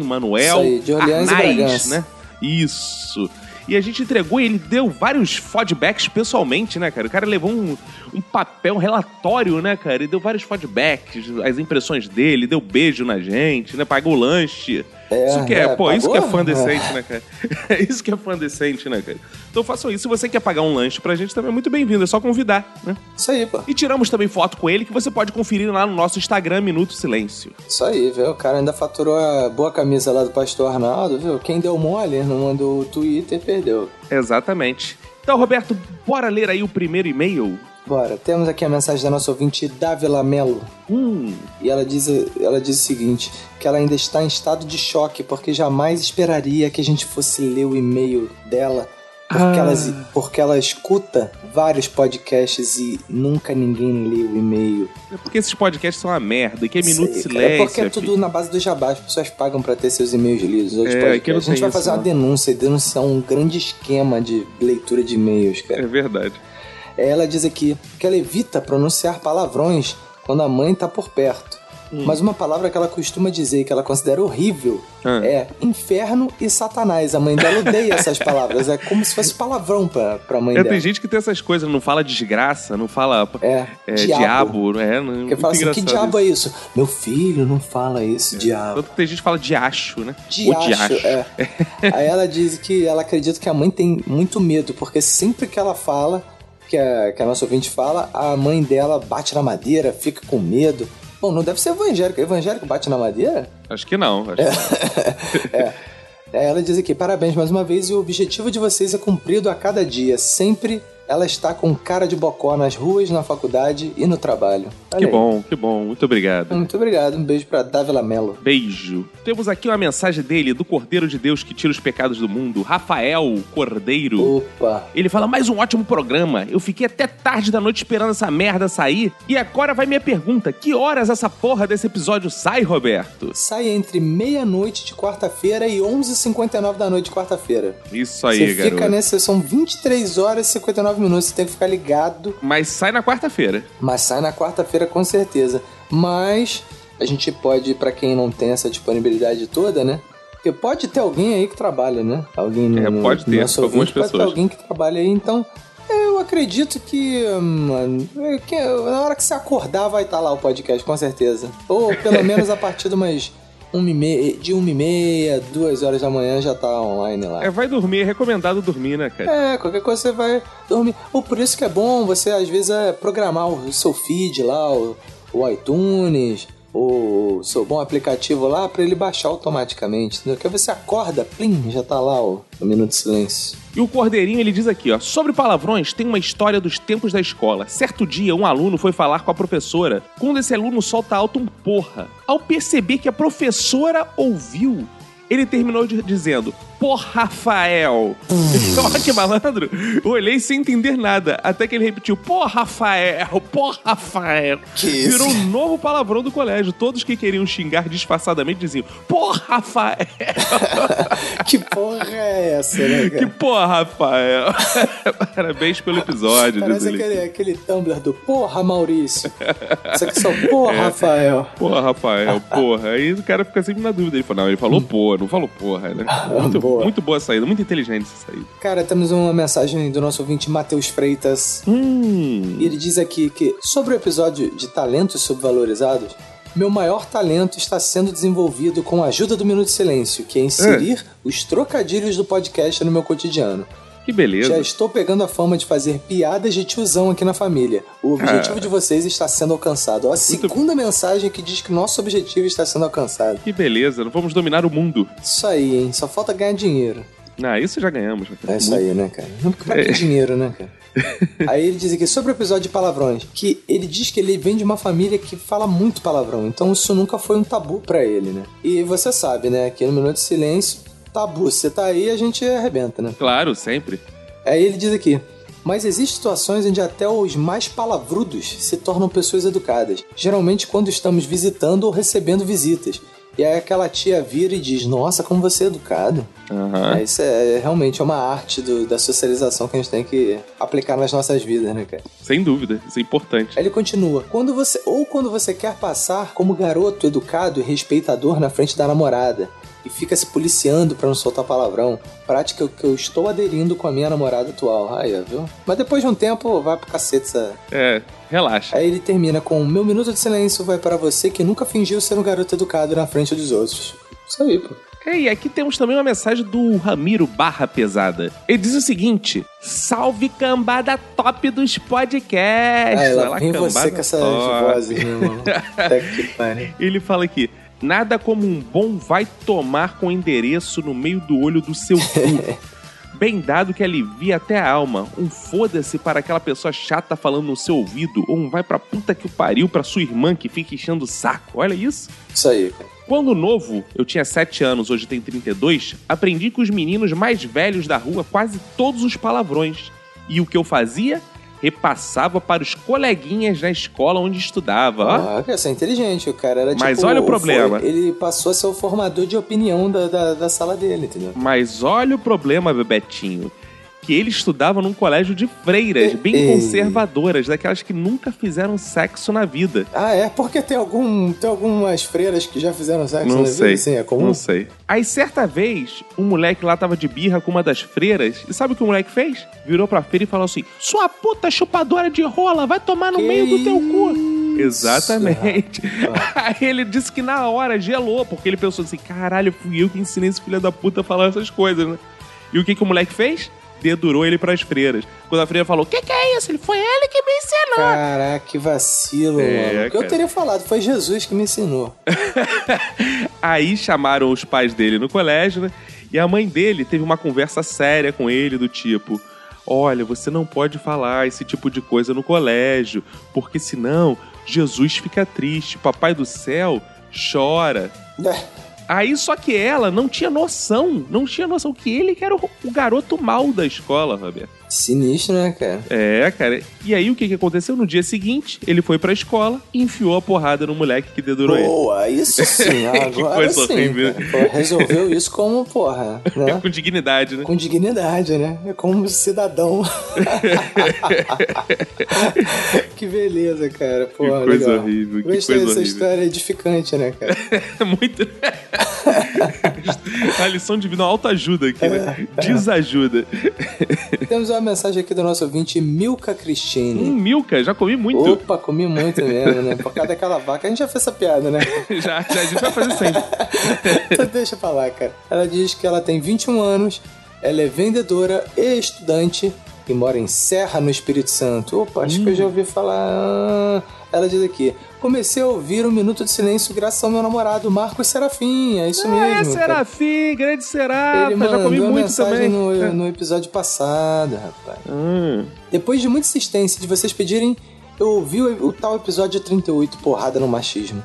S15: Isso
S1: Manuel,
S15: aí, de Orleans e
S1: Arnaz,
S15: Bragança.
S1: né? Isso. E a gente entregou e ele deu vários feedbacks pessoalmente, né, cara? O cara levou um, um papel, um relatório, né, cara? E deu vários feedbacks, as impressões dele, deu beijo na gente, né? Pagou o lanche. isso que é,
S15: é,
S1: pô, isso que é
S15: pagou?
S1: fã decente,
S15: É.
S1: né, cara? <laughs> É isso que é fã decente, né, cara? Então façam isso. Se você quer pagar um lanche pra gente, também é muito bem-vindo. É só convidar, né?
S15: Isso aí, pô.
S1: E tiramos também foto com ele, que você pode conferir lá no nosso Instagram, Minuto Silêncio.
S15: Isso aí, viu? O cara ainda faturou a boa camisa lá do Pastor Arnaldo, viu? Quem deu mole, não mandou o Twitter, perdeu.
S1: Exatamente. Então, Roberto, bora ler aí o primeiro e-mail?
S15: Bora, temos aqui a mensagem da nossa ouvinte Davila Mello.
S1: Hum.
S15: E ela diz, ela diz o seguinte: que ela ainda está em estado de choque, porque jamais esperaria que a gente fosse ler o e-mail dela. Porque,
S2: Ah.
S15: ela, porque ela escuta vários podcasts e nunca ninguém lê o e-mail.
S1: É porque esses podcasts são uma merda. E que é Minuto
S15: Sei, cara,
S1: Silêncio.
S15: É porque é tudo na base do jabá. As pessoas pagam pra ter seus e-mails lidos. outros
S1: É,
S15: podcasts.
S1: aqui não
S15: a gente
S1: tem
S15: vai
S1: isso, né?
S15: fazer
S2: né?
S15: uma
S1: não.
S15: denúncia e denunciar um grande esquema de leitura de e-mails, cara.
S1: É verdade.
S15: Ela diz aqui que ela evita pronunciar palavrões quando a mãe tá por perto.
S1: Hum.
S2: Hum.
S15: Mas uma palavra que ela costuma dizer que ela considera horrível
S1: Ah.
S15: é inferno e satanás. A mãe dela odeia
S1: <laughs>
S15: essas palavras. É como se fosse palavrão pra, pra mãe
S1: É,
S15: dela.
S1: tem gente que tem essas coisas, não fala desgraça, não fala
S15: é,
S1: diabo.
S15: diabo.
S1: é, não,
S15: Porque fala
S1: muito
S15: assim, que
S1: engraçado É.
S15: diabo é isso? Meu filho, não fala isso, diabo.
S1: Tanto que tem gente que fala diacho, né?
S15: Diacho,
S1: o diacho. <laughs>
S15: é. Aí ela diz que ela acredita que a mãe tem muito medo, porque sempre que ela fala, que a, que a nossa ouvinte fala, a mãe dela bate na madeira, fica com medo. Bom, não deve ser evangélico. Evangélico bate na madeira?
S1: Acho que não. Acho que
S15: É, ela diz aqui, parabéns mais uma vez, e o objetivo de vocês é cumprido a cada dia. Sempre ela está com cara de bocó nas ruas, na faculdade e no trabalho. Olha
S1: Que
S15: aí.
S1: bom, que bom. Muito obrigado.
S15: Muito obrigado, um beijo pra Dávila Mello.
S1: Beijo. Temos aqui uma mensagem dele, do Cordeiro de Deus que tira os pecados do mundo, Rafael Cordeiro.
S15: Opa.
S1: Ele fala: mais um ótimo programa. Eu fiquei até tarde da noite esperando essa merda sair. E agora vai minha pergunta: que horas essa porra desse episódio sai, Roberto?
S15: Sai entre meia-noite de quarta-feira e 11h59 da noite de quarta-feira.
S1: Isso aí,
S15: Você fica
S1: garoto.
S15: nessa, são 23 horas e 59 minutos, você tem que ficar ligado.
S1: Mas sai na quarta-feira.
S15: Mas sai na quarta-feira com certeza. Mas a gente pode, pra quem não tem essa disponibilidade toda, né? Porque pode ter alguém aí que trabalha, né? Alguém no, no-
S1: É, pode
S15: no
S1: ter,
S15: nosso
S1: algumas
S15: ouvinte, Pode ter
S1: pessoas.
S15: alguém que trabalha aí, então eu acredito que, hum, que na hora que você acordar vai estar lá o podcast, com certeza. Ou
S1: <laughs>
S15: pelo menos a partir de umas uma e meia, de uma e meia, duas horas da manhã já tá online lá.
S1: É, vai dormir, é recomendado dormir, né, cara?
S15: É, qualquer coisa você vai dormir. Ou por isso que é bom você, às vezes, é programar o seu feed lá, o, o iTunes, o seu bom aplicativo lá, pra ele baixar automaticamente. Entendeu? Que aí você acorda, plim, já tá lá o, o Minuto de Silêncio.
S1: E o Cordeirinho, ele diz aqui, ó, sobre palavrões, tem uma história dos tempos da escola. Certo dia, um aluno foi falar com a professora, quando esse aluno solta alto um porra. Ao perceber que a professora ouviu, ele terminou de- dizendo, porra, Rafael. <laughs> Olha que malandro. Eu olhei sem entender nada, até que ele repetiu, porra, Rafael, porra, Rafael.
S15: Que isso?
S1: Virou um novo palavrão do colégio. Todos que queriam xingar disfarçadamente diziam, porra, Rafael.
S15: <laughs> que porra é essa, né, cara?
S1: Que porra, Rafael. <laughs> Parabéns pelo episódio.
S15: Parece
S1: diz ele. <laughs>
S15: aquele, aquele Tumblr do Porra, <laughs> Maurício. Isso aqui é só Porra, Rafael.
S1: É. Porra, Rafael, porra. Aí o cara fica sempre na dúvida. Ele fala, não, ele falou porra, não falou porra,
S15: <laughs>
S1: né? Muito boa, muito boa saída, muito inteligente essa saída.
S15: Cara, temos uma mensagem do nosso ouvinte Matheus Freitas.
S1: Hum.
S15: E ele diz aqui que, sobre o episódio de talentos subvalorizados, meu maior talento está sendo desenvolvido com a ajuda do Minuto de Silêncio, que é inserir os trocadilhos do podcast no meu cotidiano.
S1: Que beleza.
S15: Já estou pegando a fama de fazer piadas de tiozão aqui na família. O objetivo
S1: Ah.
S15: de vocês está sendo alcançado. Ó, A segunda mensagem que diz que nosso objetivo está sendo alcançado.
S1: Que beleza, vamos dominar o mundo.
S15: Isso aí, hein? Só falta ganhar dinheiro.
S1: Ah, isso já É. ganhamos. Rafael.
S15: É isso aí, né, cara? <laughs> Pra que dinheiro, né, cara? Aí ele diz aqui sobre o episódio de palavrões, que ele diz que ele vem de uma família que fala muito palavrão, então isso nunca foi um tabu pra ele, né? E você sabe, né, que no Minuto de Silêncio, tabu, você tá aí, a gente arrebenta, né?
S1: Claro, sempre.
S15: Aí É, ele diz aqui. Mas existem situações onde até os mais palavrudos se tornam pessoas educadas. Geralmente quando estamos visitando ou recebendo visitas. E aí aquela tia vira e diz, nossa, como você é educado. É, isso é realmente é uma arte do- da socialização que a gente tem que aplicar nas nossas vidas, né, cara?
S1: Sem dúvida, isso é importante.
S15: Aí ele continua. Quando você ou quando você quer passar como garoto educado e respeitador na frente da namorada e fica se policiando pra não soltar palavrão, prática que eu estou aderindo com a minha namorada atual. Aí, ó, viu? Mas depois de um tempo vai pro cacete essa
S1: É, relaxa.
S15: Aí ele termina com: Meu minuto de silêncio vai para você que nunca fingiu ser um garoto educado na frente dos outros. Isso aí, pô.
S1: É, E aqui temos também uma mensagem do Ramiro Barra Pesada. Ele diz o seguinte: Salve cambada top dos podcasts!
S15: Aí, lá
S1: Olha lá,
S15: Ah, vem você
S1: cambada
S15: com essas
S1: top.
S15: vozes, meu
S1: <laughs>
S15: irmão. Puta que pariu.
S1: Ele fala aqui. Nada como um bom vai tomar com endereço no meio do olho do seu cu.
S15: <laughs>
S1: Bem dado que alivia até a alma. Um foda-se para aquela pessoa chata falando no seu ouvido. Ou um vai pra puta que o pariu pra sua irmã que fica enchendo o saco. Olha isso.
S15: Isso aí, cara.
S1: Quando novo, eu tinha 7 anos, hoje tenho 32, aprendi com os meninos mais velhos da rua quase todos os palavrões. E o que eu fazia? Repassava para os coleguinhas na escola onde estudava. Ó.
S15: Ah, cara, você é inteligente, o cara era
S1: Mas
S15: tipo,
S1: olha o
S15: foi-
S1: problema.
S15: ele passou a ser o formador de opinião da, da, da sala dele, entendeu?
S1: Mas olha o problema, Bebetinho. Que ele estudava num colégio de freiras, bem
S15: ei.
S1: conservadoras, daquelas que nunca fizeram sexo na vida.
S15: Ah, é? Porque tem, algum, tem algumas freiras que já fizeram sexo
S1: Não
S15: na
S1: sei.
S15: vida? Sim, é comum.
S1: Não sei. Aí, certa vez, um moleque lá tava de birra com uma das freiras. E sabe o que o moleque fez? Virou pra feira e falou assim: Sua puta chupadora de rola, vai tomar no meio do teu cu. Exatamente. <laughs> Aí ele disse que na hora gelou, porque ele pensou assim: caralho, fui eu que ensinei esse filho da puta a falar essas coisas, né? E o que, que o moleque fez? Dedurou ele pras freiras. Quando a freira falou: Que que é isso? Ele foi ele que me ensinou.
S15: Caraca, que vacilo,
S1: É,
S15: mano. O que
S1: cara.
S15: eu teria falado? Foi Jesus que me ensinou.
S1: Aí chamaram os pais dele no colégio, né? E a mãe dele teve uma conversa séria com ele, do tipo: Olha, você não pode falar esse tipo de coisa no colégio, porque senão Jesus fica triste, Papai do céu chora.
S15: É.
S1: Aí só que ela não tinha noção, não tinha noção que ele que era o o garoto mal da escola, Roberto.
S15: Sinistro, né, cara?
S1: É, cara. E aí o que, que aconteceu? No dia seguinte, ele foi pra escola e enfiou a porrada no moleque que dedurou ele.
S15: Boa, É isso sim. Agora
S1: <laughs> que coisa
S15: sim.
S1: horrível.
S15: cara. Pô,
S1: <laughs>
S15: resolveu isso como, porra, né?
S1: Com dignidade, né?
S15: Com dignidade, <laughs> né? É como cidadão. que beleza, cara. Pô,
S1: Que coisa
S15: legal.
S1: horrível, que
S15: Gostei
S1: coisa
S15: dessa
S1: horrível.
S15: história edificante, né, cara?
S1: A lição de vida, uma autoajuda aqui,
S15: É.
S1: né? Desajuda.
S15: Temos uma mensagem aqui do nosso ouvinte, Milka Cristine.
S1: Hum, Milka, já comi muito.
S15: Opa, comi muito mesmo, né? Por causa daquela vaca. A gente já fez essa piada, né?
S1: <laughs> Já, já, a gente vai fazer sempre.
S15: <laughs> Então deixa pra lá, cara. Ela diz que ela tem 21 anos, ela é vendedora e estudante e mora em Serra, no Espírito Santo. Opa, acho
S1: Hum.
S15: que eu já ouvi falar. Ela diz aqui. Comecei a ouvir um minuto de silêncio graças ao meu namorado, Marcos Serafim. É isso mesmo.
S1: é,
S15: cara.
S1: Serafim, grande Serafim.
S15: Ele
S1: Ah, Já
S15: mandou
S1: comi
S15: a
S1: muito
S15: mensagem
S1: também.
S15: No,
S1: É.
S15: no episódio passado, rapaz. Depois de muita insistência de vocês pedirem, eu ouvi o, o tal episódio 38, Porrada no Machismo.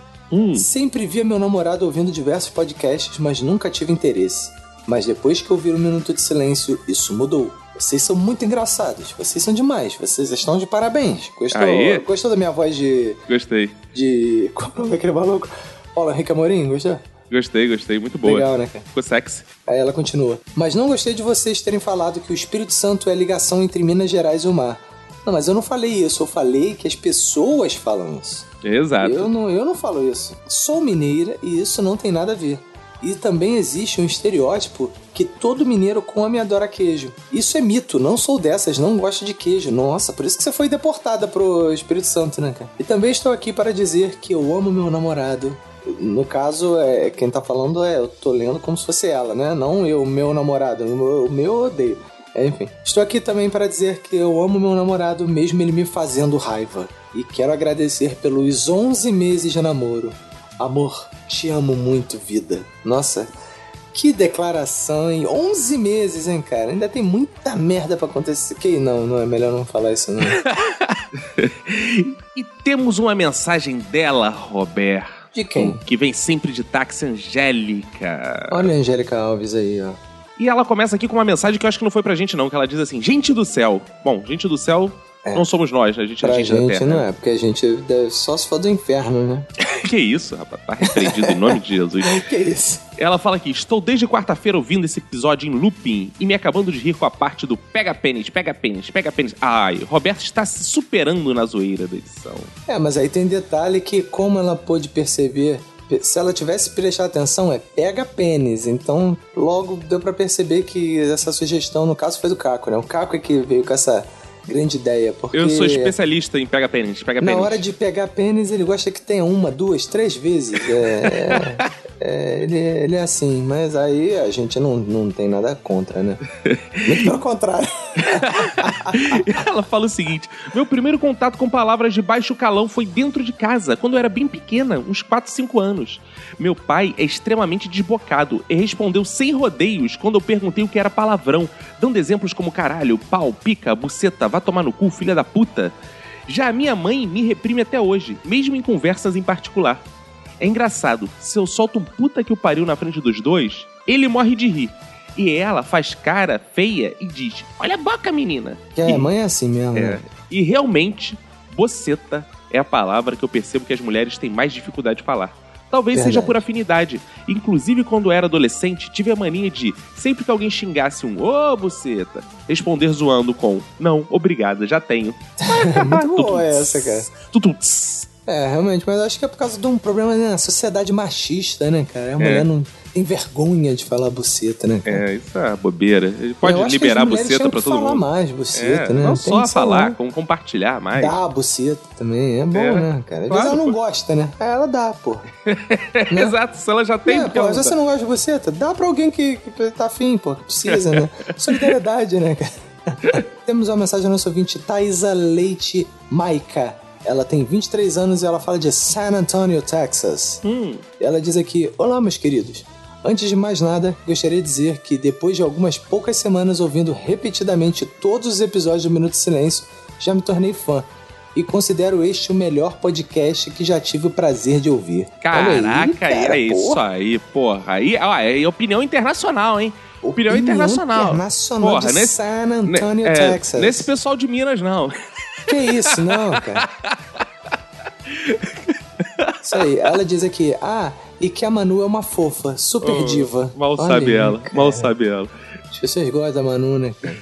S15: Sempre via meu namorado ouvindo diversos podcasts, mas nunca tive interesse. Mas depois que eu vi o Minuto de Silêncio, isso mudou. Vocês são muito engraçados, vocês são demais, vocês estão de parabéns. Gostou,
S1: Aê.
S15: gostou da minha voz de.
S1: Gostei,
S15: de. <laughs> Qual é o nome daquele maluco? Olha, Henrique Amorim, gostou?
S1: gostei, gostei. Muito boa.
S15: Legal, né, cara?
S1: Ficou sexy.
S15: Aí ela continua. Mas não gostei de vocês terem falado que o Espírito Santo é a ligação entre Minas Gerais e o mar. Não, mas eu não falei isso, eu falei que as pessoas falam isso.
S1: Exato.
S15: Eu não, eu não falo isso. Sou mineira e isso não tem nada a ver. E também existe um estereótipo que todo mineiro come e adora queijo. Isso é mito, não sou dessas, não gosto de queijo. Nossa, por isso que você foi deportada pro Espírito Santo, né, cara? E também estou aqui para dizer que eu amo meu namorado. No caso, é, quem tá falando é, eu tô lendo como se fosse ela, né? Não eu, meu namorado. O meu- o meu eu odeio. É, Enfim, estou aqui também para dizer que eu amo meu namorado, mesmo ele me fazendo raiva. E quero agradecer pelos 11 meses de namoro. Amor, te amo muito, vida. Nossa, Que declaração, hein? 11 meses, hein, cara? Ainda tem muita merda pra acontecer. Que não, não, é melhor não falar isso,
S1: <laughs>
S15: não.
S1: E temos uma mensagem dela, Roberto.
S15: De quem?
S1: Que vem sempre de táxi, Angélica.
S15: Olha a Angélica Alves aí, ó.
S1: E ela começa aqui com uma mensagem que eu acho que não foi pra gente, não, que ela diz assim: Gente do céu. Bom, gente do céu não somos nós, né? A gente é
S15: Pra
S1: gente, da
S15: gente,
S1: terra.
S15: não é, porque a gente deve- só se for do inferno, né?
S1: Que isso, rapaz? Tá repreendido em nome de Jesus.
S15: <laughs> Que isso?
S1: Ela fala aqui: Estou desde quarta-feira ouvindo esse episódio em looping e me acabando de rir com a parte do pega pênis, pega pênis, pega pênis. Ai, Roberto está se superando na zoeira da edição.
S15: É, mas aí tem detalhe que como ela pôde perceber, pe- se ela tivesse prestado atenção, é pega pênis. Então, logo deu pra perceber que essa sugestão, no caso, foi do Caco, né? O Caco é que veio com essa grande ideia, porque...
S1: Eu sou especialista em pega pênis, pega
S15: Na
S1: pênis.
S15: hora de pegar pênis, ele gosta que tenha uma, duas, três vezes.
S1: <laughs>
S15: É, é, ele, ele é assim, mas aí a gente não, não tem nada contra,
S1: <laughs>
S15: né? Muito pelo contrário.
S1: <laughs> Ela fala o seguinte: Meu primeiro contato com palavras de baixo calão foi dentro de casa, quando eu era bem pequena, uns 4, 5 anos. Meu pai é extremamente desbocado e respondeu sem rodeios quando eu perguntei o que era palavrão, dando exemplos como caralho, pau, pica, buceta, vá tomar no cu, filha da puta. Já a minha mãe me reprime até hoje, mesmo em conversas em particular. É engraçado, se eu solto um puta que o pariu na frente dos dois, ele morre de rir. E ela faz cara feia e diz: Olha a boca, menina.
S15: Que a
S1: E-
S15: minha mãe é assim mesmo.
S1: é. E realmente, boceta é a palavra que eu percebo que as mulheres têm mais dificuldade de falar. Talvez
S15: Verdade.
S1: seja por afinidade. Inclusive, quando eu era adolescente, tive a mania de, sempre que alguém xingasse um ô, boceta, responder zoando com não, obrigada, já
S15: <laughs>
S1: tenho.
S15: É Muito boa essa, cara.
S1: Tutum.
S15: É, realmente, mas acho que é por causa de um problema na sociedade machista, né, cara? A mulher
S1: É.
S15: não tem vergonha de falar buceta, né?
S1: É, isso é uma bobeira. Ele Pode
S15: Eu acho que
S1: liberar
S15: as
S1: a
S15: mulheres
S1: buceta
S15: tinham
S1: pra
S15: que
S1: todo
S15: falar
S1: mundo.
S15: mais buceta,
S1: É,
S15: né? Tem
S1: Não só
S15: que falar.
S1: falar, com compartilhar mais.
S15: Dá a buceta também, é bom,
S1: É.
S15: né, cara? Às
S1: Claro,
S15: vezes ela
S1: pô.
S15: não gosta, né? Aí
S2: <laughs>
S15: ela dá, pô.
S1: <laughs> Exato, se ela já tem. um
S15: É,
S1: porque
S15: Né? pô,
S1: ela
S15: às vezes você
S1: dá.
S15: não gosta de buceta, dá pra alguém que, que tá afim, pô, que precisa,
S1: <laughs>
S15: né? Solidariedade, né, cara? <laughs> Temos uma mensagem do nosso ouvinte, Thaisa Leite Maica. Ela tem 23 anos e ela fala de San Antonio, Texas.
S1: Hum.
S15: Ela diz aqui: Olá, meus queridos. Antes de mais nada, gostaria de dizer que depois de algumas poucas semanas ouvindo repetidamente todos os episódios do Minuto de Silêncio, já me tornei fã e considero este o melhor podcast que já tive o prazer de ouvir. Olha aí,
S1: Caraca,
S15: cara,
S1: é isso
S15: porra.
S1: aí, porra. Aí, ó, é opinião internacional, hein? Opinião, internacional.
S15: internacional de San Antonio,
S1: ne- é,
S15: Texas.
S1: Nesse pessoal de Minas, não.
S15: Que isso,
S1: <laughs>
S15: não, cara. Isso aí. Ela diz aqui, ah, e que a Manu é uma fofa, super
S1: Oh,
S15: diva.
S1: Mal
S15: Olha
S1: sabe
S15: aí,
S1: ela, mal sabe ela.
S15: As pessoas gostam da Manu, né? cara?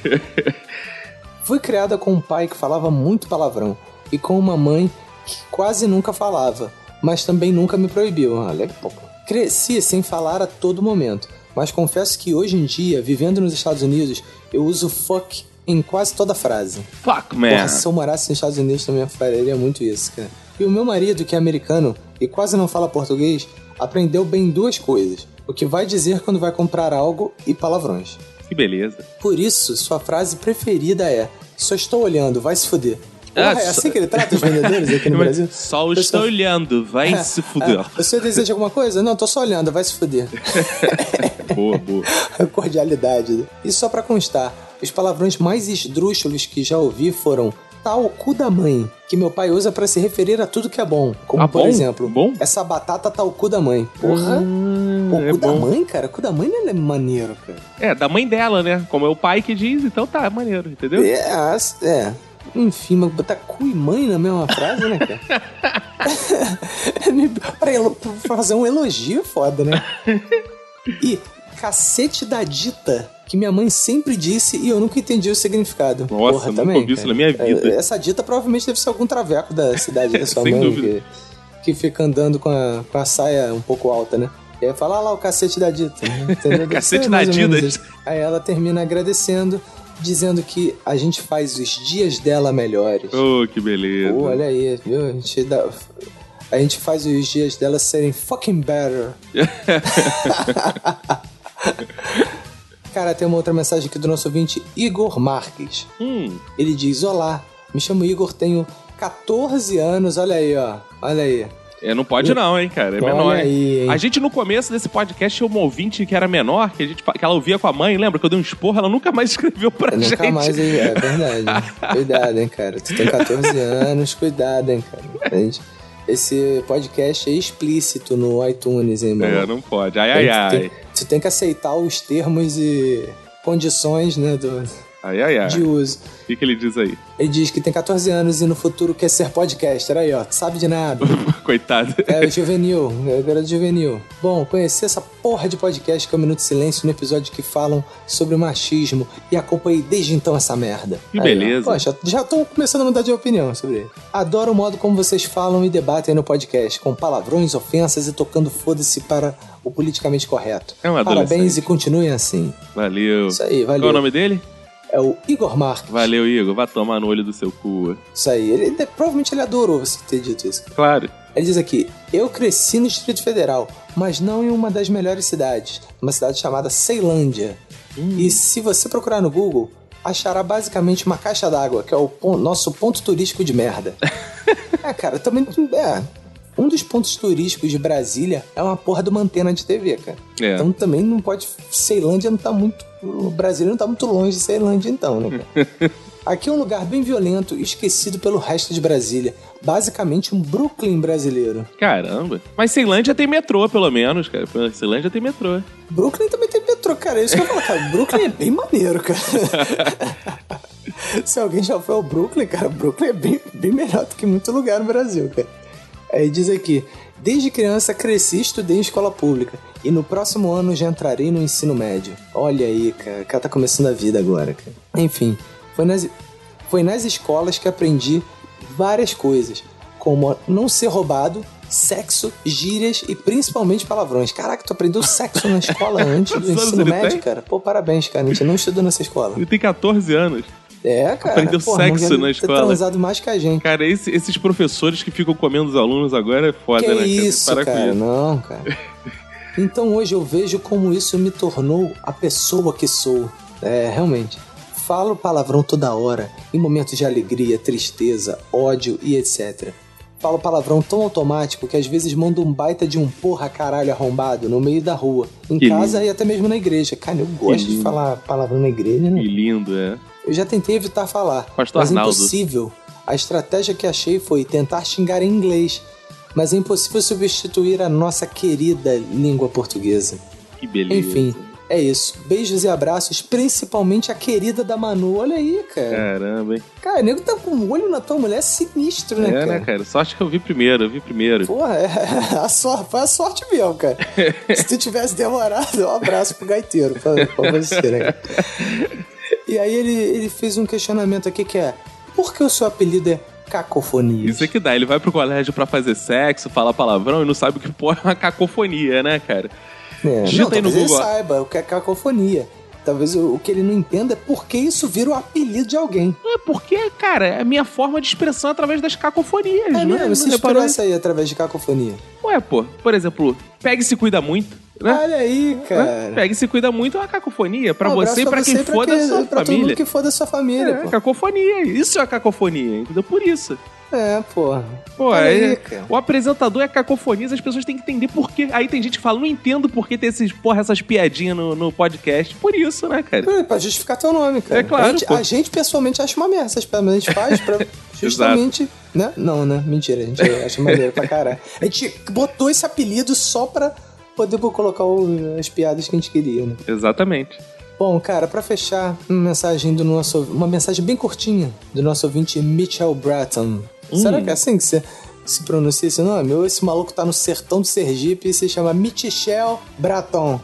S1: <laughs>
S15: Fui criada com um pai que falava muito palavrão e com uma mãe que quase nunca falava, mas também nunca me proibiu. Ah, legal. Cresci sem falar a todo momento, mas confesso que hoje em dia, vivendo nos Estados Unidos, eu uso fuck em quase toda frase.
S1: Fuck, man.
S15: Porra, se eu morasse nos Estados Unidos também eu faria muito isso, cara. E o meu marido, que é americano e quase não fala português, aprendeu bem duas coisas. O que vai dizer quando vai comprar algo e palavrões.
S1: Que beleza.
S15: Por isso, sua frase preferida é: Só estou olhando, vai se fuder. Porra, é
S1: Ah, só-
S15: assim que ele trata os vendedores aqui
S1: <laughs>
S15: no Brasil?
S1: Só estou olhando, vai
S15: <laughs> É,
S1: se fuder.
S15: é. Você deseja alguma coisa? Não, tô só olhando, vai se fuder.
S1: Boa, boa.
S15: <laughs> Cordialidade. né? E só pra constar, os palavrões mais esdrúxulos que já ouvi foram tal cu da mãe, que meu pai usa pra se referir a tudo que é bom. Como,
S1: Ah,
S15: por
S1: bom? Hum,
S15: exemplo, essa batata tal cu da mãe. Porra! Pô, cu da mãe, cara? Cu da mãe não é maneiro, cara.
S1: É, da mãe dela, né? Como é o pai que diz, então tá, maneiro, entendeu?
S15: É, as- é. Enfim, mas botar cu e mãe na mesma frase, né, cara? <laughs> Me- pra, elo- pra fazer um elogio é foda, né? E cacete da dita, que minha mãe sempre disse e eu nunca entendi o significado.
S1: Nossa, nunca ouvi isso na minha vida.
S15: É, Essa dita provavelmente deve ser algum traveco da cidade
S1: <laughs>
S15: da sua
S1: Sem
S15: mãe.
S1: dúvida.
S15: Que, que fica andando com a, com a saia um pouco alta, né? E aí fala "Ah lá o cacete da dita.
S1: <laughs>
S15: né? Entendeu?
S1: Cacete
S15: É,
S1: da
S15: mais ou menos
S1: Adidas.
S15: isso. Aí ela termina agradecendo, dizendo que a gente faz os dias dela melhores.
S1: Oh, que beleza.
S15: Pô, olha aí, viu? A gente, dá- a gente faz os dias dela serem fucking better. Cara, tem uma outra mensagem aqui do nosso ouvinte, Igor Marques.
S1: Hum.
S15: Ele diz: Olá, me chamo Igor, tenho 14 anos, olha aí, ó. Olha aí.
S1: <laughs> É, não pode não, hein, cara. É
S15: Olha
S1: menor. hein?
S15: aí, hein?
S1: A gente, no começo desse podcast, tinha uma ouvinte que era menor, que, a gente, fa- que ela ouvia com a mãe, lembra? Que eu dei um esporro, ela nunca mais <laughs> escreveu pra gente.
S15: Nunca mais, hein? É verdade. cuidado, hein, cara. Tu tem 14 anos, cuidado, hein, cara. A gente- Esse podcast é explícito no iTunes, hein, mano.
S1: <laughs> É, não pode. Ai, ai,
S15: Tem-
S1: ai.
S15: tem- Tu tem que aceitar os termos e condições, né, do,
S1: Ai, ai, ai.
S15: de uso.
S1: O que, que ele diz aí?
S15: Ele diz que tem 14 anos e no futuro quer ser podcaster. Aí, ó, tu sabe de
S1: <laughs>
S15: nada.
S1: Coitado.
S15: <laughs> É, juvenil, é garoto juvenil. Bom, conheci essa porra de podcast que é o Minuto de Silêncio no episódio que falam sobre machismo e acompanhei desde então essa merda.
S1: Que
S15: Aí, ó,
S1: beleza.
S15: poxa, já tô começando a mudar de opinião sobre ele. Adoro o modo como vocês falam e debatem no podcast, com palavrões, ofensas e tocando foda-se para o politicamente correto.
S1: É um adolescente.
S15: Parabéns e continuem assim.
S1: Valeu. Isso
S15: aí, valeu.
S1: Qual é o nome dele?
S15: É o Igor Marques.
S1: Valeu, Igor. Vá tomar no olho do seu cu.
S15: Isso aí, ele, de- provavelmente ele adorou você ter dito isso.
S1: Claro.
S15: Ele diz aqui: Eu cresci no Distrito Federal, mas não em uma das melhores cidades, uma cidade chamada Ceilândia. E se você procurar no Google, achará basicamente uma caixa d'água, que é o pon- nosso ponto turístico de merda. é, cara, também. É, um dos pontos turísticos de Brasília é uma porra de uma antena de TV, cara.
S1: É.
S15: Então também não pode. Ceilândia não tá muito. Brasília não tá muito longe de Ceilândia, então, né, cara? Aqui é um lugar bem violento, esquecido pelo resto de Brasília. Basicamente um Brooklyn brasileiro.
S1: Caramba. Mas Ceilândia tem metrô, pelo menos, cara. Ceilândia tem metrô.
S15: Brooklyn também tem metrô, cara. É isso que eu falo, cara. Brooklyn é bem maneiro, cara. Se alguém já foi ao Brooklyn, cara, Brooklyn é bem, bem melhor do que muito lugar no Brasil, cara. Aí É, diz aqui: Desde criança cresci e estudei em escola pública. E no próximo ano já entrarei no ensino médio. Olha aí, cara. O cara tá começando a vida agora, cara. Enfim, foi nas, foi nas escolas que aprendi várias coisas, como não ser roubado, sexo, gírias e principalmente palavrões. Caraca, tu aprendeu sexo na escola
S1: <laughs>
S15: antes do
S1: Quantos anos
S15: ensino
S1: ele
S15: médio,
S1: tem?
S15: cara? Pô, parabéns, cara. A gente não estudou nessa escola.
S1: Ele tem 14 anos.
S15: É, cara.
S1: Aprendeu
S15: Pô,
S1: sexo
S15: deve
S1: na
S15: ter
S1: escola.
S15: tá transado mais que a gente.
S1: Cara, esse- esses professores que ficam comendo os alunos agora é foda,
S15: Que
S1: né?
S15: isso,
S1: Para
S15: cara,
S1: com isso. É,
S15: não, cara. Então hoje eu vejo como isso me tornou a pessoa que sou. É, realmente. Falo palavrão toda hora, em momentos de alegria, tristeza, ódio e etc. Falo palavrão tão automático que às vezes mando um baita de um porra caralho arrombado no meio da rua, em
S1: Que
S15: casa
S1: lindo.
S15: e até mesmo na igreja. Cara, eu gosto de
S1: lindo.
S15: falar palavrão na igreja, né?
S1: Que lindo, é.
S15: Eu já tentei evitar falar,
S1: Pastor
S15: mas é
S1: Arnaldo.
S15: impossível. A estratégia que achei foi tentar xingar em inglês, mas é impossível substituir a nossa querida língua portuguesa.
S1: Que beleza.
S15: Enfim, é isso. Beijos e abraços, principalmente a querida da Manu. Olha aí, cara.
S1: Caramba, hein?
S15: Cara, o nego tá com o olho na tua mulher sinistro, né,
S1: É,
S15: cara?
S1: né, cara? Sorte que eu vi primeiro, eu vi primeiro.
S15: Porra, é, <laughs> a sorte, foi a sorte mesmo, cara. Se tu tivesse demorado, um abraço pro gaiteiro, pra, pra você, né? cara? E aí ele, ele fez um questionamento aqui que é: por que o seu apelido é cacofonia?
S1: Isso é que dá. Ele vai pro colégio pra fazer sexo, falar palavrão e não sabe o que <laughs> porra é uma cacofonia, né, cara?
S15: É,
S1: Digita
S15: não,
S1: aí no
S15: talvez
S1: Google.
S15: ele saiba o que é cacofonia. Talvez o, o que ele não entenda é por que isso vira o apelido de alguém.
S1: É porque, cara, é a minha forma de expressão através das cacofonias,
S15: É,
S1: né?
S15: né? Você
S1: Não
S15: estourou
S1: reparou
S15: essa aí através de cacofonia.
S1: isso? Ué, pô. Por exemplo, pega e se cuida muito, né?
S15: Olha aí, cara.
S1: Pega e se cuida muito é uma cacofonia. Pra
S15: Um abraço
S1: você e pra quem
S15: você,
S1: for da
S15: quem-
S1: sua
S15: Pra todo
S1: família.
S15: mundo que for da sua família,
S1: É,
S15: pô.
S1: cacofonia. Isso é a cacofonia, entendeu? Por isso.
S15: É, porra.
S1: Pô,
S15: Olha
S1: aí,
S15: aí, cara.
S1: o apresentador é cacofonia, as pessoas têm que entender por quê. Aí tem gente que fala, não entendo por que tem esses, porra, essas piadinhas no, no podcast. Por isso, né, cara?
S15: É, pra justificar teu nome, cara.
S1: É claro,
S15: A gente,
S1: pô.
S15: a gente, pessoalmente acha uma merda essas piadas, mas a gente faz
S1: <laughs>
S15: pra justamente. né? Não, né? Mentira, a gente acha maneiro pra caralho. A gente botou esse apelido só pra poder colocar o- as piadas que a gente queria, né?
S1: Exatamente.
S15: Bom, cara, pra fechar, uma mensagem do nosso. Uma mensagem bem curtinha do nosso ouvinte Mitchell Bratton. Será que é assim que você se pronuncia esse nome? Ou esse maluco tá no sertão do Sergipe e se chama Mitchell Bratton?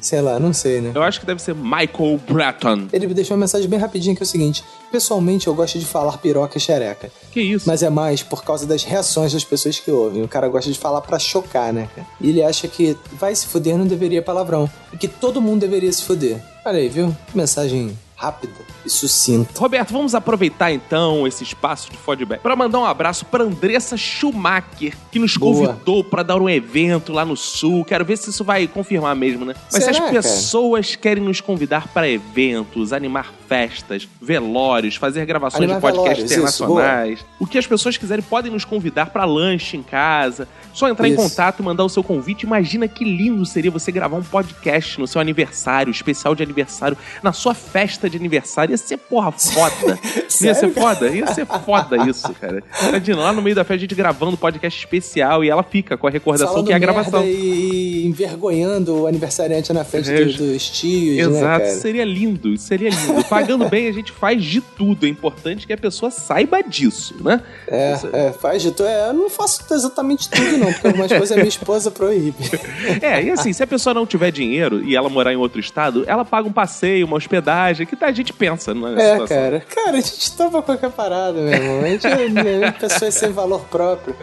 S15: Sei lá, não sei, né?
S1: Eu acho que deve ser Michael Bratton.
S15: Ele me deixou uma mensagem bem rapidinha que é o seguinte: Pessoalmente eu gosto de falar piroca e xereca.
S1: Que isso?
S15: Mas é mais por causa das reações das pessoas que ouvem. O cara gosta de falar pra chocar, né, cara? E ele acha que vai se fuder não deveria palavrão. E que todo mundo deveria se fuder. Olha aí, viu? Que Mensagem rápida e sucinta.
S1: Roberto, vamos aproveitar então esse espaço de feedback para mandar um abraço para Andressa Schumacher, que nos
S15: Boa.
S1: convidou para dar um evento lá no Sul. Quero ver se isso vai confirmar mesmo, né? Mas
S15: Será,
S1: se as
S15: cara?
S1: pessoas querem nos convidar para eventos, animar festas, velórios, fazer gravações
S15: Animar
S1: de podcasts
S15: velórios, isso, boa.
S1: internacionais, o que as pessoas quiserem podem nos convidar para lanche em casa. Só entrar em
S15: Isso.
S1: contato, mandar o seu convite. Imagina que lindo seria você gravar um podcast no seu aniversário, especial de aniversário, na sua festa de aniversário. Ia ser porra foda. Ia
S15: <laughs>
S1: ser
S15: Sério, cara?
S1: foda? Ia ser foda isso, cara. Imagina, lá no meio da festa a gente gravando podcast especial e ela fica com a recordação
S15: Falando
S1: que é a
S15: merda né,
S1: gravação.
S15: E envergonhando o aniversariante na frente dos, dos tios, né,
S1: Exato,
S15: cara?
S1: seria lindo, isso seria lindo. Pagando bem, a gente faz de tudo. É importante que a pessoa saiba disso, né?
S15: É, é, faz de tudo. É, eu não faço exatamente tudo, não, porque algumas coisas a
S1: <laughs>
S15: minha esposa proíbe.
S1: É, e assim, se a pessoa não tiver dinheiro e ela morar em outro estado, ela paga um passeio, uma hospedagem, que tá, a gente pensa na
S15: É,
S1: situação.
S15: cara. Cara, a gente toma qualquer parada, meu irmão. A gente é, é pessoa sem valor próprio.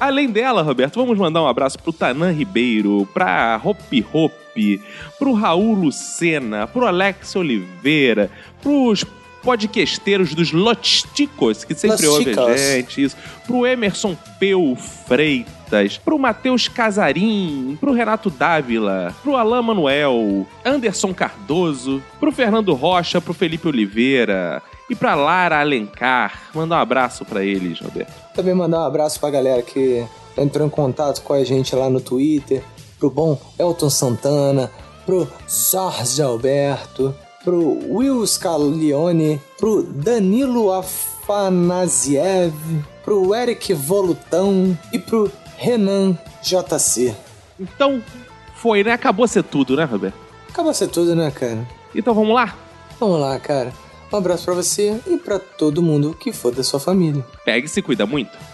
S1: Além dela, Roberto, vamos mandar um abraço pro Tanan Ribeiro, pra Hopi Hopi, pro Raul Lucena, pro Alex Oliveira, pros podcasteiros dos Loticos, que sempre
S15: Los
S1: ouvem a
S15: Chicos.
S1: gente, isso, pro Emerson Peu Freitas, pro Matheus Casarim, pro Renato Dávila, pro Alain Manuel, Anderson Cardoso, pro Fernando Rocha, pro Felipe Oliveira e pra Lara Alencar. Mandar um abraço pra eles, Roberto.
S15: Também mandar um abraço pra galera que entrou em contato com a gente lá no Twitter, pro bom Elton Santana, pro Jorge Alberto, pro Will Scalione, pro Danilo Afanasiev, pro Eric Volutão e pro Renan JC.
S1: Então, foi, né? Acabou ser tudo, né, Roberto?
S15: Acabou ser tudo, né, cara?
S1: Então vamos lá?
S15: Vamos lá, cara. Um abraço pra você e pra todo mundo que for da sua família.
S1: Pegue e se cuida muito.